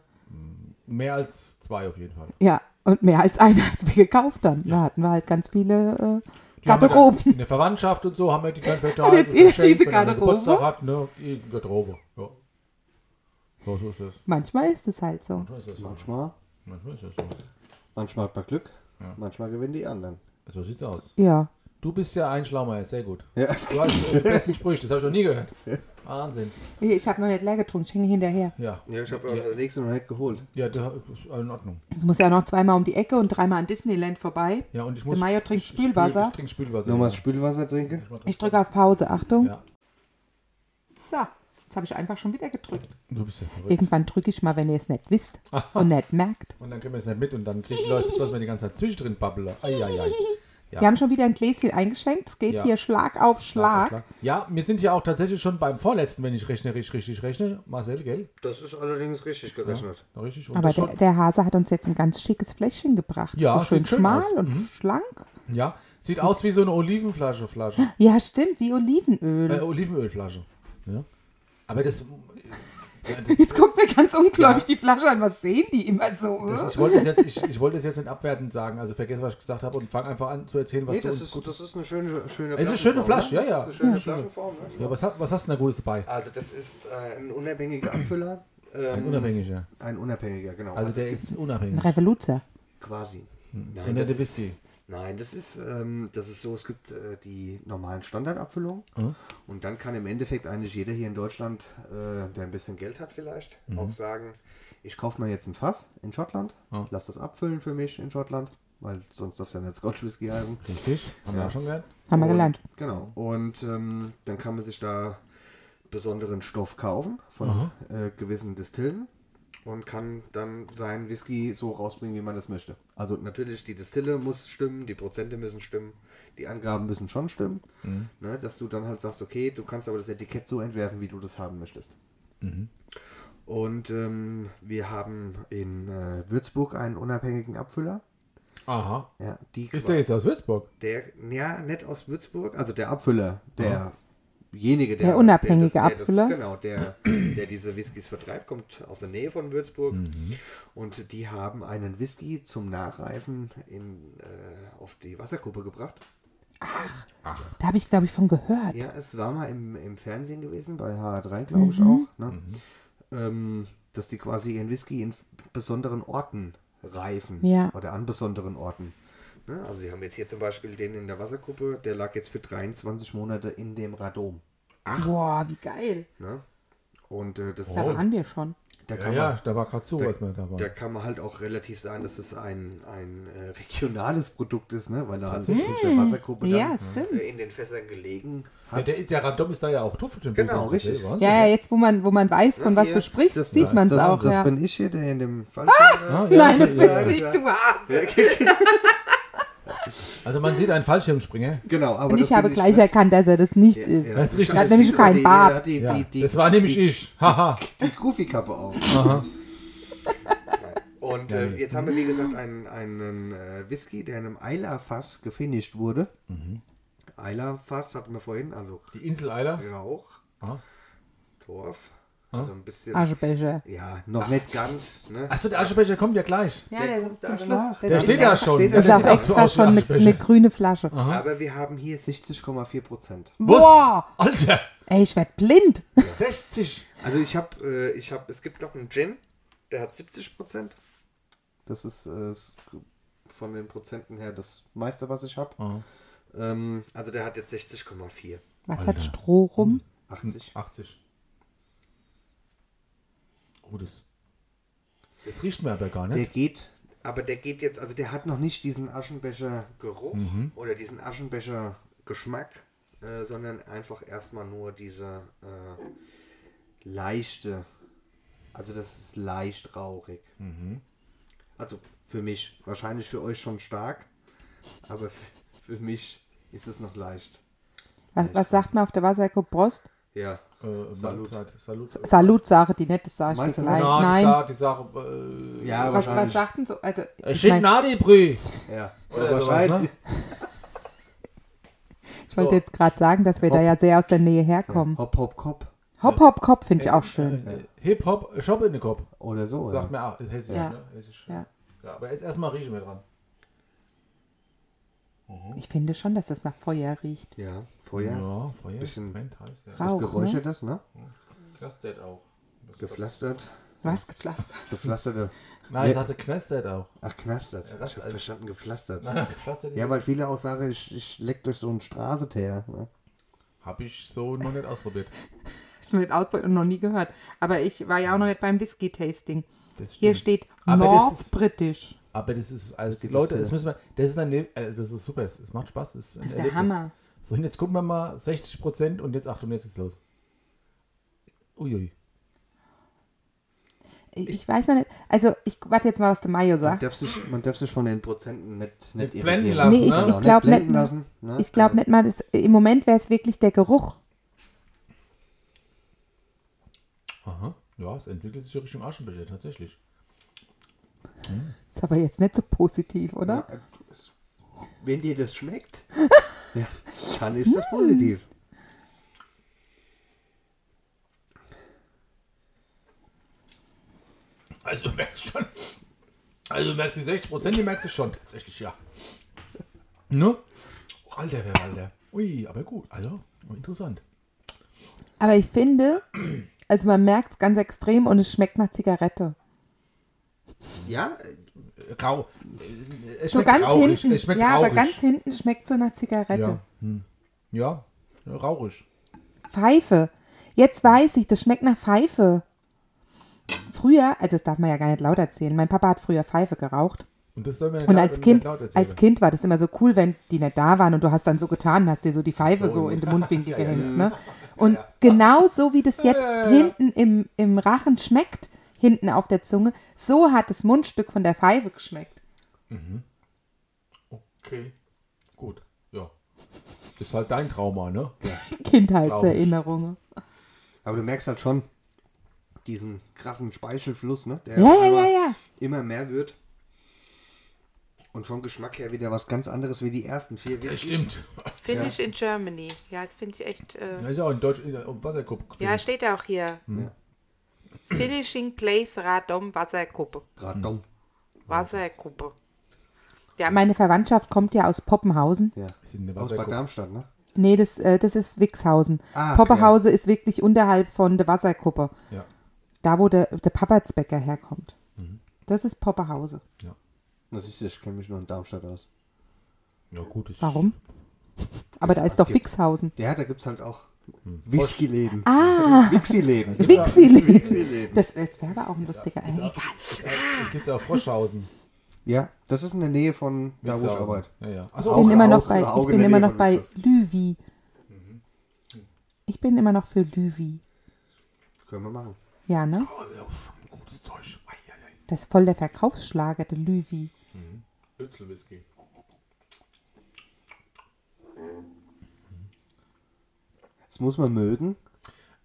Mehr als zwei auf jeden Fall. Ja, und mehr als eine, als wir gekauft haben. Da hatten wir halt ganz viele äh, Die haben wir dann Garderoben. In der Verwandtschaft und so haben wir die dann verteilt. Und jetzt und halt geschenkt, ihr diese wenn jemand Garderobe? Geburtstag hat, ne? Irgendeine Garderobe. Ja. So, so ist es. Manchmal ist es halt so. So ist es. manchmal, Manchmal ist es so. manchmal hat man Glück, manchmal gewinnen die anderen. So sieht's aus. Ja. Du bist ja ein Schlaumeier, sehr gut. Ja. Du hast äh, die besten Sprüche, das habe ich noch nie gehört. Wahnsinn. Ich habe noch nicht leer getrunken, ich hänge hinterher. Ja. Ja, ich habe ja. das nächste Mal nicht geholt. Ja, das ist in Ordnung. Du musst ja noch zweimal um die Ecke und dreimal an Disneyland vorbei. Ja, und ich muss. Mayo trinkt ich- ich Spülwasser. spül- Ich trinke Spülwasser. Nochmal das Spülwasser trinke? Ich drücke auf Pause, Achtung. Ja. So, jetzt habe ich einfach schon wieder gedrückt. Du bist ja verrückt. Irgendwann drücke ich mal, wenn ihr es nicht wisst und nicht merkt. Und dann können wir es nicht mit und dann kriegen Leute, dass wir die ganze Zeit zwischendrin babbeln. Eieiei. Ja. Wir haben schon wieder ein Gläschen eingeschenkt. Es geht Ja. hier Schlag auf Schlag. Ja, wir sind ja auch tatsächlich schon beim vorletzten, wenn ich rechne, richtig, richtig rechne. Marcel, gell? Das ist allerdings richtig gerechnet. Noch Richtig. Und Aber das schon, der, der Hase hat uns jetzt ein ganz schickes Fläschchen gebracht. Ja, so schön sieht schön schmal aus. Mhm. und schlank. ja, sieht aus wie so eine Olivenflasche. Flasche. Ja, stimmt, wie Olivenöl. Äh, Olivenölflasche. Ja. Aber das Jetzt guckt er ganz ungläubig die Flasche an. Was sehen die immer so? Hm? äh? Das, ich, wollte es jetzt, ich, ich wollte es jetzt nicht abwertend sagen, also vergesse, was ich gesagt habe und fang einfach an zu erzählen, was Nee, du das uns ist, gut das ist eine schöne, schöne Es ist eine schöne Flasche, ne? ja, ja. Das ist eine schöne Ja, schöne. Flaschenform. Ne? Ja, was, hat- was hast du denn da Gutes dabei? Also das ist äh, ein unabhängiger Abfüller. Ähm, Ein unabhängiger. Ein unabhängiger, genau. Also Was der ist ist Ein unabhängig. Revoluzer. das? quasi. Und Nein, Hm. der das ist, Whisky. nein, das ist, ähm, das ist so, es gibt äh, die normalen Standardabfüllungen Mhm. und dann kann im Endeffekt eigentlich jeder hier in Deutschland, äh, der ein bisschen Geld hat vielleicht, Mhm. auch sagen, ich kaufe mir jetzt ein Fass in Schottland, Ja. lass das abfüllen für mich in Schottland, weil sonst darf es ja nicht Scotch Whisky heißen. Richtig, haben wir Ja. auch schon gehört. Haben wir Und- gelernt. Genau. Und ähm, dann kann man sich da besonderen Stoff kaufen von äh, gewissen Distillen und kann dann seinen Whisky so rausbringen, wie man das möchte. Also natürlich, die Distille muss stimmen, die Prozente müssen stimmen, die Angaben müssen schon stimmen, Mhm. ne, dass du dann halt sagst, okay, du kannst aber das Etikett so entwerfen, wie du das haben möchtest. Mhm. Und ähm, wir haben in äh, Würzburg einen unabhängigen Abfüller. Aha. Ja, die Ist der jetzt aus Würzburg? der, ja, nicht aus Würzburg, also der Abfüller, derjenige, Der unabhängige der das- Abfüller. Genau, der, der diese Whiskys vertreibt, kommt aus der Nähe von Würzburg. Und die haben einen Whisky zum Nachreifen in, äh, auf die Wasserkuppe gebracht. Da habe ich, glaube ich, von gehört. Ja, es war mal im, im Fernsehen gewesen, bei H3, glaube ich Mhm. auch, ne? Mhm. ähm, dass die quasi ihren Whisky in f- besonderen Orten reifen Ja. oder an besonderen Orten. Ne? Also sie haben jetzt hier zum Beispiel den in der Wasserkuppe, der lag jetzt für 23 Monate in dem Radom. Boah, wie geil. Ne? Und äh, das Da waren wir schon. Oh. da Ja, kann ja, man, da war gerade so, als wir da da waren. kann man halt auch relativ sagen, dass es ein, ein äh, regionales Produkt ist, ne? weil er halt auf der Wasserkuppe dann Ja, stimmt. äh, in den Fässern gelegen Ja, hat. der, der Random ist da ja auch drauf. Genau, richtig. Ja, ja, jetzt, wo man, wo man weiß, von was Hier, du sprichst, das- sieht man es das- auch. Das ja. Ah! bin ich hier, der in dem Fall. ne? ja, Nein, das ja, bist ja. nicht du. Arsch. Also man sieht einen Fallschirmspringer. Genau, aber Und das ich habe bin gleich erkannt, dass er das nicht Ja, ist. ja, Das ist ich richtig. hatte Er hat nämlich die- keinen die- Bart. Die, Ja, die, die, das war nämlich die, ich. Haha. die Goofy-Kappe auf. Aha. Und Ja, äh, nee. jetzt haben wir, wie gesagt, einen, einen äh, Whisky, der in einem Eiler-Fass gefinisht wurde. Eiler-Fass hatten wir vorhin, also Mhm. Die Ah. Insel Eiler. Rauch, Aha. Torf, Ah. also ein bisschen, Ah. Aschebecher. ja, noch nicht ganz, ne? Achso, der Aschebecher kommt ja gleich. Ja, der, kommt ist zum da Schluss. nach. Der Der ist- steht da schon. steht Ja, da Ah. Das ist Der auch sieht so extra aus wie schon eine, Aschebecher. eine grüne Flasche. Aber wir haben hier 60,4 Prozent. Was? Boah! Alter, Ey, ich werd blind. 60. Also ich habe, äh, ich habe, es gibt noch einen Gin, der hat 70 Prozent. Das ist äh, s- von den Prozenten her das meiste, was ich habe. Ah. Ähm, also der hat jetzt 60,4. Was hat Stroh Hm. rum? 80. 80. Oh, das. Das riecht mir aber gar Der nicht. geht, Ne? aber der geht jetzt, also der hat noch nicht diesen Aschenbecher-Geruch Mhm. oder diesen Aschenbecher-Geschmack, äh, sondern einfach erstmal nur diese äh, leichte, also das ist leicht rauchig. Mhm. Also für mich, wahrscheinlich für euch schon stark, aber für, für mich ist es noch leicht. Was, was sagt man auf der Wasserkuppe Prost? Ja, Äh, Salut. Mahlzeit, Salut. Salut, Sache, die nette Sache. Meinst Gleich. du Na, die Nein. Sa- Die Sache. Äh, ja Was, was wahrscheinlich. sagt denn so? Also, äh, ich Shit, mein, Nadi-Brü. ja, Oder sowas, ne? wahrscheinlich. ich wollte jetzt gerade sagen, dass wir da ja sehr aus der Nähe herkommen. Hopp, hopp, kopp Hopp, hopp, Kopf finde ich auch schön. Äh, Hip-Hop, Shop in den Kopf. oder so. Sagt Ja. mir auch, ist hessisch, Ja. ne? Hessisch. Ja. Ja, aber jetzt erstmal riechen wir dran. Ich finde schon, dass das nach Feuer riecht. ja, Feuer. Ja, Feuer. Bisschen- Moment, heiß, ja. Rauch, Das ne? Geräusche, das, ne? Knastert auch. Geflastert. Was gepflastert? Geflasterte. Nein, ich sagte knastert auch. Ach, knastert. das- ich habe verstanden, geflastert. Nein, geflastert Ja, weil viele auch sagen, ich, ich leck durch so einen Straßenteer. Ne? Hab ich so noch nicht ausprobiert. Ich habe das Ausbeut noch nie gehört. Aber ich war ja auch noch nicht beim Whisky-Tasting. Das Hier Hm. stimmt. steht Aber das ist- Nordbritisch. Aber das ist, also die die Leute, Liste. das müssen wir, das ist ein Leben, also das ist super, es es macht Spaß. Es ist, ein ne? Das ist der Erlebnis. Hammer. So, und jetzt gucken wir mal 60 Prozent und jetzt, Achtung, jetzt ist los. Uiui. Ich, weiß noch nicht. Also, ich warte jetzt mal, was der Mayo Man, sagt. darf sich, man darf sich von den Prozenten nicht, Nicht nicht blenden irritieren lassen, Nee, ich- ne? ich Genau, nicht glaub blenden nicht. lassen. Ne? Ich glaube nicht mal, dass, im Moment wäre es wirklich der Geruch. Aha. Ja, es entwickelt sich Richtung Aschenbecher, tatsächlich. Ist aber jetzt nicht so positiv, oder? Ja, es- Wenn dir das schmeckt, ja, dann ist das positiv. Also du merkst schon. Also du merkst die 60 Prozent, die merkst du schon tatsächlich, ja. Ne? Oh, Alter, wer Alter. Ui, aber gut, also, interessant. Aber ich finde, also man merkt es ganz extrem und es schmeckt nach Zigarette. Ja, Rau. Es So schmeckt ganz rauchig. hinten. Es schmeckt ja, rauchig. aber ganz hinten schmeckt so nach Zigarette. ja. Hm. ja, Ja, rauchig. Pfeife. Jetzt weiß ich, das schmeckt nach Pfeife. Früher, also das darf man ja gar nicht laut erzählen, mein Papa hat früher Pfeife geraucht. Und das soll mir ja Und klar- als wenn Kind, der laut erzählt als wird. Kind war das immer so cool, wenn die nicht da waren und du hast dann so getan, hast dir so die Pfeife so in den Mundwinkel gehängt. Ne? Und genau so wie das jetzt hinten im, im Rachen schmeckt, hinten auf der Zunge, so hat das Mundstück von der Pfeife geschmeckt. Okay. Gut, ja. Ist halt dein Trauma, ne? Kindheitserinnerungen. aber du merkst halt schon diesen krassen Speichelfluss, ne? Der Ja, ja, ja, immer- ja. immer mehr wird. Und vom Geschmack her wieder was ganz anderes wie die ersten vier. Das Whiskys. stimmt. Finish in Germany. Ja, das finde ich echt. Äh, Ja, ist ja auch in Deutsch in der Wasserkuppe. ja, steht ja auch hier. Finishing Place Radom Wasserkuppe. Radon. Wasserkuppe. Meine Verwandtschaft kommt ja aus Poppenhausen. Ist in der Aus Bad Wasserkuppe. Darmstadt, ne? Nee, das, äh, das ist Wixhausen. Ach, Poppehause ist wirklich unterhalb von der Wasserkuppe. Ja. Da, wo der, der Papatsbäcker herkommt. Mhm. Das ist Poppehause. Das ist, ich kenne mich nur in Darmstadt aus. ja, gut. Ist Warum? Aber da ist doch Wixhausen. Ja, da gibt es halt auch Whisky-Läden. Ah, Whisky-Läden. Wixi. Whisky-Läden. Das, das wäre aber auch ein lustiger Egal. Gibt es auch Froschhausen. Ja, das ist in der Nähe von da, wo ich Wixhausen. arbeite. Ja, ja. Ich Achso, Auch- bin immer noch auch- bei, auch ich in bin der immer Nähe noch von Mhm. bei Wixhausen. Lüwi. Ich bin immer noch für Lüwi. Können wir machen. Ja, ne? oh, gutes Zeug. Eieiei. Das ist voll der Verkaufsschlager, der Lüwi. Lützelwhisky. Das muss man mögen.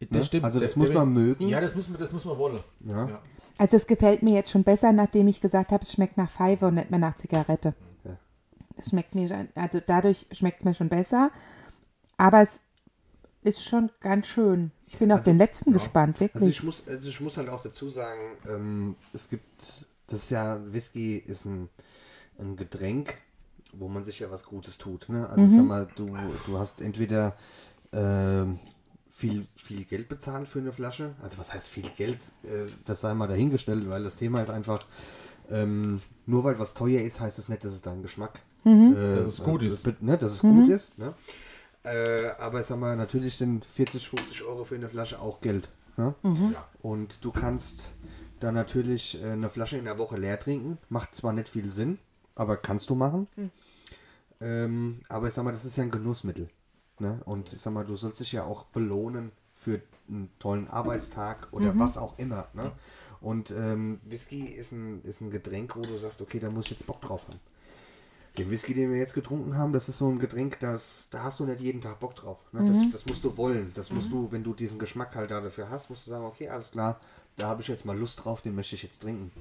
Das Ne? stimmt. Also das Der- muss der- man mögen. Ja, das muss man, das muss man wollen. Ja. Ja. Also es gefällt mir jetzt schon besser, nachdem ich gesagt habe, es schmeckt nach Pfeife und nicht mehr nach Zigarette. Ja. Es schmeckt mir, dann- also dadurch schmeckt es mir schon besser. Aber es ist schon ganz schön. Ich bin auf den letzten gespannt, Also wirklich. ich, muss, also ich muss halt auch dazu sagen, ähm, es gibt, das ist ja, Whisky ist ein, ein Getränk, wo man sich ja was Gutes tut. Ne? Also sag mal, du, du hast entweder ähm, viel, viel Geld bezahlt für eine Flasche, also was heißt viel Geld, äh, das sei mal dahingestellt, weil das Thema ist einfach, ähm, nur weil was teuer ist, heißt es das nicht, dass es dein Geschmack äh, Dass es gut äh, ist. be- Ne? Dass es gut ist. Ne? Äh, aber ich sag mal, natürlich sind 40, 50 Euro für eine Flasche auch Geld. Ne? Und du kannst dann natürlich äh, eine Flasche in der Woche leer trinken. Macht zwar nicht viel Sinn, aber kannst du machen. Ähm, aber ich sag mal, das ist ja ein Genussmittel. Ne? Und ich sag mal, du sollst dich ja auch belohnen für einen tollen Arbeitstag oder was auch immer. Ne? Und ähm, Whisky ist ein, ist ein Getränk, wo du sagst, okay, da muss ich jetzt Bock drauf haben. Den Whisky, den wir jetzt getrunken haben, das ist so ein Getränk, das, da hast du nicht jeden Tag Bock drauf. Ne? Das, das musst du wollen. Das musst du, wenn du diesen Geschmack halt da dafür hast, musst du sagen, okay, alles klar, da habe ich jetzt mal Lust drauf, den möchte ich jetzt trinken.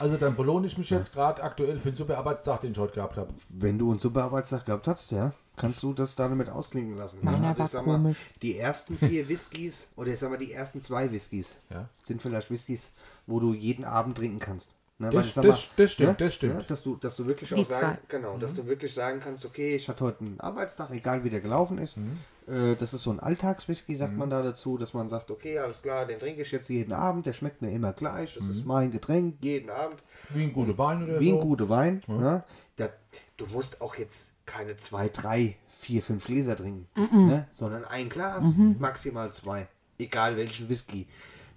Also dann belohne ich mich jetzt gerade aktuell für den super Arbeitstag, den ich heute gehabt habe. Wenn du einen super Arbeitstag gehabt hast, ja, kannst du das damit ausklingen lassen. ne? Meiner ich war sag mal, komisch. die ersten vier Whiskys, oder ich sag mal, die ersten zwei Whiskys Ja. sind vielleicht Whiskys, wo du jeden Abend trinken kannst. Ne? Das- ich sag das- das stimmt, ne? das stimmt. Mhm. Ne? Dass du, dass du wirklich auch Die sagen, genau, dass du wirklich sagen kannst, okay, ich hatte heute einen Arbeitstag, egal wie der gelaufen ist. Mhm. Äh, Das ist so ein Alltagswhisky, sagt man da dazu, dass man sagt, okay, alles klar, den trinke ich jetzt jeden Abend, der schmeckt mir immer gleich, das Mhm. ist mein Getränk, jeden Abend Wie ein guter Wein oder wie so. ein guter Wein. Ne? Da, du musst auch jetzt keine zwei, drei, vier, fünf Gläser trinken, das, ne? sondern ein Glas, maximal zwei. Egal welchen Whisky.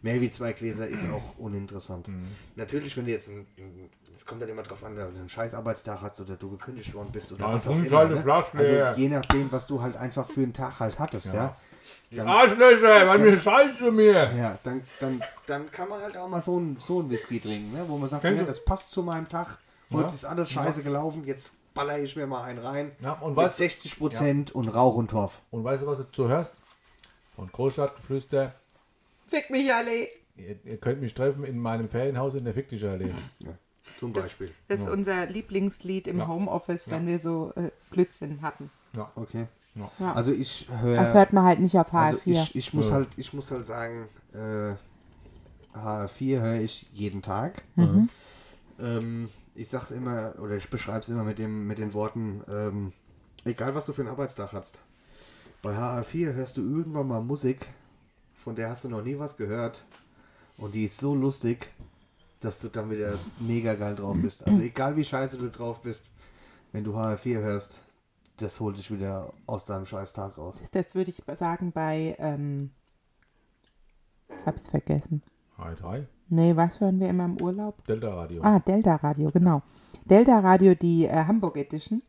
Mehr wie zwei Gläser ist auch uninteressant. Mhm. Natürlich, wenn du jetzt, ein- ein- es kommt dann immer drauf an, wenn du einen scheiß Arbeitstag hast oder du gekündigt worden bist oder Ja, was auch dann trink immer. halt eine Ne? Flasche leer. Also je nachdem, was du halt einfach für einen Tag halt hattest, ja. Arschlöcher, weil mir scheiße mir. Ja, dann, dann, dann kann man halt auch mal so einen so einen Whisky trinken, ne? wo man sagt, Kennst ja, du- das passt zu meinem Tag, heute Ja. ist alles scheiße gelaufen, jetzt baller ich mir mal einen rein. Ja, und mit weißt- 60 Prozent und Rauch und Torf. Und weißt du, was du zuhörst? Von Großstadtgeflüster. Fick mich alle. Ihr, ihr könnt mich treffen in meinem Ferienhaus in der Ficktischer Allee. Zum Beispiel. Das ist unser Lieblingslied im Homeoffice, wenn wir so äh, Blödsinn hatten. Ja. Okay. Ja. Also ich Das höre. hört man halt nicht auf Also HR4. ich, ich, muss halt, ich muss halt sagen, äh, HR4 höre ich jeden Tag. Ähm, ich sag's immer, oder ich beschreib's immer mit, dem, mit den Worten, ähm, egal was du für einen Arbeitstag hast, bei HR4 hörst du irgendwann mal Musik, von der hast du noch nie was gehört und die ist so lustig, dass du dann wieder mega geil drauf bist. Also egal wie scheiße du drauf bist, wenn du HR4 hörst, das holt dich wieder aus deinem scheiß Tag raus. Das würde ich sagen bei, ähm, hab ich's vergessen. Hi, hi. Nee, was hören wir immer im Urlaub? Delta Radio. Ah, Delta Radio, genau. Delta Radio, die äh, Hamburg Edition.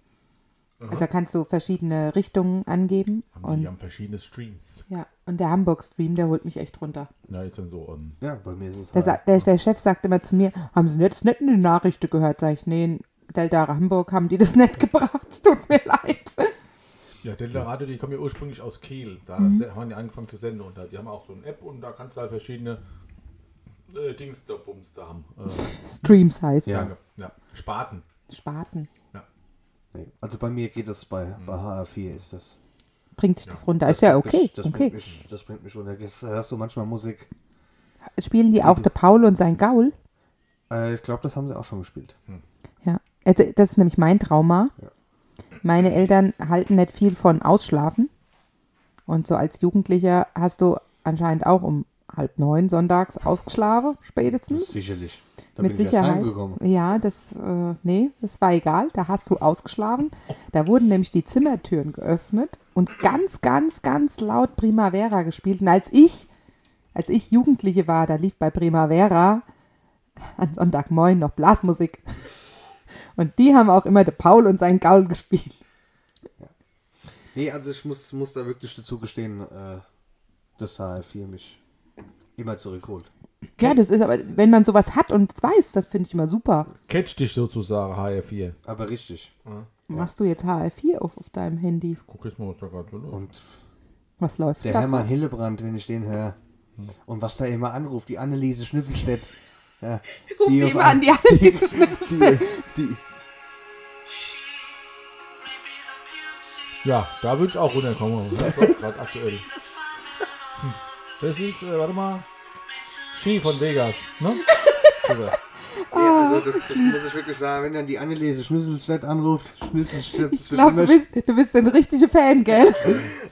Also da kannst du verschiedene Richtungen angeben. haben, die Und, haben verschiedene Streams. ja, und der Hamburg-Stream, der holt mich echt runter. Ja, jetzt sind so. Ähm, Ja, bei mir ist es Der, halt. sa- der, der Chef sagt immer zu mir, haben Sie jetzt nicht in den Nachrichten gehört? Sag ich, nee, in Delta Hamburg haben die das nicht gebracht. Es tut mir leid. ja, Delta Radio, die kommen ja ursprünglich aus Kiel. Da Mhm. se- haben die angefangen zu senden. Und da, die haben auch so eine App und da kannst du halt verschiedene äh, Dings da, Bums da haben. Äh, Streams heißt Ja. ja. ja. Spaten. Spaten. Nee, Also bei mir geht es bei, bei HR4 ist das. Bringt dich das runter. das ist ja bringt okay. Mich, das, okay. bringt mich, das bringt mich runter. Jetzt hörst du manchmal Musik. Spielen die auch der Paul und sein Gaul? Äh, ich glaube, das haben sie auch schon gespielt. Ja. Also, Das ist nämlich mein Trauma. Meine Eltern halten nicht viel von Ausschlafen. Und so als Jugendlicher hast du anscheinend auch um halb neun sonntags ausgeschlafen, spätestens. Mhm. Sicherlich. Da Mhm. Mit bin ich erst Sicherheit. heimgekommen. Ja, das, äh, nee, das war egal. Da hast du ausgeschlafen. Da wurden nämlich die Zimmertüren geöffnet und ganz, ganz, ganz laut Primavera gespielt. Und als ich, als ich Jugendliche war, da lief bei Primavera an Sonntagmoin noch Blasmusik. Und die haben auch immer der Paul und sein Gaul gespielt. Nee, also ich muss, muss da wirklich dazu gestehen, äh, dass HR4 mich immer zurückholt. Ja, das ist aber, wenn man sowas hat und es weiß, das finde ich immer super. Catch dich sozusagen, HR4. Aber richtig. Machst du jetzt HR4 auf, auf deinem Handy? Guck jetzt mal, was da gerade so läuft. Und Was läuft der da? Hermann Hillebrand, wenn ich den höre. Und was da immer anruft, die Anneliese Schnüffelstedt. ja, Guck die auf immer an, die alle diese Schnittstelle. die, die, Ja, da würde ich auch runterkommen. Das ist gerade aktuell. Hm. Das ist, äh, warte mal. Ski von Vegas, ne? Super. Nee, also das, Ah. das muss ich wirklich sagen, wenn dann die Anneliese Schnüsselstedt anruft, Schnüsselstedt Ich glaube, du Schwimmer- bist, du bist ein richtiger Fan, gell?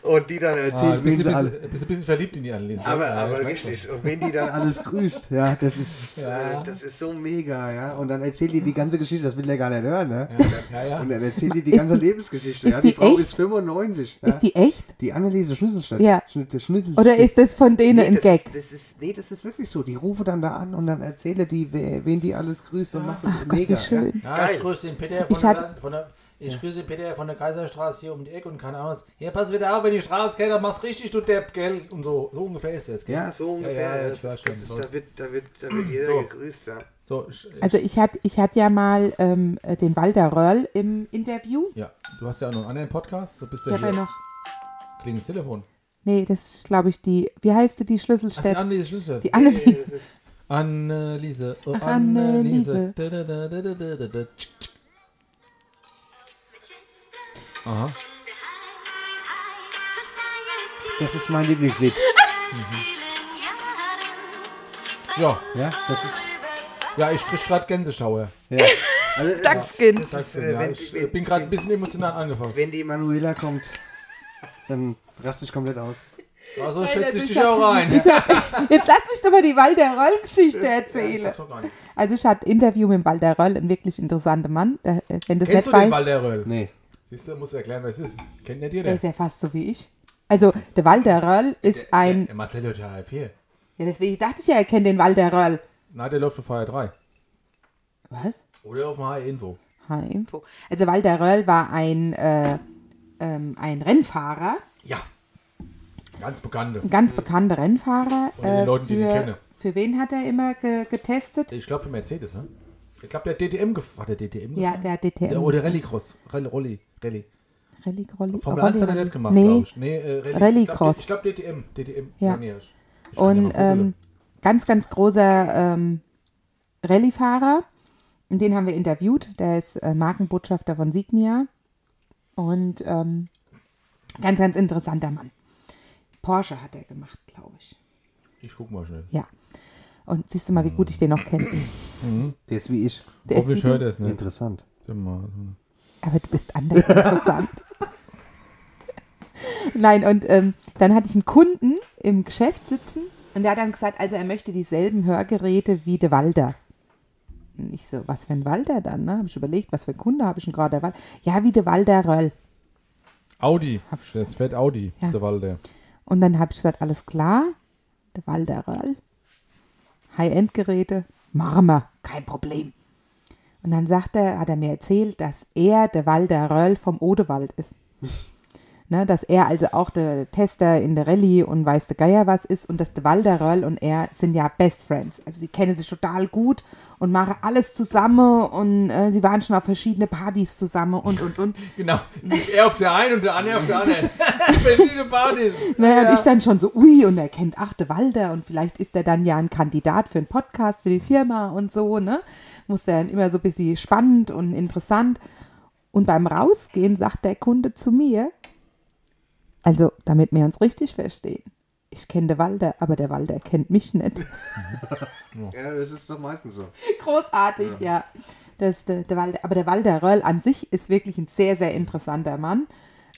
und die dann erzählt, Ah, bist, wen du sie bist, alle, bist, bist ein bisschen verliebt in die Anneliese. aber, Ja, aber ich merk richtig, und wenn die dann alles grüßt, ja, das ist, Ja. Äh, das ist so mega, ja, und dann erzählt die die ganze Geschichte, das will der gar nicht hören, ne? schon. Ja, ja. Und dann erzählt die die ganze die- Lebensgeschichte, ist ja, die die Frau echt? ist 95, ja? Ist die echt? die Anneliese Schnüsselstedt, Ja. Schn- der Schnüsselstedt. Oder ist das von denen Nee, ein das Gag? Ist, das ist, nee, das ist wirklich so. Die rufe dann da an und dann erzähle die, wer, wen die alles grüßt und macht das Ach Gott, mega. wie schön. Ja, Geil. ich grüße den Peter Ich von, der, hatte- von der, ich grüße den Peter von der Kaiserstraße hier um die Ecke und keine Ahnung was. Ja, pass wieder auf, wenn die Straße kennt, dann machst richtig, du Depp, gell? Und so, so ungefähr ist das, gell? Ja, ja so ja, ungefähr. ich das weiß ist, das schon. ist, So. da, wird, da, wird, da wird jeder gegrüßt, ja. So, ich, ich, Also ich hatte ich hatte ja mal ähm, äh, den Walter Röhrl im Interview. ja, du hast ja auch noch einen anderen Podcast, du bist Ich ja habe ja genau. hier. noch. Klingt das Telefon. Nee, das ist, glaube ich, die. Wie heißt die, die Hast du Schlüsselstätte? Anneliese Schlüsselstedt? Die Anneliese. Anneliese. Oh, Ach, Anneliese. Anneliese. Da, da, da, da, da, da, da, da. Tsch, tsch. Aha. Das ist mein Lieblingslied. Ja, Ja, das ist. ja, ich krieg gerade Gänseschauer. Ja. Also, Dachskind. Dankeschön. Ja, wenn- ich äh, wenn- bin gerade ein bisschen emotional angefasst. Wenn die Manuela kommt, dann raste ich komplett aus. Also schätze ich dich auch rein. Ich hab, jetzt lass mich doch mal die Walter Röll-Geschichte erzählen. Doch gar nicht. Also ich hatte ein Interview mit dem Walter Röll, ein wirklich interessanter Mann. Der, äh, wenn das Kennst du nicht den weißt, Walter Röll? Nee. Siehst du, muss erklären, wer es ist. Kennt ihr dir der der? ist ja fast so wie ich. Also der Walter Röll ist ein. Der Marcel hört ja HF4. Ja, deswegen dachte ich ja, er kennt den Walter Röll. Na, der läuft auf HR 3. Was? Oder auf dem HR Info. H-Info. Also Walter Röll war ein, äh, ähm, ein Rennfahrer, Ja. Ganz bekannte. ein ganz bekannter Rennfahrer. Mhm. äh, Von den Leuten, die für, ich kenne. für wen hat er immer ge getestet? Ich glaube für Mercedes, ne? Ich glaube, der hat DTM gefahren. Hat der DTM Ja, gefahren? der DTM. Der- Oder Rallycross. Rally, Rally. Rally. Rally, Rally, Formel 1 hat er nicht gemacht, nee. glaube ich. Nee, äh, Rallye. Rallycross. Ich glaube DTM. DTM. Ja. nee, ich- ich kann ja mal Und googeln. ähm, ganz, ganz großer ähm, Rallye-Fahrer. Und Den haben wir interviewt. Der ist äh, Markenbotschafter von Signia. Und ähm, ganz, ganz interessanter Mann. Porsche hat er gemacht, glaube ich. ich guck mal schnell. Ja. Und siehst du mal, wie gut ich den noch kenne. Der ist wie ich. Der ist Hoffentlich wie hört du. er es nicht. Interessant. Aber du bist anders interessant. Nein, und ähm, dann hatte ich einen Kunden im Geschäft sitzen und der hat dann gesagt, also er möchte dieselben Hörgeräte wie der Walder. Und ich so, was für ein Walder dann? Ne? Habe ich überlegt, was für ein Kunde habe ich denn gerade? Der Wal- Ja, wie der Walder Röll. Audi. Hab schon. Das fährt Audi, Ja. der Walde. Und dann habe ich gesagt, alles klar, der Walder Röll, High-End-Geräte, Marmer, kein Problem. Und dann sagt er, hat er mir erzählt, dass er der Walder Röll vom Odewald ist. ne, dass er also auch der Tester in der Rallye und weiß der Geier was ist und dass der Walder Röll und er sind ja Best Friends. Also sie kennen sich total gut und machen alles zusammen und äh, sie waren schon auf verschiedene Partys zusammen und und und. Genau. Er auf der einen und der andere auf der anderen. Verschiedene Partys. Naja, und ich dann schon so, ui, und er kennt Achte Walder und vielleicht ist er dann ja ein Kandidat für einen Podcast, für die Firma und so, ne? Muss der dann immer so ein bisschen spannend und interessant. Und beim Rausgehen sagt der Kunde zu mir, also damit wir uns richtig verstehen, ich kenne den Walder, aber der Walder kennt mich nicht. Ja, das ist doch meistens so. Großartig, ja. Das, der, der Walder, aber der Walder Röll an sich ist wirklich ein sehr, sehr interessanter Mann.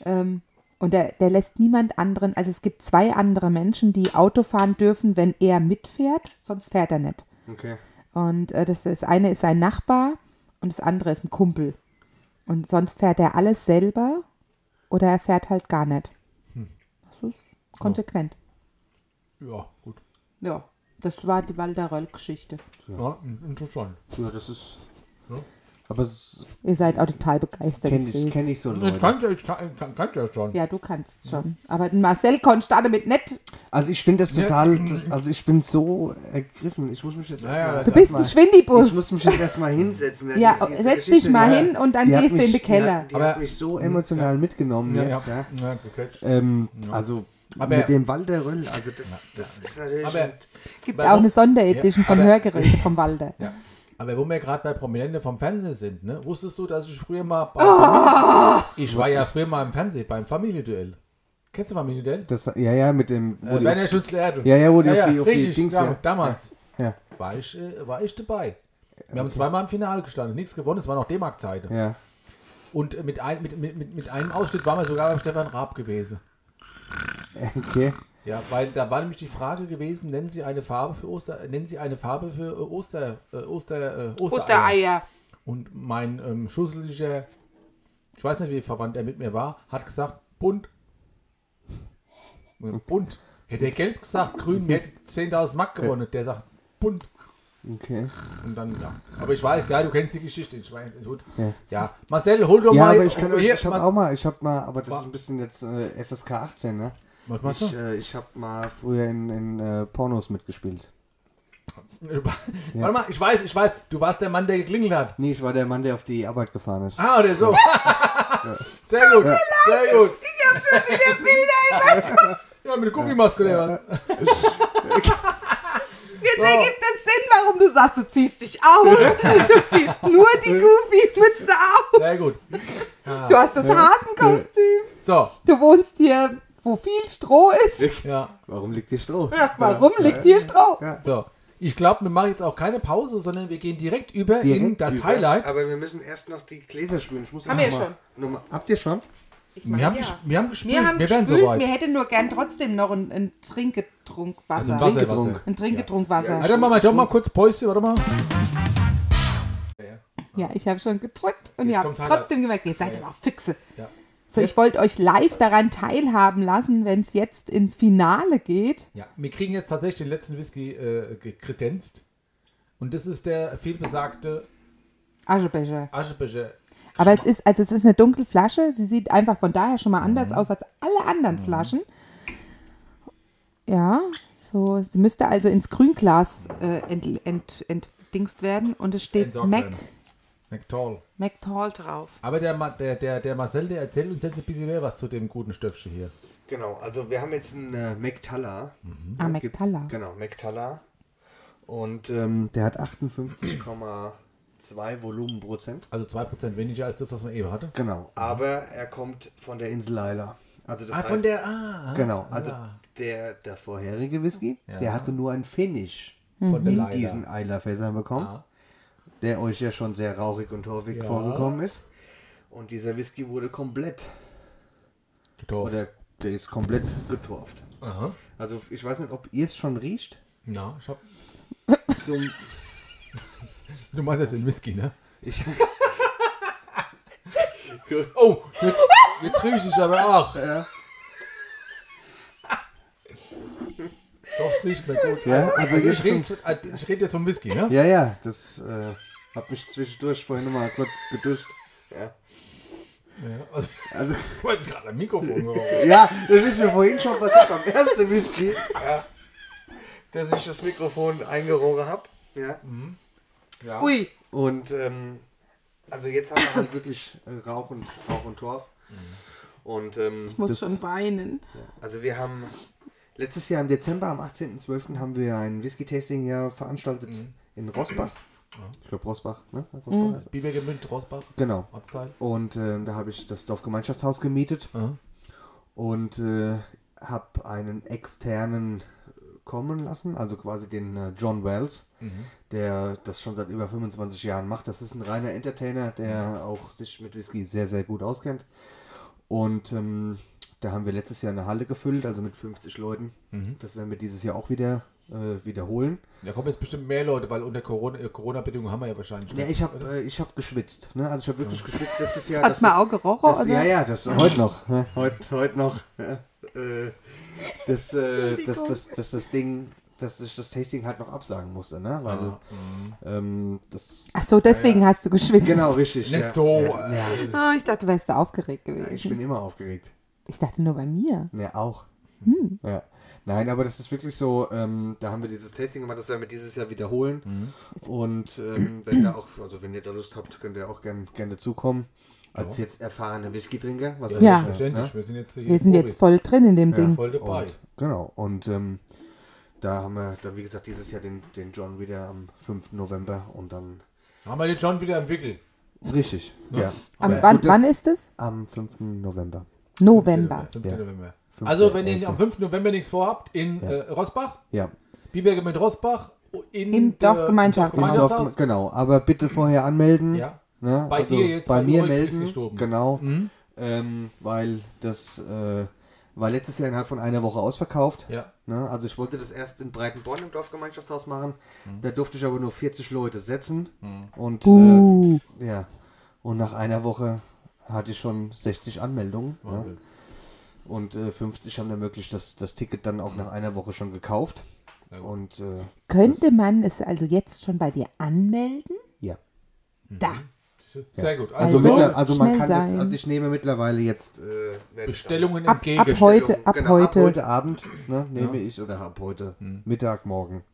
Ähm, und der, der lässt niemand anderen, also es gibt zwei andere Menschen, die Auto fahren dürfen, wenn er mitfährt, sonst fährt er nicht. Okay. Und äh, das, das eine ist sein Nachbar und das andere ist ein Kumpel. Und sonst fährt er alles selber oder er fährt halt gar nicht. Hm. Das ist konsequent. Ja, gut. Ja, das war die Walder Röll-Geschichte. Ja, interessant. Ja, das ist. Ja. Hm? Aber das Ihr seid auch total begeistert. kenne seh's. ich, kenn ich so Ich Leute. kannte ich kann, kann, kannte ja schon. Ja, du kannst schon. Aber den Marcel konnte damit nicht. Also ich finde das total, das, also ich bin so ergriffen. Ich muss mich jetzt Naja, erstmal. Du Du bist ein Ich Schwindibus. muss mich jetzt erstmal hinsetzen. Ja, Diese setz dich Geschichte, mal ja. hin und dann Die hat gehst du in mich- den Keller. Die, hat- die Aber- hat mich so emotional mitgenommen jetzt. ne? Ja. ja, gecatcht. Ähm, Also Aber- mit dem Walder Röll, also das, Das ist natürlich. Aber, Gibt Warum? auch eine Sonderedition Ja, vom aber- Hörgerät vom Walde. ja. aber wo wir gerade bei Prominenten vom Fernsehen sind, ne? wusstest du, dass ich früher mal. Bei Ah! Ich war ja früher mal im Fernsehen, beim Familienduell. Kennst du Familienduell? das, ja, ja, mit dem. wo Äh, die- Werner Schutzlehrer. Ja, ja, wo die auf die- auf die richtig, Dings, dam- ja. damals. Ja. War, ich, äh, war ich dabei. Wir haben zweimal im Finale gestanden, nichts gewonnen, es war noch D-Mark-Zeiten. ja. Und äh, mit, ein, mit, mit, mit, mit einem Ausschnitt waren wir sogar beim Stefan Raab gewesen. Okay. Ja, weil da war nämlich die Frage gewesen, nennen Sie eine Farbe für Oster, nennen Sie eine Farbe für äh, Oster, äh, Oster, äh, Ostereier. Ostereier. Und mein ähm, schusseliger, ich weiß nicht, wie verwandt er mit mir war, hat gesagt, bunt. Ja, Bunt. Hätte er gelb gesagt, grün, wir hätten 10.000 Mark gewonnen. Der sagt, bunt. Okay. Und dann, ja. Aber ich weiß, ja, du kennst die Geschichte. Ich weiß, gut. Ja. Ja, Marcel, hol doch Ja, mal. aber ich kann euch, Oh hier, ich habe Mar- auch mal, ich habe mal, aber das ist ein bisschen jetzt äh, FSK 18, ne? Was machst Ich, du? äh, ich habe mal früher in, in äh, Pornos mitgespielt. Warte mal, ich weiß, ich weiß, du warst der Mann, der geklingelt hat. Nee, ich war der Mann, der auf die Arbeit gefahren ist. Ah, oder so. Sehr gut, sehr gut. Ich hab schon wieder Bilder im Ja, mit der Gummimaske oder was? Jetzt ergibt es Sinn, warum du sagst, du ziehst dich aus. Du ziehst nur die Goofy-Mütze auf. Sehr gut. Du hast das Hasenkostüm. So, Du wohnst hier, wo viel Stroh ist. ja, Warum liegt hier Stroh? Warum liegt hier Stroh? so. Ich glaube, wir machen jetzt auch keine Pause, sondern wir gehen direkt über in Direkt das über. Highlight. Aber wir müssen erst noch die Gläser spülen. Ich muss Haben noch wir mal- schon. noch mal- Habt ihr schon? Ich Wir haben, ja. ges- wir haben gespielt, Wir haben wir werden gespült, wir soweit. hätten nur gern trotzdem noch ein, ein Also Trinkgetrunkwasser. Wasser, Trinkgetrunken. Wasser. ein Trinkgetrunkwasser. Warte mal, doch mal kurz Päuschen, warte mal. Ja, ich habe schon gedrückt und Jetzt ihr habt kommt's es Highlight. trotzdem gemerkt. Ihr seid aber auch Füchse. Ja. So, Jetzt- ich wollte euch live daran teilhaben lassen, wenn es jetzt ins Finale geht. Ja, wir kriegen jetzt tatsächlich den letzten Whisky äh, gekredenzt. Und das ist der vielbesagte Aschebecher. Aschebecher. Aber es ist, also es ist eine dunkle Flasche. Sie sieht einfach von daher schon mal anders aus als alle anderen Flaschen. Ja, so, sie müsste also ins Grünglas äh, ent, ent, entdingst werden. Und es steht Entsorgt Mac, werden. McTall. McTall drauf. Aber der, Ma- der, der, der Marcel, der erzählt uns jetzt ein bisschen mehr was zu dem guten Stöpfchen hier. Genau, also wir haben jetzt einen äh, McTalla. ah, Da Mac gibt's- Talla. Genau, McTalla. Und ähm, der hat 58,2 Volumenprozent. Also 2% weniger als das, was man eben hatte. Genau, aber er kommt von der Insel Leila. Also das heißt, ah, Genau, also der, der vorherige Whisky, der hatte nur ein Finish. von der in Leiter. mhm. diesen Eilerfässern bekommen, Hm. Ja. der euch ja schon sehr rauchig und torfig Ja. vorgekommen ist. Und dieser Whisky wurde komplett, Getorft. oder der ist komplett getorft. Oh. Aha. Also ich weiß nicht, ob ihr es schon riecht. Na, ich hab, Zum, du meinst jetzt den Whisky, ne? ich, Oh, jetzt, jetzt riech ich aber auch. Ja. Doch, es riecht mir gut. ja, also Ich jetzt zum, rede, ich rede jetzt vom Whisky, ne? ja, ja, das äh, hat mich zwischendurch vorhin nochmal kurz geduscht. Ja. Ja, also, Also, ich wollte jetzt gerade am Mikrofon gehauen. ja, das ist mir vorhin schon passiert beim ersten Whisky, dass ich das Mikrofon eingerogen habe. Ja. Ja. Ui! Und ähm, also jetzt haben wir halt wirklich äh, Rauch und Rauch und Torf. Und ähm, Mhm. Ich muss das- schon weinen. Also wir haben letztes Jahr im Dezember, am 18.12. haben wir ein Whisky-Tasting ja veranstaltet Mhm. in Rosbach. Ich glaube Rosbach, ne? Rosbach heißt- Biber gemünd, Rosbach, Genau. Ortsteil. Und ähm, da habe ich das Dorfgemeinschaftshaus gemietet Aha. und äh, habe einen externen kommen lassen, also quasi den äh, John Wells, der das schon seit über 25 Jahren macht. Das ist ein reiner Entertainer, der auch sich mit Whisky sehr, sehr gut auskennt. Und ähm, da haben wir letztes Jahr eine Halle gefüllt, also mit 50 Leuten. Das werden wir dieses Jahr auch wieder äh, wiederholen. Da kommen jetzt bestimmt mehr Leute, weil unter Corona- äh, Corona-Bedingungen haben wir ja wahrscheinlich Ja, nicht, ich habe oder? äh, ich hab geschwitzt. Ne? Also ich habe wirklich geschwitzt letztes Jahr. Hat dass man das- auch gerochen, Das, oder? ja, ja, das heute noch. ne? Heute, heute noch. ja, äh, Das, äh, das, das, das, das Ding, dass ich das Tasting halt noch absagen musste, ne? Weil ähm, das. Ach so, deswegen hast du geschwitzt. Genau, richtig. Nicht ja. so. Ja, äh, ja, Ah, ich dachte, wärst du aufgeregt gewesen. ich bin immer aufgeregt. Ich dachte nur bei mir. Ja, auch. Ja. Nein, aber das ist wirklich so, ähm, da haben wir dieses Tasting gemacht, das werden wir dieses Jahr wiederholen. Und ähm, wenn ihr auch, also wenn ihr da Lust habt, könnt ihr auch gerne gern dazukommen. Als jetzt erfahrene Whisky-Trinker. was Ja. natürlich, Verständlich, ne? wir sind jetzt hier Wir sind Profis. jetzt voll drin in dem Ding. voll dabei. Und, genau, und ähm, da haben wir dann, wie gesagt, dieses Jahr den, den John wieder am 5. November und dann. Haben wir den John wieder im Wickel? Richtig, ja. Am, Ja, wann, gut, das- wann ist es? Am 5. November. November. 5. Ja. November. Also, wenn ihr 11.. am 5. November nichts vorhabt, in äh, Rosbach, Ja, Biberge mit Rosbach, in Im der- Dorfgemeinschaftshaus. im Dorf, genau. Aber bitte vorher anmelden. Ja. Ne? Bei also dir jetzt, bei weil mir Moritz ist melden. gestorben. Genau. Ähm, weil das äh, war letztes Jahr innerhalb von einer Woche ausverkauft. Ja. Ne? Also ich wollte das erst in Breitenborn im Dorfgemeinschaftshaus machen. Mhm. Da durfte ich aber nur 40 Leute setzen. Und Uh, äh, ja. Und nach einer Woche hatte ich schon 60 Anmeldungen. Ne? Und äh, 50 haben dann wirklich das, das Ticket dann auch nach einer Woche schon gekauft. Und äh, könnte man es also jetzt schon bei dir anmelden? ja. Mhm. Da. Sehr gut. Also, Also, Also, mittler, also man schnell kann das, sein. also ich nehme mittlerweile jetzt äh, Bestellungen Ab, entgegen. ab heute, Bestellungen. ab genau, ab heute. heute Abend ne, nehme ich oder ab heute Hm. Mittag, morgen,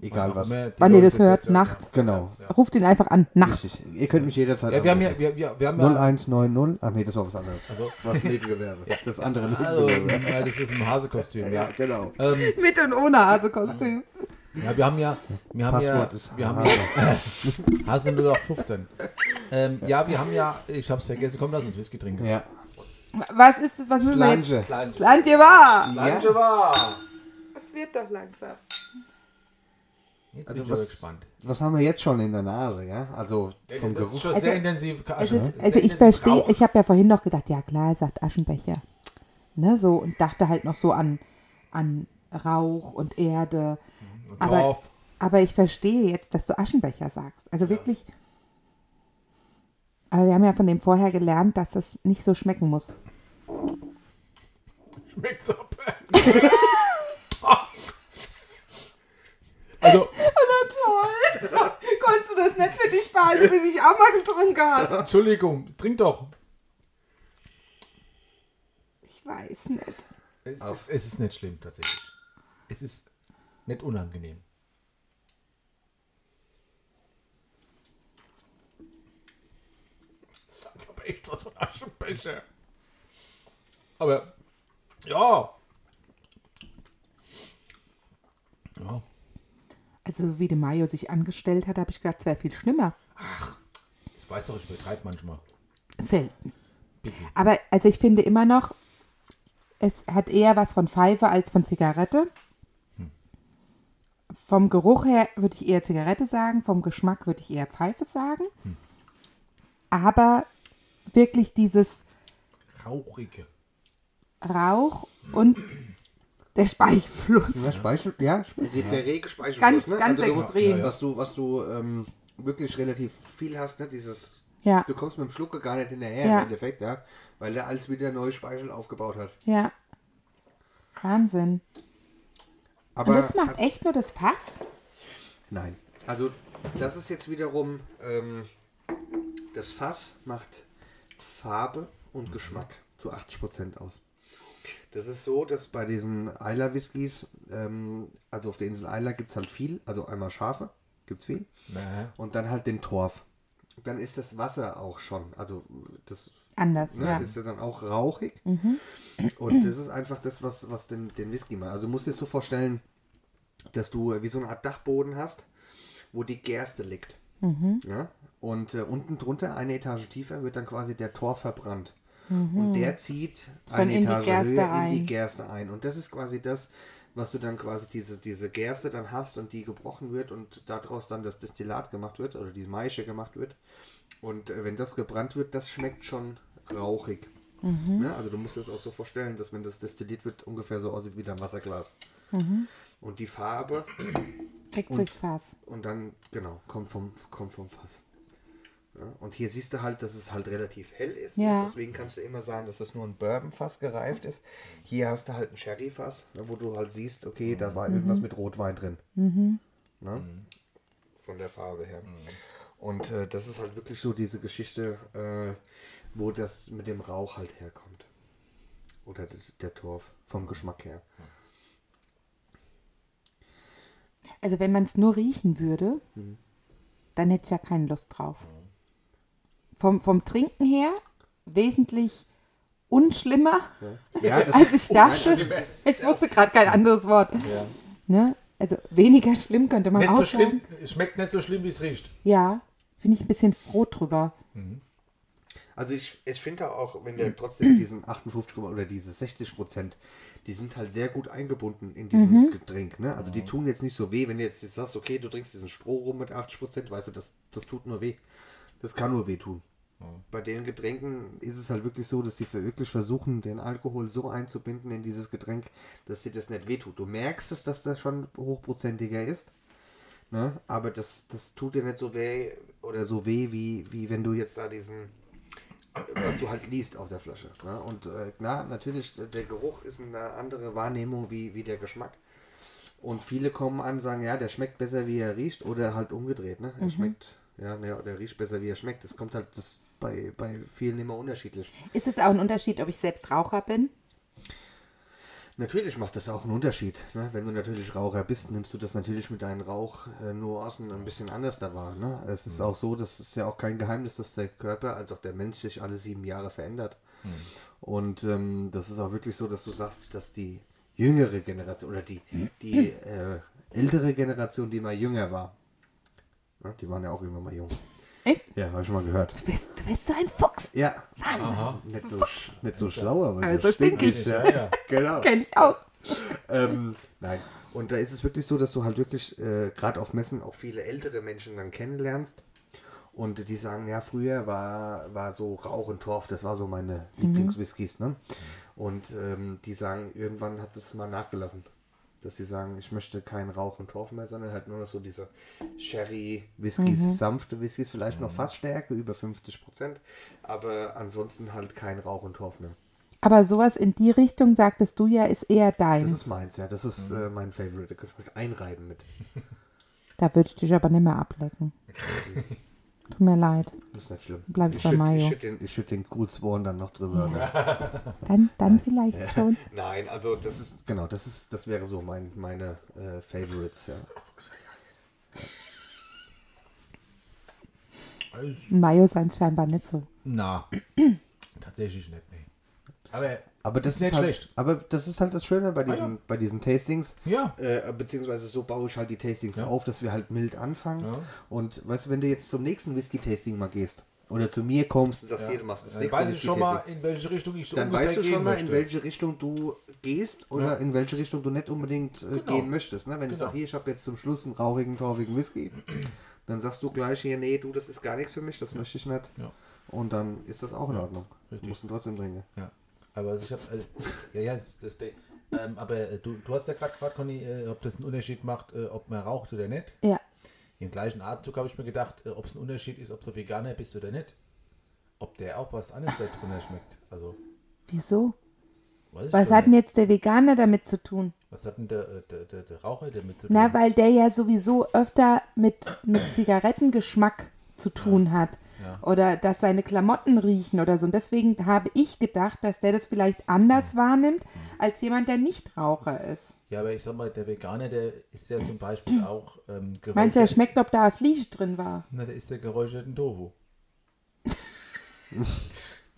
egal was. Immer die Wann ihr das Leute hört, setzen. nachts. Genau, Ruft ihn einfach an, nachts. richtig. Ihr könnt mich jederzeit Ja, wir haben anrufen. ja, wir, wir, wir haben ja 0190, ach nee, das war was anderes. Also- Das war das Nebengewerbe. Das andere Also, Nebengewerbe. ja, das ist im Hasekostüm. Ja, genau. Ähm, Mit und ohne Mhm. Hasekostüm. ja, wir haben ja. Wir haben Passwort ja, ist wir haben Hase. ja, Hase nur noch 15. Ähm, ja, wir haben ja. Ich hab's vergessen. Komm, lass uns Whisky trinken. Ja, Was ist das, was müssen wir jetzt? Slange. Kleines. Land ihr war! Ja. Das wird doch langsam. Jetzt Also bin ich was- aber gespannt. Was haben wir jetzt schon in der Nase, ja? Also vom Das ist Geruch. schon sehr intensiv. Es Also, ist, also ich verstehe, ich habe ja vorhin noch gedacht, ja klar, er sagt Aschenbecher. Ne, so, und dachte halt noch so an, an Rauch und Erde. Mhm. Aber, Torf. aber ich verstehe jetzt, dass du Aschenbecher sagst. Also wirklich. Aber wir haben ja von dem vorher gelernt, dass das nicht so schmecken muss. Schmeckt's ab. also, Toll! Konntest du das nicht für dich behalten, bis ich auch mal getrunken habe? Entschuldigung, trink doch. Ich weiß nicht. Es, ist, es ist nicht schlimm, tatsächlich. Es ist nicht unangenehm. Das hat aber echt was von Aschenbecher. Aber, ja. Ja. Also wie der Mayo sich angestellt hat, habe ich gedacht, es wäre viel schlimmer. Ich weiß doch, ich betreibe manchmal. Selten. Bisschen. Aber also ich finde immer noch, es hat eher was von Pfeife als von Zigarette. Vom Geruch her würde ich eher Zigarette sagen, vom Geschmack würde ich eher Pfeife sagen. Aber wirklich dieses Rauchige. Rauch und der Speichfluss. Ja, Speichel, ja, Spe Der rege ne? Speichel. Ganz, ne? ganz also, du- extrem. Was du, was du ähm, wirklich relativ viel hast, ne? Dieses. Ja. Du kommst mit dem Schlucke gar nicht hinterher Ja. im Endeffekt, ja. Weil der alles wieder neue Speichel aufgebaut hat. Ja. Wahnsinn. Aber und das macht also- echt nur das Fass? Nein. Also das ist jetzt wiederum ähm, das Fass macht Farbe und Geschmack zu 80% aus. Das ist so, dass bei diesen Eiler Whiskys, ähm, also auf der Insel Eiler gibt es halt viel, also einmal Schafe, gibt es viel, und dann halt den Torf. Dann ist das Wasser auch schon, also das Anders, ne, ja. ist ja dann auch rauchig. Und das ist einfach das, was, was den, den Whisky macht. Also du musst dir so vorstellen, dass du äh, wie so eine Art Dachboden hast, wo die Gerste liegt. Ja? Und äh, unten drunter, eine Etage tiefer, wird dann quasi der Torf verbrannt. Und der zieht Von Mhm. eine in die Etage Gerste höher in rein. die Gerste ein. Und das ist quasi das, was du dann quasi diese, diese Gerste dann hast und die gebrochen wird und daraus dann das Destillat gemacht wird oder die Maische gemacht wird. Und äh, wenn das gebrannt wird, das schmeckt schon rauchig. Mhm. Ne? Also du musst das auch so vorstellen, dass wenn das destilliert wird, ungefähr so aussieht wie dein Wasserglas. Mhm. Und die Farbe Kriegt und- durchs Fass. und dann, genau, kommt vom, kommt vom Fass. Ja, und hier siehst du halt, dass es halt relativ hell ist. ne? Ja. Deswegen kannst du immer sagen, dass das nur ein Bourbonfass gereift ist. Hier hast du halt ein Sherryfass, ne, wo du halt siehst, okay, da war irgendwas Mhm. mit Rotwein drin. Ne? Von der Farbe her. Und äh, das ist halt wirklich so diese Geschichte, äh, wo das mit dem Rauch halt herkommt. Oder d- der Torf vom Geschmack her. Also wenn man es nur riechen würde, dann hätte ich ja keine Lust drauf. Vom, vom Trinken her wesentlich unschlimmer, Ja, als das also Also ich dachte. Ich wusste gerade kein anderes Wort. Ne? Also weniger schlimm könnte man Nicht auch so sagen. schlimm, schmeckt nicht so schlimm, wie es riecht. Ja, bin ich ein bisschen froh drüber. Also ich, ich finde auch, wenn wir trotzdem diesen 58 oder diese 60 Prozent, die sind halt sehr gut eingebunden in diesem Getränk. Ne? Also die tun jetzt nicht so weh, wenn du jetzt, jetzt sagst, okay, du trinkst diesen Stroh rum mit 80 Prozent, weißt du, das, das tut nur weh. Das kann nur weh tun. Bei den Getränken ist es halt wirklich so, dass sie wirklich versuchen, den Alkohol so einzubinden in dieses Getränk, dass dir das nicht wehtut. Du merkst es, dass das schon hochprozentiger ist, ne? aber das, das tut dir nicht so weh oder so weh, wie, wie wenn du jetzt da diesen was du halt liest auf der Flasche. Ne? Und äh, na, natürlich, d- der Geruch ist eine andere Wahrnehmung wie, wie der Geschmack. Und viele kommen an und sagen, ja, der schmeckt besser, wie er riecht, oder halt umgedreht, ne? Er schmeckt, ja, ne, der riecht besser, wie er schmeckt. Das kommt halt das bei, bei vielen immer unterschiedlich. Ist es auch ein Unterschied, ob ich selbst Raucher bin? Natürlich macht das auch einen Unterschied. Ne? Wenn du natürlich Raucher bist, nimmst du das natürlich mit deinen Rauchnuancen ein bisschen anders da wahr. Ne? Es ist auch so, das ist ja auch kein Geheimnis, dass der Körper als auch der Mensch sich alle sieben Jahre verändert. Und ähm, das ist auch wirklich so, dass du sagst, dass die jüngere Generation oder die, die äh, ältere Generation, die mal jünger war, ne? die waren ja auch irgendwann mal jung. Echt? Ja, habe ich schon mal gehört. Du bist, du bist so ein Fuchs. Ja, Wahnsinn. nicht so, sch- nicht so schlau, aber Also stinkig. Ja, Ja, ja. Genau Kenn ich auch. ähm, nein. Und da ist es wirklich so, dass du halt wirklich äh, gerade auf Messen auch viele ältere Menschen dann kennenlernst. Und die sagen, ja, früher war, war so Rauch und Torf, das war so meine Lieblingswhiskys. Ne? Und ähm, die sagen, irgendwann hat es mal nachgelassen. Dass sie sagen, ich möchte keinen Rauch und Torf mehr, sondern halt nur noch so diese Sherry-Whiskys, sanfte Whiskys, vielleicht noch Fassstärke, über 50 Prozent. Aber ansonsten halt kein Rauch und Torf mehr. Aber sowas in die Richtung, sagtest du ja, ist eher dein. Das ist meins, ja. Das ist äh, mein Favorite. Da könnte ich mich einreiben mit. Da würde ich dich aber nicht mehr ablecken. Tut mir leid. Das ist nicht schlimm. Bleib ich bei schütt- Mayo. Ich schütte den, ich schütt den Gutsworn dann noch drüber. Ne? Dann, dann vielleicht schon. Nein, also das ist, genau, das ist, das wäre so mein, meine äh, Favorites, ja. Mayo sein scheinbar nicht so. Also, Na, tatsächlich nicht, nee. Aber, Aber das ist, nicht halt, schlecht. aber das ist halt das Schöne bei diesen, bei diesen Tastings. Ja. Äh, beziehungsweise so baue ich halt die Tastings Ja. auf, dass wir halt mild anfangen. Ja. Und weißt du, wenn du jetzt zum nächsten Whisky-Tasting mal gehst oder zu mir kommst und sagst, hier, du machst das Dann nächste äh, weiß ich schon mal, Whisky-Tasting. in welche Richtung ich so Dann ungefähr weißt du gehen schon mal, in möchte. welche Richtung du gehst oder Ja. in welche Richtung du nicht unbedingt äh, gehen möchtest. Ne? Wenn ich Genau. sage, hier, ich habe jetzt zum Schluss einen rauchigen, torfigen Whisky, dann sagst du gleich hier, nee, du, das ist gar nichts für mich, das möchte ich nicht. Ja. Und dann ist das auch in Ordnung. Du richtig. musst ihn trotzdem trinken. Ja. Aber also ich habe, also, ja, ja, das, das, ähm, aber äh, du, du hast ja gerade gefragt, Conny, äh, ob das einen Unterschied macht, äh, ob man raucht oder nicht. Ja. Im gleichen Atemzug habe ich mir gedacht, äh, ob es ein Unterschied ist, ob du Veganer bist oder nicht. Ob der auch was anderes da drunter schmeckt. Also, Wieso? weiß ich Was doch hat denn nicht. jetzt der Veganer damit zu tun? was hat denn der, äh, der, der, der Raucher damit zu tun? Na, weil der ja sowieso öfter mit, mit Zigarettengeschmack zu tun hat. Oder dass seine Klamotten riechen oder so. Und deswegen habe ich gedacht, dass der das vielleicht anders wahrnimmt, als jemand, der nicht Raucher ist. ja, aber ich sag mal, der Veganer, der ist ja zum Beispiel auch ähm, Meinst du, er geräuchert. schmeckt, ob da Fleisch drin war? Na, der ist der geräucherten Tofu.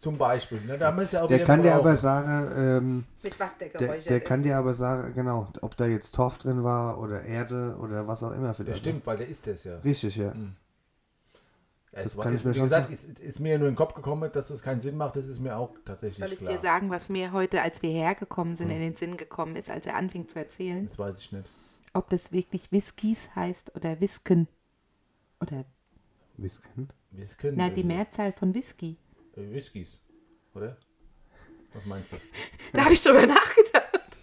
zum Beispiel. Ne? Da müssen ja auch Der wieder kann dir Rauchen. aber sagen, ähm, Mit was der der, Geräusche der kann dir aber sagen, genau, ob da jetzt Torf drin war oder Erde oder was auch immer. Das Vielleicht. stimmt, Mhm. weil der ist das ja. Richtig, ja. Das kann Also ich ist, mir wie schon gesagt, vor- ist, ist mir nur in den Kopf gekommen, dass das keinen Sinn macht. Das ist mir auch tatsächlich Soll ich klar. Hm. dir sagen, was mir heute, als wir hergekommen sind, in den Sinn gekommen ist, als er anfing zu erzählen? Das weiß ich nicht. Ob das wirklich Whiskys heißt oder Whisken. Oder, Whisken? Whisken, na, die äh, Mehrzahl von Whisky. äh, Whiskys, oder? Was meinst du? Da habe ich drüber nachgedacht.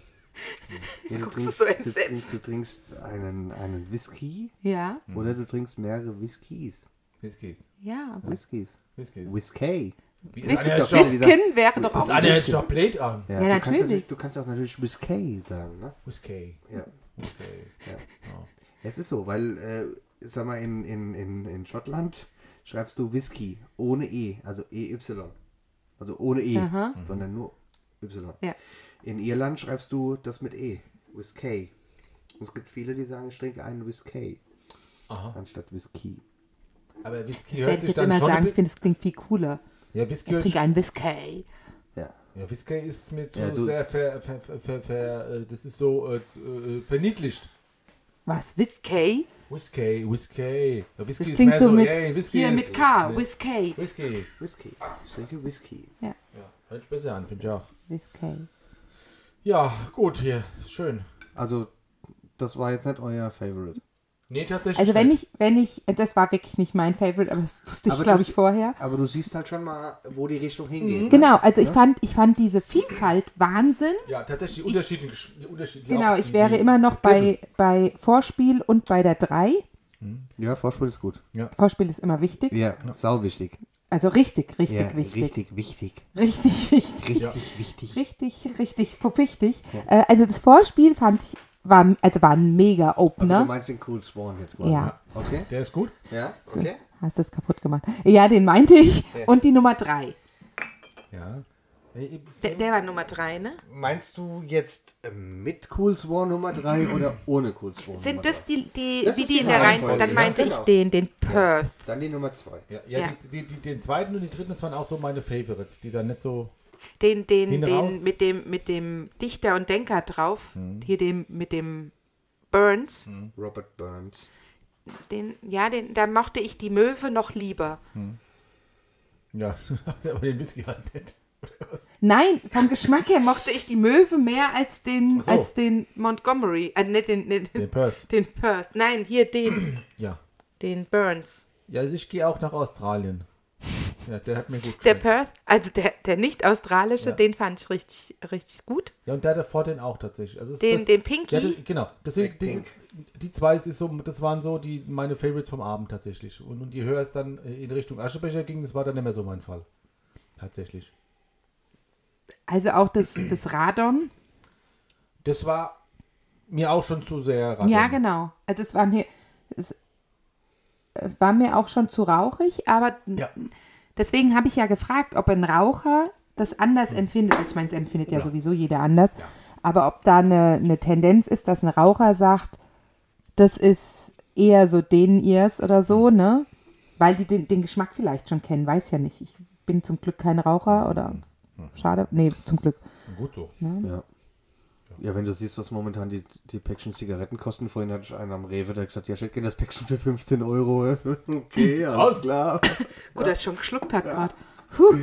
Ja, du, guckst trinkst, so du, entsetzt. trinkst, du trinkst einen, einen Whisky Ja, Mhm. oder du trinkst mehrere Whiskys. Whiskys. ja. Whiskys. Whiskys. Whisky. Wie, Whis- das eine hört sich Whis- doch- wieder- Whisken wäre doch das auch. eine hört sich doch blöd an. Ja, Du kannst, natürlich. natürlich, du kannst auch natürlich Whisky sagen, ne? Whisky. Ja. Whisky. Es ist so, weil, äh, sag mal, in, in, in, in Schottland schreibst du Whisky ohne E, also EY. Also ohne E, Aha. sondern nur Y. Ja. In Irland schreibst du das mit E, Whisky. Und es gibt viele, die sagen, ich trinke einen Whisky Aha. anstatt Whisky. Aber Whisky Das werde hört ich sich jetzt dann immer schon. sagen. ein Ich finde, es klingt viel cooler. bisschen- Ja, Whisky Ich hört trinke sich- einen Whisky. Ja. ja, Whisky ist mir zu Ja, du- sehr ver, ver, ver, ver, ver, äh, das ist so äh, äh, verniedlicht. Was, Whisky? Whisky, Whisky. Ja, Whisky Das ist klingt mehr so so, mit, ey, Whisky hier ist, mit K, Nee. Whisky. Whisky. Whisky. Ich trinke Whisky. Ja, hört sich besser an, finde ich auch. Whisky. Ja, gut, hier, schön. Also, das war jetzt nicht euer Favorite. Nee, tatsächlich. Also wenn nicht. ich, wenn ich, das war wirklich nicht mein Favorite, aber das wusste ich, Aber glaube das- ich, vorher. Aber du siehst halt schon mal, wo die Richtung hingeht. ne? Genau, also ich fand, ich fand diese Vielfalt Wahnsinn. Ja, tatsächlich, die Unterschiede. gesch- die Unterschiede die Genau, auch- ich die- wäre die- immer noch das Level. bei, bei Vorspiel und bei der 3. Ja, Vorspiel ist gut. Vorspiel ist immer wichtig. Ja, sau wichtig. Also richtig, richtig Ja, wichtig. richtig wichtig. Richtig wichtig. Richtig wichtig. Richtig, richtig verpichtig. Äh, also das Vorspiel fand ich, war, also war ein mega Also du Opener. meinst den Cool Swan jetzt quasi. Ja, Okay? Der ist gut. Ja? Okay? hast du es kaputt gemacht. Ja, den meinte ich. Ja. Und die Nummer 3. Ja. Ey, Der, der war Nummer drei, ne? Meinst du jetzt äh, mit Cool Swan Nummer Mhm. 3 oder ohne Cool Swan Nummer Sind das drei? die, die Das wie ist die die in der Reihenfolge? Reihenfolge, Dann ja, meinte genau. ich den, den Perth. Dann die Nummer 2. Ja, ja, Ja. Die, die, die, den zweiten und den dritten, das waren auch so meine Favorites, die dann nicht so. Den, den, Hin den raus. mit dem, mit dem Dichter und Denker drauf. Hm. Hier dem, mit dem Burns. Robert Burns. Den, ja, den, da mochte ich die Möwe noch lieber. Ja, aber den Whisky halt nicht. Oder was? Nein, vom Geschmack her mochte Mochte ich die Möwe mehr als den, Ach so. als den Montgomery. Äh, nicht den, nicht den, Den Perth. den Perth. Nein, hier den, Ja. den Burns. Ja, also ich gehe auch nach Australien. Ja, der hat mir gut Der gefallen. Perth, also der, der nicht-australische, Ja. den fand ich richtig, richtig gut. Ja, und der davor den auch tatsächlich. Also es- Den, das, den Ja, das, Pinky. genau. Das sind, die, die zwei ist so, das waren so die meine Favorites vom Abend tatsächlich. Und, und je höher es dann äh, in Richtung Aschebecher ging, das war dann nicht mehr so mein Fall. Tatsächlich. also auch das, das Radon. Das war mir auch schon zu sehr radon. Ja, genau. Also es war mir, es äh, war mir auch schon zu rauchig, aber Ja. deswegen habe ich ja gefragt, ob ein Raucher das anders empfindet. Also ich meine, es empfindet ja, Ja. sowieso jeder anders. Aber ob da eine, eine Tendenz ist, dass ein Raucher sagt, das ist eher so denen ihrs oder so, ne? Weil die den, den Geschmack vielleicht schon kennen, weiß ja nicht. Ich Hm. bin zum Glück kein Raucher oder schade. Nee, zum Glück. Gut so. Ja. Ja, wenn du siehst, was momentan die, die Päckchen Zigaretten kosten, vorhin hatte ich einen am Rewe, der hat gesagt, ja, ich hätte gerne das Päckchen für 15 Euro. Ich so, Okay, alles Aus. klar. Gut, dass ich schon geschluckt hat gerade. Und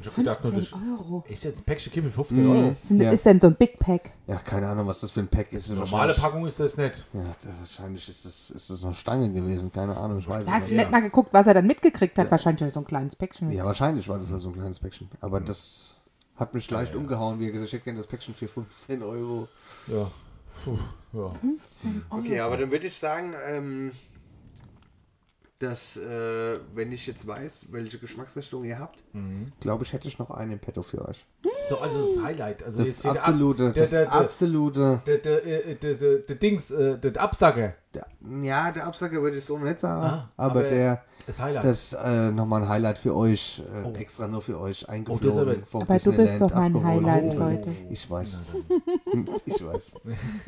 ich hab gedacht, nur 15 das Euro. Mhm. echt jetzt ein Päckchen Kippe 15 Euro. Sind, Ja. Ist denn so ein Big Pack? Ja, keine Ahnung, was das für ein Pack ist. Normale Wahrscheinlich- Packung ist das nicht. Ja, da- wahrscheinlich ist das, ist das eine Stange gewesen, keine Ahnung, ich weiß Da es hast du nicht. nicht mal geguckt, was er dann mitgekriegt hat. Wahrscheinlich so ein kleines Päckchen. Ja, wahrscheinlich war das nur so ein kleines Päckchen. Aber das hat mich leicht umgehauen, wie gesagt, ich hätte gerne das Päckchen für 15 Euro. Ja. Puh, ja. Okay, Oh. aber dann würde ich sagen, ähm, dass, äh, wenn ich jetzt weiß, welche Geschmacksrichtung ihr habt, Mhm. glaube ich, hätte ich noch einen im Petto für euch. So, also das Highlight. Also Das jetzt hier der Ab- absolute, der, das der, der, absolute. der, der, äh, der, der, der Dings, äh, der Absacker. Der, ja, der Absacker würde ich so nicht sagen, Ah, aber, aber der, Das Highlight. das äh, nochmal ein Highlight für euch, äh, Oh. extra nur für euch eingeflogen aber- Oh, vom Aber du bist Disneyland doch mein abgeholt. Highlight heute. Ich weiß. ich weiß.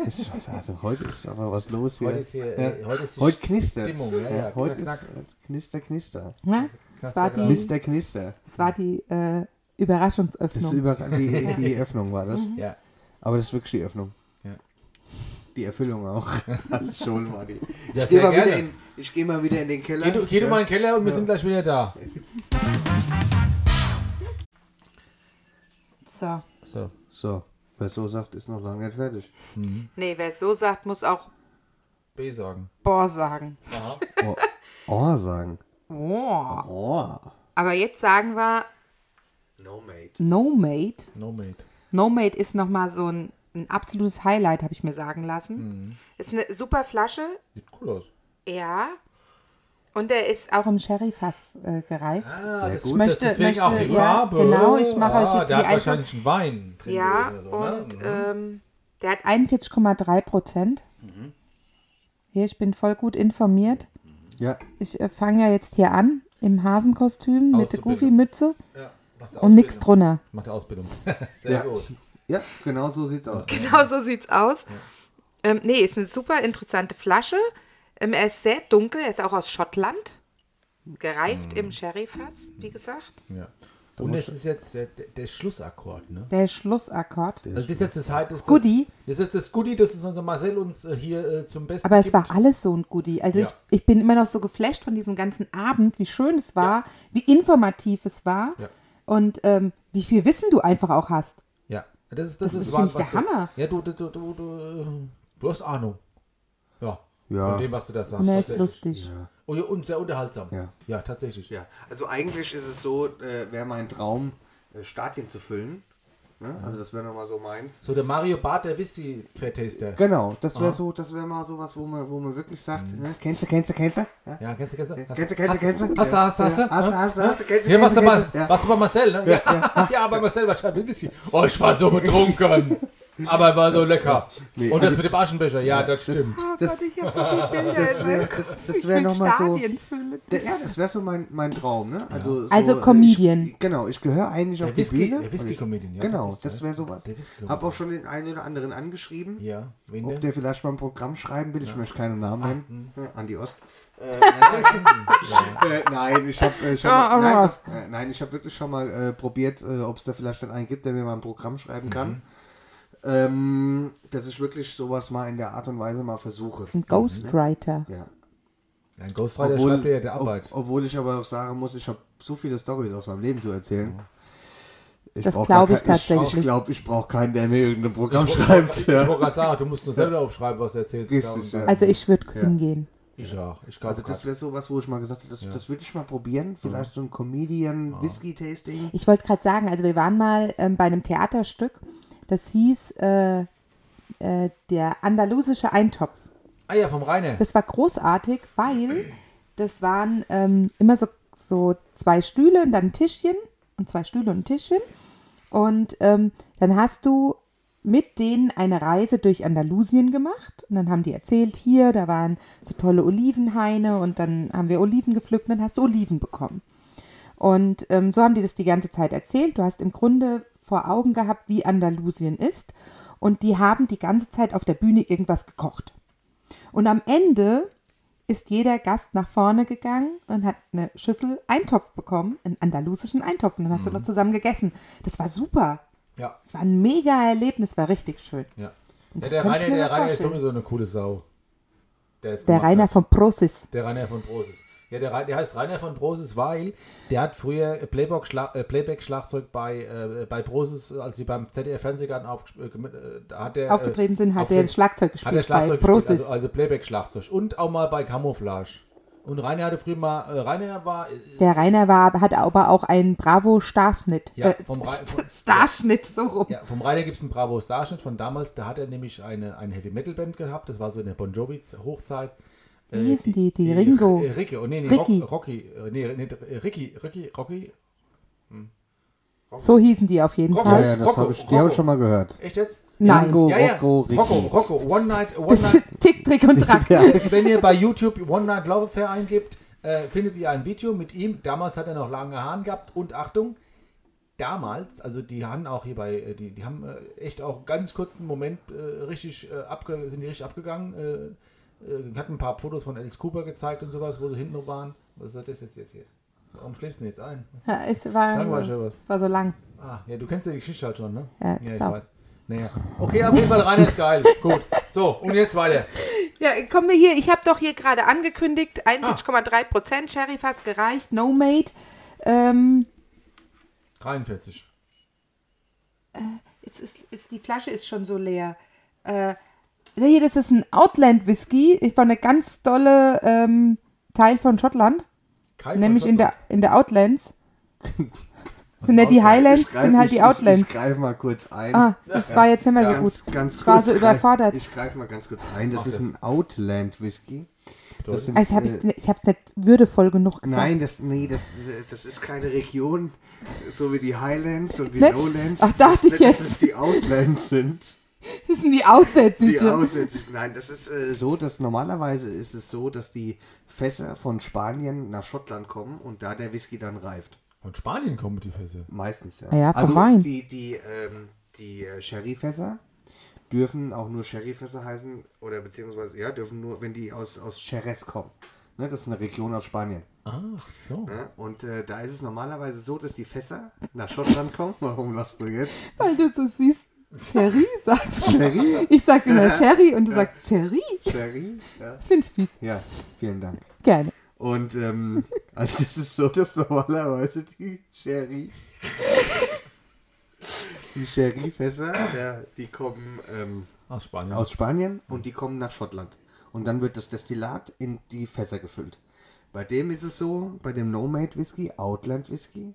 Ich weiß. Also heute ist aber was los hier. heute ist hier, äh, heute ist die Heute knistert. Stimmung, ja, ja, heute knack, ist äh, Knister, Knister. Ja? Das war die, Mr. Knister. das war die äh, Das ist Überraschungsöffnung. über die, die Öffnung war das. Ja. Aber das ist wirklich die Öffnung. Ja. Die Erfüllung auch. Also schon mal die. Ja, ich gehe sehr mal, wieder gerne. in- ich geh mal wieder in den Keller. Geh, du, geh du Ja. mal in den Keller und wir sind gleich wieder da. so. So. So, wer so sagt, ist noch lange nicht fertig. Nee, wer so sagt, muss auch B sagen. Boah sagen. Oh, oh sagen. Oh. Oh. Aber jetzt sagen wir, No, mate. No-Made. No mate. No-Made ist nochmal so ein, ein absolutes Highlight, habe ich mir sagen lassen. Mhm. ist eine super Flasche. Sieht cool aus. Ja. Und er ist Auch auch im Sherry-Fass äh, gereift. Ah, das gut. möchte- deswegen möchte- auch die ja, Farbe. genau, ich mache ah, euch jetzt der die hat wahrscheinlich einen Wein drin. ja gewesen ne? und Mhm. oder? ne? ähm, der hat 41,3 Prozent. Hier, ich bin voll gut informiert. Ja, Ich äh, fange ja jetzt hier an im Hasenkostüm mit der Auszubildung. Goofy-Mütze ja, macht die und nichts Ausbildung. drunter. Macht die Ausbildung. Sehr Ja. gut. ja, genau so sieht's aus. Genau so sieht's aus. Ähm, nee, ist eine super interessante Flasche. Ähm, er ist sehr dunkel, er ist auch aus Schottland. Gereift im Sherryfass, wie gesagt. Ja. Und es ist jetzt der, der der Schlussakkord, ne? Der Schlussakkord. Also das ist jetzt das, das, das Goodie. Das ist jetzt das Goodie, das ist unser Marcel uns äh, hier äh, zum Besten Aber es gibt. war alles so ein Goodie. Also Ja. ich, ich bin immer noch so geflasht von diesem ganzen Abend, wie schön es war, wie informativ es war Ja. und ähm, wie viel Wissen du einfach auch hast. Ja, das ist, das Das ist ist, was- finde ich, was der du- Hammer. Ja, du, du, du, du, du, du hast Ahnung. Ja. Ja. Von dem, was du da sagst. Und er ist tatsächlich. lustig. Und, und sehr unterhaltsam. Ja. ja tatsächlich. Ja, also eigentlich ist es so, äh, wäre mein Traum, äh, Stadien zu füllen. Ne? Also das wäre nochmal so meins. So der Mario Barth, der Whisky-Taster. Genau, das wäre so, das wäre mal sowas, wo man, wo man wirklich sagt, ne? kennst du, kennst du, kennst du? Ja? Ja, kennst du, kennst du? Hast- Kennst du, kennst du, kennst du? Hast du, hast du, hast du? Ja. Hast du, hast du, hast du, kennst du, Hier warst kennst du, du, bei, kennst du? Ja. warst du bei Marcel, ne? Ja, ja. bei Marcel wahrscheinlich ein bisschen. Oh, ich war so betrunken. Aber er war so lecker. Nee, und das also- mit dem Aschenbecher, ja, das stimmt. Oh Das- Gott, ich habe so viele Bilder. Mhm. Das wäre das, das wär nochmal so, Stadien füllen. der, ja, das wäre so mein, mein Traum, ne? Also, so, Also äh, Comedian. Ich, genau, ich gehöre eigentlich auf Der die Whisky- Bühne. der Whisky-Comedian, Und ich- ja, Genau, tatsächlich, das wäre sowas. Der Whisky-Comedian. Hab auch schon den einen oder anderen angeschrieben. Ja, wen Ob denn? der vielleicht mal ein Programm schreiben will, ich möchte keinen Namen nennen. Ah. Ja, Andi Ost. Äh, äh, nein, ich habe äh, schon Ah, mal, aber nein, was? äh, nein, ich habe wirklich schon mal äh, probiert, äh, ob es da vielleicht einen gibt, der mir mal ein Programm schreiben kann. Ähm, dass ich wirklich sowas mal in der Art und Weise mal versuche. Mhm. Ein Ghostwriter. Ja. Ein Ghostwriter schreibt dir ja der Arbeit. ob, obwohl ich aber auch sagen muss, ich habe so viele Stories aus meinem Leben zu erzählen. Ich Das brauch gar glaub ich kein- Ich tatsächlich. glaube, ich brauche keinen, der mir irgendein Programm schreibt. Ich Ja. wollte gerade sagen, du musst nur selber aufschreiben, was du erzählst. da und Richtig, da. ja. Also ich würde hingehen. Ich auch. Ich glaube, Also das wäre sowas, wo ich mal gesagt hätte, das, das würde ich mal probieren. Vielleicht so ein Comedian-Whisky-Tasting. Ich wollte gerade sagen, also wir waren mal ähm, bei einem Theaterstück, das hieß äh, äh, der andalusische Eintopf. Ah ja, vom Rainer. Das war großartig, weil das waren ähm, immer so, so zwei Stühle und dann ein Tischchen und zwei Stühle und ein Tischchen. Und ähm, dann hast du mit denen eine Reise durch Andalusien gemacht. Und dann haben die erzählt, hier, da waren so tolle Olivenhaine und dann haben wir Oliven gepflückt und dann hast du Oliven bekommen. Und ähm, so haben die das die ganze Zeit erzählt. Du hast im Grunde vor Augen gehabt, wie Andalusien ist. Und die haben die ganze Zeit auf der Bühne irgendwas gekocht. Und am Ende ist jeder Gast nach vorne gegangen und hat eine Mhm. Schüssel Eintopf bekommen, einen andalusischen Eintopf. Und dann hast du noch zusammen gegessen. Das war super. Ja. Es war ein mega Erlebnis, war richtig schön. Ja. Und Ja, das der könnte ich Rainer, mir der mal Rainer ist vorstellen. sowieso eine coole Sau. Der, jetzt Der gemacht Rainer hat. von Prosis. Der Rainer von Brosis. Ja, der, Ra- der heißt Rainer von Brosis, weil der hat früher Playbox -Schla äh, Playback-Schlagzeug bei, äh, bei Brosis, als sie beim ZDF-Fernsehgarten auf, äh, gem- äh, da hat der, äh, Aufgetreten sind, hat er aufgetreten- Schlagzeug hat der gespielt bei Schlagzeug gespielt, Prosis. also, also Playback-Schlagzeug. Und auch mal bei Camouflage. Und Rainer hatte früher mal, äh, Rainer war, äh, Der Rainer war, hat aber auch einen Bravo-Starschnitt. ja, äh, vom, Ra von, Starschnitt so rum. ja, vom Rainer gibt es einen Bravo-Starschnitt von damals, da hat er nämlich eine, eine Heavy-Metal-Band gehabt, das war so in der Bon Jovi-Hochzeit. wie hießen die? Die Ringo. Äh, Ricky, oh nee, nee, Ricky. Rock, Rocky, äh, nee, nee, Ricky, Ricky, Rocky. So hießen die auf jeden Rocco. Fall. Ja, ja, das Rocco, habe ich, die habe ich Rocco. schon mal gehört. Echt jetzt? Nein. Ringo, Ja, ja. Rocco, Ricky. Rocco, Rocco, One Night, One Night. Tick, Trick und Track. Wenn ihr bei YouTube One Night Love Affair eingibt, äh, findet ihr ein Video mit ihm. Damals hat er noch lange Haaren gehabt und Achtung, damals, also die haben auch hier bei, äh, die, die haben äh, echt auch ganz kurzen Moment äh, richtig äh, abge, sind die richtig abgegangen. Äh, äh, hat ein paar Fotos von Alice Cooper gezeigt und sowas, wo sie hinten noch waren. Was ist das jetzt, jetzt hier? Warum schläfst du denn jetzt ein? Ja, es Sag mal war, schon was. es war so lang. Ah, ja, du kennst ja die Geschichte halt schon, ne? Ja, ich klar. weiß. Naja. Okay, auf jeden Fall rein ist geil. Gut. So, und jetzt weiter. Ja, kommen wir hier. Ich habe doch hier gerade Ah. angekündigt, 41,3 Prozent. Sherry fast gereicht. No Made. Ähm, 43. Es ist, ist, die Flasche ist schon so leer. hier, Äh, das ist ein Outland Whisky von einer ganz dolle ähm, Teil von Schottland. Kai von nämlich in der, Schottland. in der Outlands. sind ja die Highlands, Ich greif- sind halt ich- die ich- Ich Outlands. greife mal kurz ein. Ah, das war jetzt nicht mehr so gut. Ganz, ganz Ich kurz. war so greif- überfordert. Ich greife mal ganz kurz ein. Das Mach ist das. ein Outland Whisky. Das sind, Also hab äh, ich, ich habe es nicht würdevoll genug gesagt. Nein, das, nee, das, äh, das ist keine Region, so wie die Highlands und die Ne? Lowlands. Ach, dachte ich Das- jetzt. Dass es die Outlands sind. das sind die Die Aussätzigen. Aussätzigen. Nein, das ist äh, so, dass normalerweise ist es so, dass die Fässer von Spanien nach Schottland kommen und da der Whisky dann reift. Von Spanien kommen die Fässer. Meistens, ja. Na ja, vom also Wein. die, die, ähm, die äh, Sherryfässer dürfen auch nur Sherryfässer heißen oder beziehungsweise, ja, dürfen nur, wenn die aus, aus Jerez kommen. Ne, das ist eine Region aus Spanien. Ach, so. Ne? Und äh, da ist es normalerweise so, dass die Fässer nach Schottland kommen. Warum lachst du jetzt? Weil du so süß Cherry sagst. Sherry? Ich sag immer Sherry und du sagst Cherry. Sherry? Ja. Das finde ich süß. ja, vielen Dank. Gerne. Und ähm, also das ist so, dass normalerweise die Sherry. Die Sherryfässer, ja, die kommen ähm, Aus Ah, Spanien. aus Spanien und die kommen nach Schottland. Und dann wird das Destillat in die Fässer gefüllt. Bei dem ist es so, bei dem No-Made Whisky, Outland Whisky,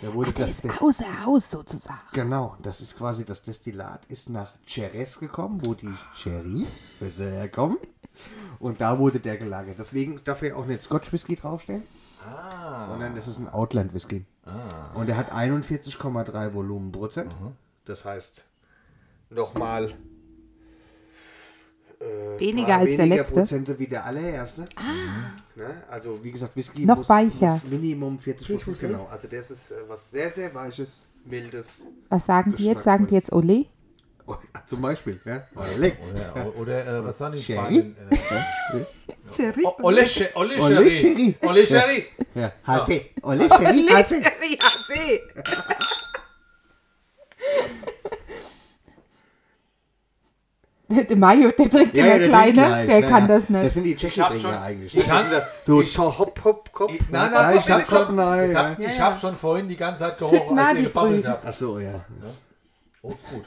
da wurde das, das Außer Haus sozusagen. Genau, das ist quasi das Destillat, ist nach Jerez gekommen, wo die Sherry-Fässer herkommen. Und da wurde der gelagert. Deswegen darf hier auch nicht Scotch Whisky draufstehen, sondern das ist ein Outland Whisky. Und er hat 41,3 Volumenprozent. Mhm. Das heißt, nochmal äh, Weniger als der letzte. Ah. Prozente wie der allererste. Ne? Also wie gesagt, Whisky Noch muss, weicher. muss Minimum 40 Prozent. Genau, also das ist äh, was sehr, sehr Weiches, Wildes. Was sagen die jetzt? Sagen die jetzt Ole? Oh, ja, zum Beispiel, ja. Leck. Ja, o- oder äh, was sagen die Sherry? Spanien? Äh, Sherry. O- Ole, Sche- Ole Ole Sherry. Sherry. Ole Sherry. Ja, Hase. Ole Sherry, also, Hase. Sherry, ja, seh. Der Mario, der trinkt immer kleine, der kann das nicht. Das sind die Tschechen-Trinker schon- eigentlich. ich ne? hab- du, schau, hopp, hopp, hopp. Ich- Nein, nein, ich hab schon, Kopf, nein. ich hab, ja. ich hab schon vorhin die ganze Zeit Schick gerochen, mal als die ihr gebabbelt Brühe. habt. Ach so, ja. Oh, ist gut.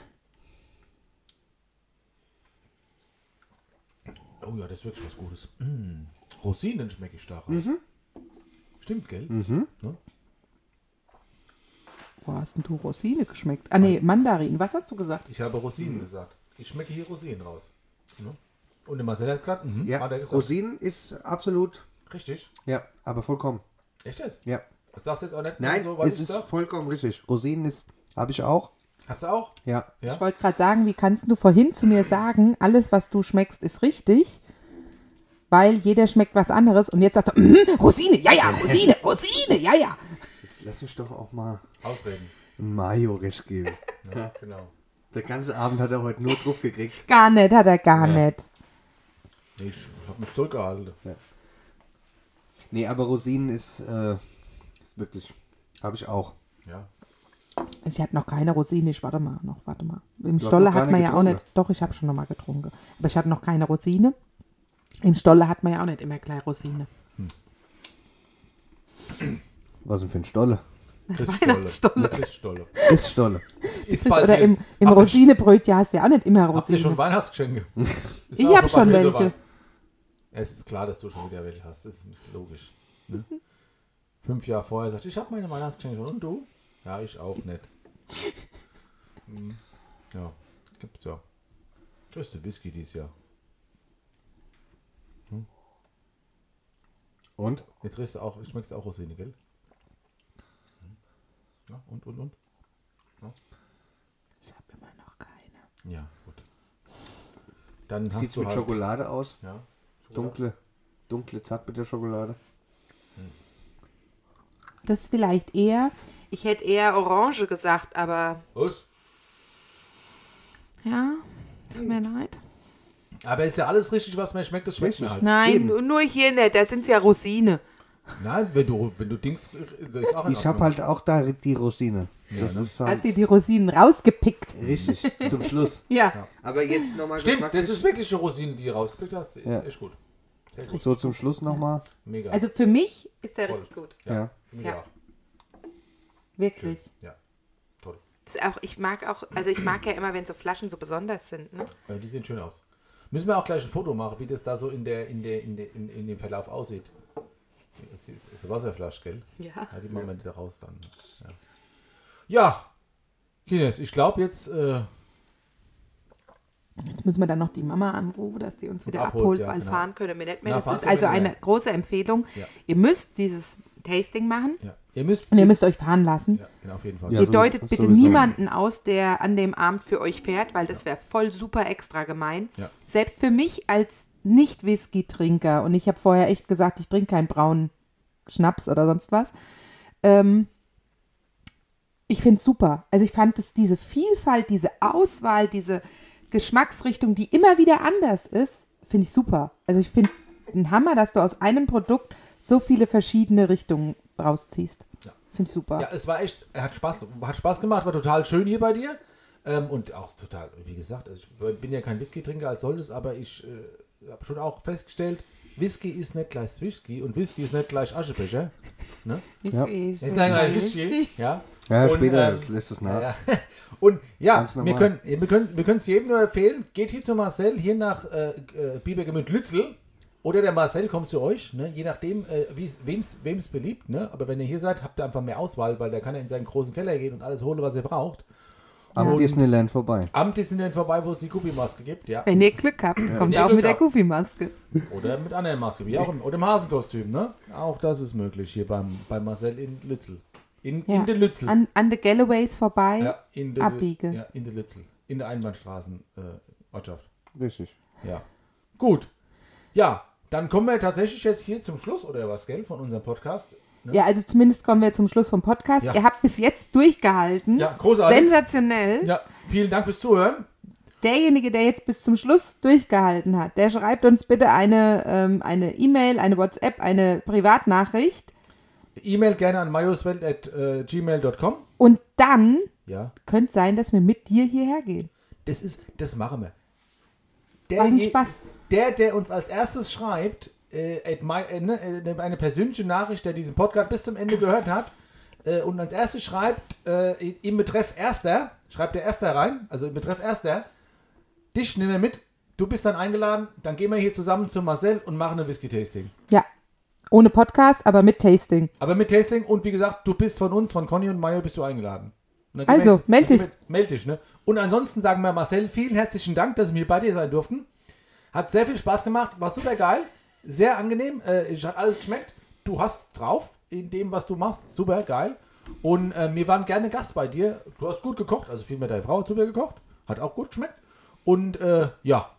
Oh ja, das ist wirklich was Gutes. Mm. Rosinen schmecke ich da raus. Mhm. Stimmt, gell? Ne? Wo hast denn du Rosine geschmeckt? Ah nee, Mandarin. Was hast du gesagt? Ich habe Rosinen Mhm. gesagt. Ich schmecke hier Rosinen raus. Ne? Und der Marcel hat gesagt, mhm, ja. hat er gesagt. Rosinen Ah, ist absolut, Richtig. ja, aber vollkommen. Echt jetzt? Ja. Das sagst du jetzt auch nicht Nein, so, es was ich ist sag? vollkommen richtig. Rosinen ist, habe ich auch. Hast du auch? Ja. Ja. Ich wollte gerade sagen, wie kannst du vorhin zu mir sagen, alles, was du schmeckst, ist richtig, weil jeder schmeckt was anderes und jetzt sagst du, "Mhm, Rosine, ja, ja, Rosine, Rosine, ja, ja. Jetzt lass mich doch auch mal Ausreden. ein Mayo recht geben. Ja, genau. Der ganze Abend hat er heute nur drauf gekriegt. Gar nicht, hat er gar nicht. Nee, Ich habe mich zurückgehalten. Nee, aber Rosinen ist, äh, ist wirklich, habe ich auch. Ja. Also Ich hatte noch keine Rosine. Ich warte mal, noch, warte mal. Im hast Stolle noch hat keine man ja auch getrunken? nicht. Doch, ich habe schon noch mal getrunken. Aber ich hatte noch keine Rosine. Im Stolle hat man ja auch nicht immer gleich Rosine. Was denn für ein Stolle? Weihnachtsstolle. Christstolle. Ist Stolle. Ist Das, bald oder hier. im, im Habt ihr- Rosinebrötchen hast du ja auch nicht immer Habt ihr Rosine. schon Weihnachtsgeschenke? Ist Ich auch hab bei schon mir welche. soweit. Es ist klar, dass du schon wieder welche hast. Das ist logisch. Ne? Fünf Jahre vorher sagt, ich habe meine Weihnachtsgeschenke. Und du? Ja, ich auch nicht. Hm. Ja, gibt's ja. Größte Whisky dieses Jahr. Und? Jetzt riechst du auch, schmeckst du auch Rosine, gell? Hm. Ja, und, und, und? Ich habe immer noch keine. Ja, gut. Dann hast Sieht es du mit halt, Schokolade aus? Ja, Dunkle, dunkle Zartbitterschokolade. Das ist vielleicht eher, Ich hätte eher Orange gesagt, aber Was? ja, tut mir Hm. leid. Aber ist ja alles richtig, was mir schmeckt, das schmeckt mir halt. nein, nur hier nicht. Da sind es ja Rosine. Nein, wenn du, wenn du Dings. Das ist auch in Ich habe Ordnung. halt auch da die Rosine. Das ne? ist Hast halt dir die Rosinen rausgepickt? richtig. Zum Schluss. Ja. Aber jetzt nochmal Stimmt, das ist wirklich eine Rosine, die du rausgepickt hast. Ist Ja. echt gut. Sehr gut. So zum Schluss nochmal. Mega. Also für mich Ist ja Voll. richtig gut. Ja. Mega. ja. wirklich. Ja. Toll. Das ist auch, ich mag auch, also ich mag ja immer, wenn so Flaschen so besonders sind. Ne? Ja, Äh, die sehen schön aus. Müssen wir auch gleich ein Foto machen, wie das da so in der in der in, der, in, in dem Verlauf aussieht. Das ist, ist eine Wasserflasche, gell? Ja. die machen wir da raus dann. Ja, ja Kines, ich glaube jetzt äh, Jetzt müssen wir dann noch die Mama anrufen, dass die uns wieder abholt, abholt, ja, weil genau. Fahren können wir nicht mehr. Na, fahren das ist können also wir nicht eine mehr. große Empfehlung. Ja. Ihr müsst dieses Tasting machen. ja. ihr müsst. Und ihr müsst euch fahren lassen. Ja, genau, auf jeden Fall. Ja. Ihr sowieso- deutet bitte sowieso. niemanden aus, der an dem Abend für euch fährt, weil das wäre voll super extra gemein. Ja. Selbst für mich als Nicht-Whisky-Trinker, und ich habe vorher echt gesagt, ich trinke keinen braunen Schnaps oder sonst was, ähm, ich finde es super. Also ich fand es diese Vielfalt, diese Auswahl, diese Geschmacksrichtung, die immer wieder anders ist, finde ich super. Also ich finde ein Hammer, dass du aus einem Produkt so viele verschiedene Richtungen rausziehst. Finde ich super. Ja, es war echt, hat Spaß, hat Spaß gemacht, war total schön hier bei dir. Ähm, und auch total, wie gesagt, also ich bin ja kein Whisky-Trinker als solches, aber ich äh, habe schon auch festgestellt, Whisky ist nicht gleich Whisky und Whisky ist nicht gleich Aschebecher. Ne? Ja. Ist eh Jetzt sagen wir richtig. Whisky. Ja, Ja, Und, später ähm, lässt es nach. ja. Und ja, Ganz wir normal. können wir können wir können es jedem nur empfehlen. Geht hier zu Marcel, hier nach äh, äh, Bibergemünd Lützel. Oder der Marcel kommt zu euch, ne? je nachdem, äh, wem es beliebt. Ne? Aber wenn ihr hier seid, habt ihr einfach mehr Auswahl, weil der kann ja in seinen großen Keller gehen und alles holen, was er braucht. Am Disneyland vorbei. Am Disneyland vorbei, wo es die Guppy-Maske gibt, ja. Wenn ihr Glück habt, kommt ihr auch Glück mit der habt. Goofy-Maske. Oder mit anderen Masken, wie auch im, oder im Hasenkostüm, ne? Auch das ist möglich hier beim, bei Marcel in Lützel. In, in der Lützel. An, an der Galloways vorbei. ja, in der, Abbiege. Ja, in der Lützel. In der Einbahnstraßen-Ortschaft. Äh, Ortschaft. Richtig. Ja. Gut. Ja, dann kommen wir tatsächlich jetzt hier zum Schluss, oder was, gell, von unserem Podcast. Ne? Ja, also zumindest kommen wir zum Schluss vom Podcast. Ja. Ihr habt bis jetzt durchgehalten. Ja, großartig. Sensationell. Ja, vielen Dank fürs Zuhören. Derjenige, der jetzt bis zum Schluss durchgehalten hat, der schreibt uns bitte eine ähm, eine E-Mail, eine WhatsApp, eine Privatnachricht. E-Mail gerne an äh, majoswelt.gmail.com. Und dann Ja, könnte sein, dass wir mit dir hierher gehen. das ist, das machen wir. War ein je- Spaß. Der, der uns als erstes schreibt, äh, at my, äh, ne, äh, eine persönliche Nachricht, der diesen Podcast bis zum Ende gehört hat, äh, und als erstes schreibt, äh, im Betreff Erster, schreibt der Erster rein, also im Betreff Erster, dich nehmen wir mit, du bist dann eingeladen, dann gehen wir hier zusammen zu Marcel und machen ein Whisky-Tasting. Ja. Ohne Podcast, aber mit Tasting. Aber mit Tasting und wie gesagt, du bist von uns, von Conny und Mayo bist du eingeladen. Und dann gehen Also, wir meld dann gehen dich. wir jetzt- Meld dich, ne? Und ansonsten sagen wir Marcel, vielen herzlichen Dank, dass wir hier bei dir sein durften. Hat sehr viel Spaß gemacht, war super geil, sehr angenehm, äh, ich hat alles geschmeckt. Du hast drauf in dem, was du machst, super geil. Und äh, wir waren gerne Gast bei dir. Du hast gut gekocht, also vielmehr deine Frau hat super gekocht, hat auch gut geschmeckt. Und äh, ja,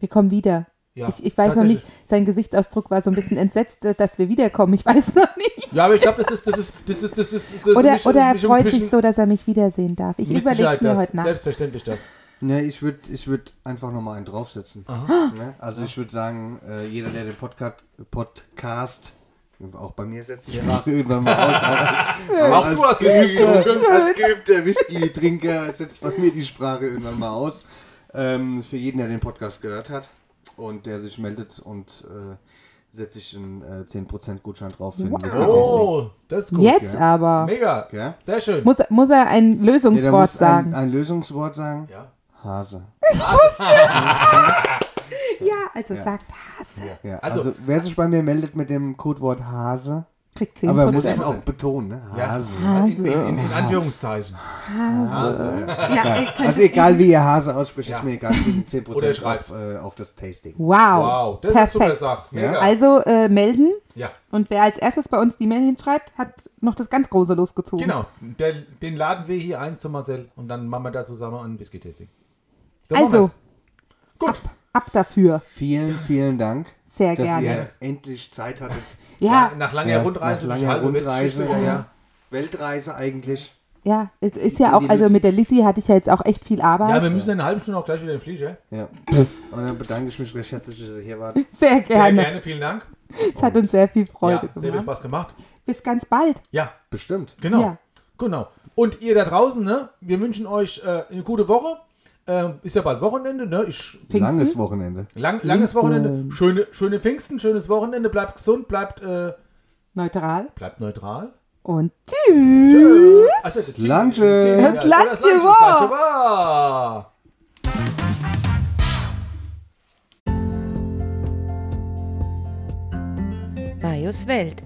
Wir kommen wieder. Ja, ich, ich weiß noch nicht, sein Gesichtsausdruck war so ein bisschen entsetzt, äh, dass wir wiederkommen. Ich weiß noch nicht. ja, aber ich glaube, das ist, das ist, das ist, das ist, das ist Oder, mich- oder er mich freut inzwischen- sich so, dass er mich wiedersehen darf. Ich mit überlege es Sicherheit mir das, heute Nacht. Selbstverständlich das. Ne, ich würde ich würd einfach nochmal einen draufsetzen. Ne? Also ich würde sagen, äh, jeder, der den Podcast, Podcast Auch bei mir setzt die Sprache irgendwann mal aus. Auch du hast Whisky getrunken. geübter, äh, als geübter Whisky-Trinker setzt bei mir die Sprache irgendwann mal aus. Ähm, für jeden, der den Podcast gehört hat und der sich meldet und äh, setzt sich einen äh, 10% Gutschein drauf für den Whisky-Tasting. Oh, das ist gut. Jetzt aber. Mega. Ja. Sehr schön. Muss, muss er ein Nee, da Lösungswort muss sagen. Ein, ein Lösungswort sagen. Ja. Hase. ja, also sagt Hase. Ja, Also- also, wer sich bei mir meldet mit dem Codewort Hase, Kriegt 10%. aber muss es auch betonen, ne? Hase. In, in, in Anführungszeichen. Ja, ihr könnt Also es- egal wie ihr Hase ausspricht, ist mir egal. Ich kriege Oder ihr 10% schreibt. auf, äh, auf das Tasting. Wow. Wow, das Oh. Perfekt. ist super Sache. Mega. Also äh, melden. Ja, Und wer als erstes bei uns die Mail hinschreibt, hat noch das ganz große losgezogen. genau. Der, den laden wir hier ein zu Marcel und dann machen wir da zusammen ein Whisky-Tasting. So machen Also, wir's. Gut. ab dafür. Vielen, vielen Dank, Sehr dass gerne. ihr endlich Zeit hattet. Ja, Nach langer Ja, Rundreise. nach durch langer halbe Welt- Rundreise, Ja, ja. ja. Weltreise eigentlich. ja, es ist ja In auch, die also Lütz- mit der Lissy hatte ich ja jetzt auch echt viel Ja, Arbeit. wir müssen in einer halben Stunde auch gleich wieder in den Flieger. Ja. Und dann bedanke ich mich recht herzlich, dass ihr hier wart. sehr Sehr gerne. gerne. vielen Dank. Es hat uns sehr viel Ja, Freude sehr viel gemacht. Spaß gemacht. Bis ganz bald. Ja, Bestimmt. genau. Ja. Genau. Und ihr da draußen, ne? Wir wünschen euch äh, eine gute Woche. Ähm, ist ja bald Wochenende, ne? Ich, Pfingsten? Langes Wochenende. lang, langes Pfingsten. Wochenende. Schöne, schöne Pfingsten, schönes Wochenende. Bleibt gesund, bleibt, äh, Neutral. bleibt neutral. Und tschüss. Also, das Slanche. Slanche. Slanche, Ja, das Slanche, Slanche, wow. wow. Majos Welt.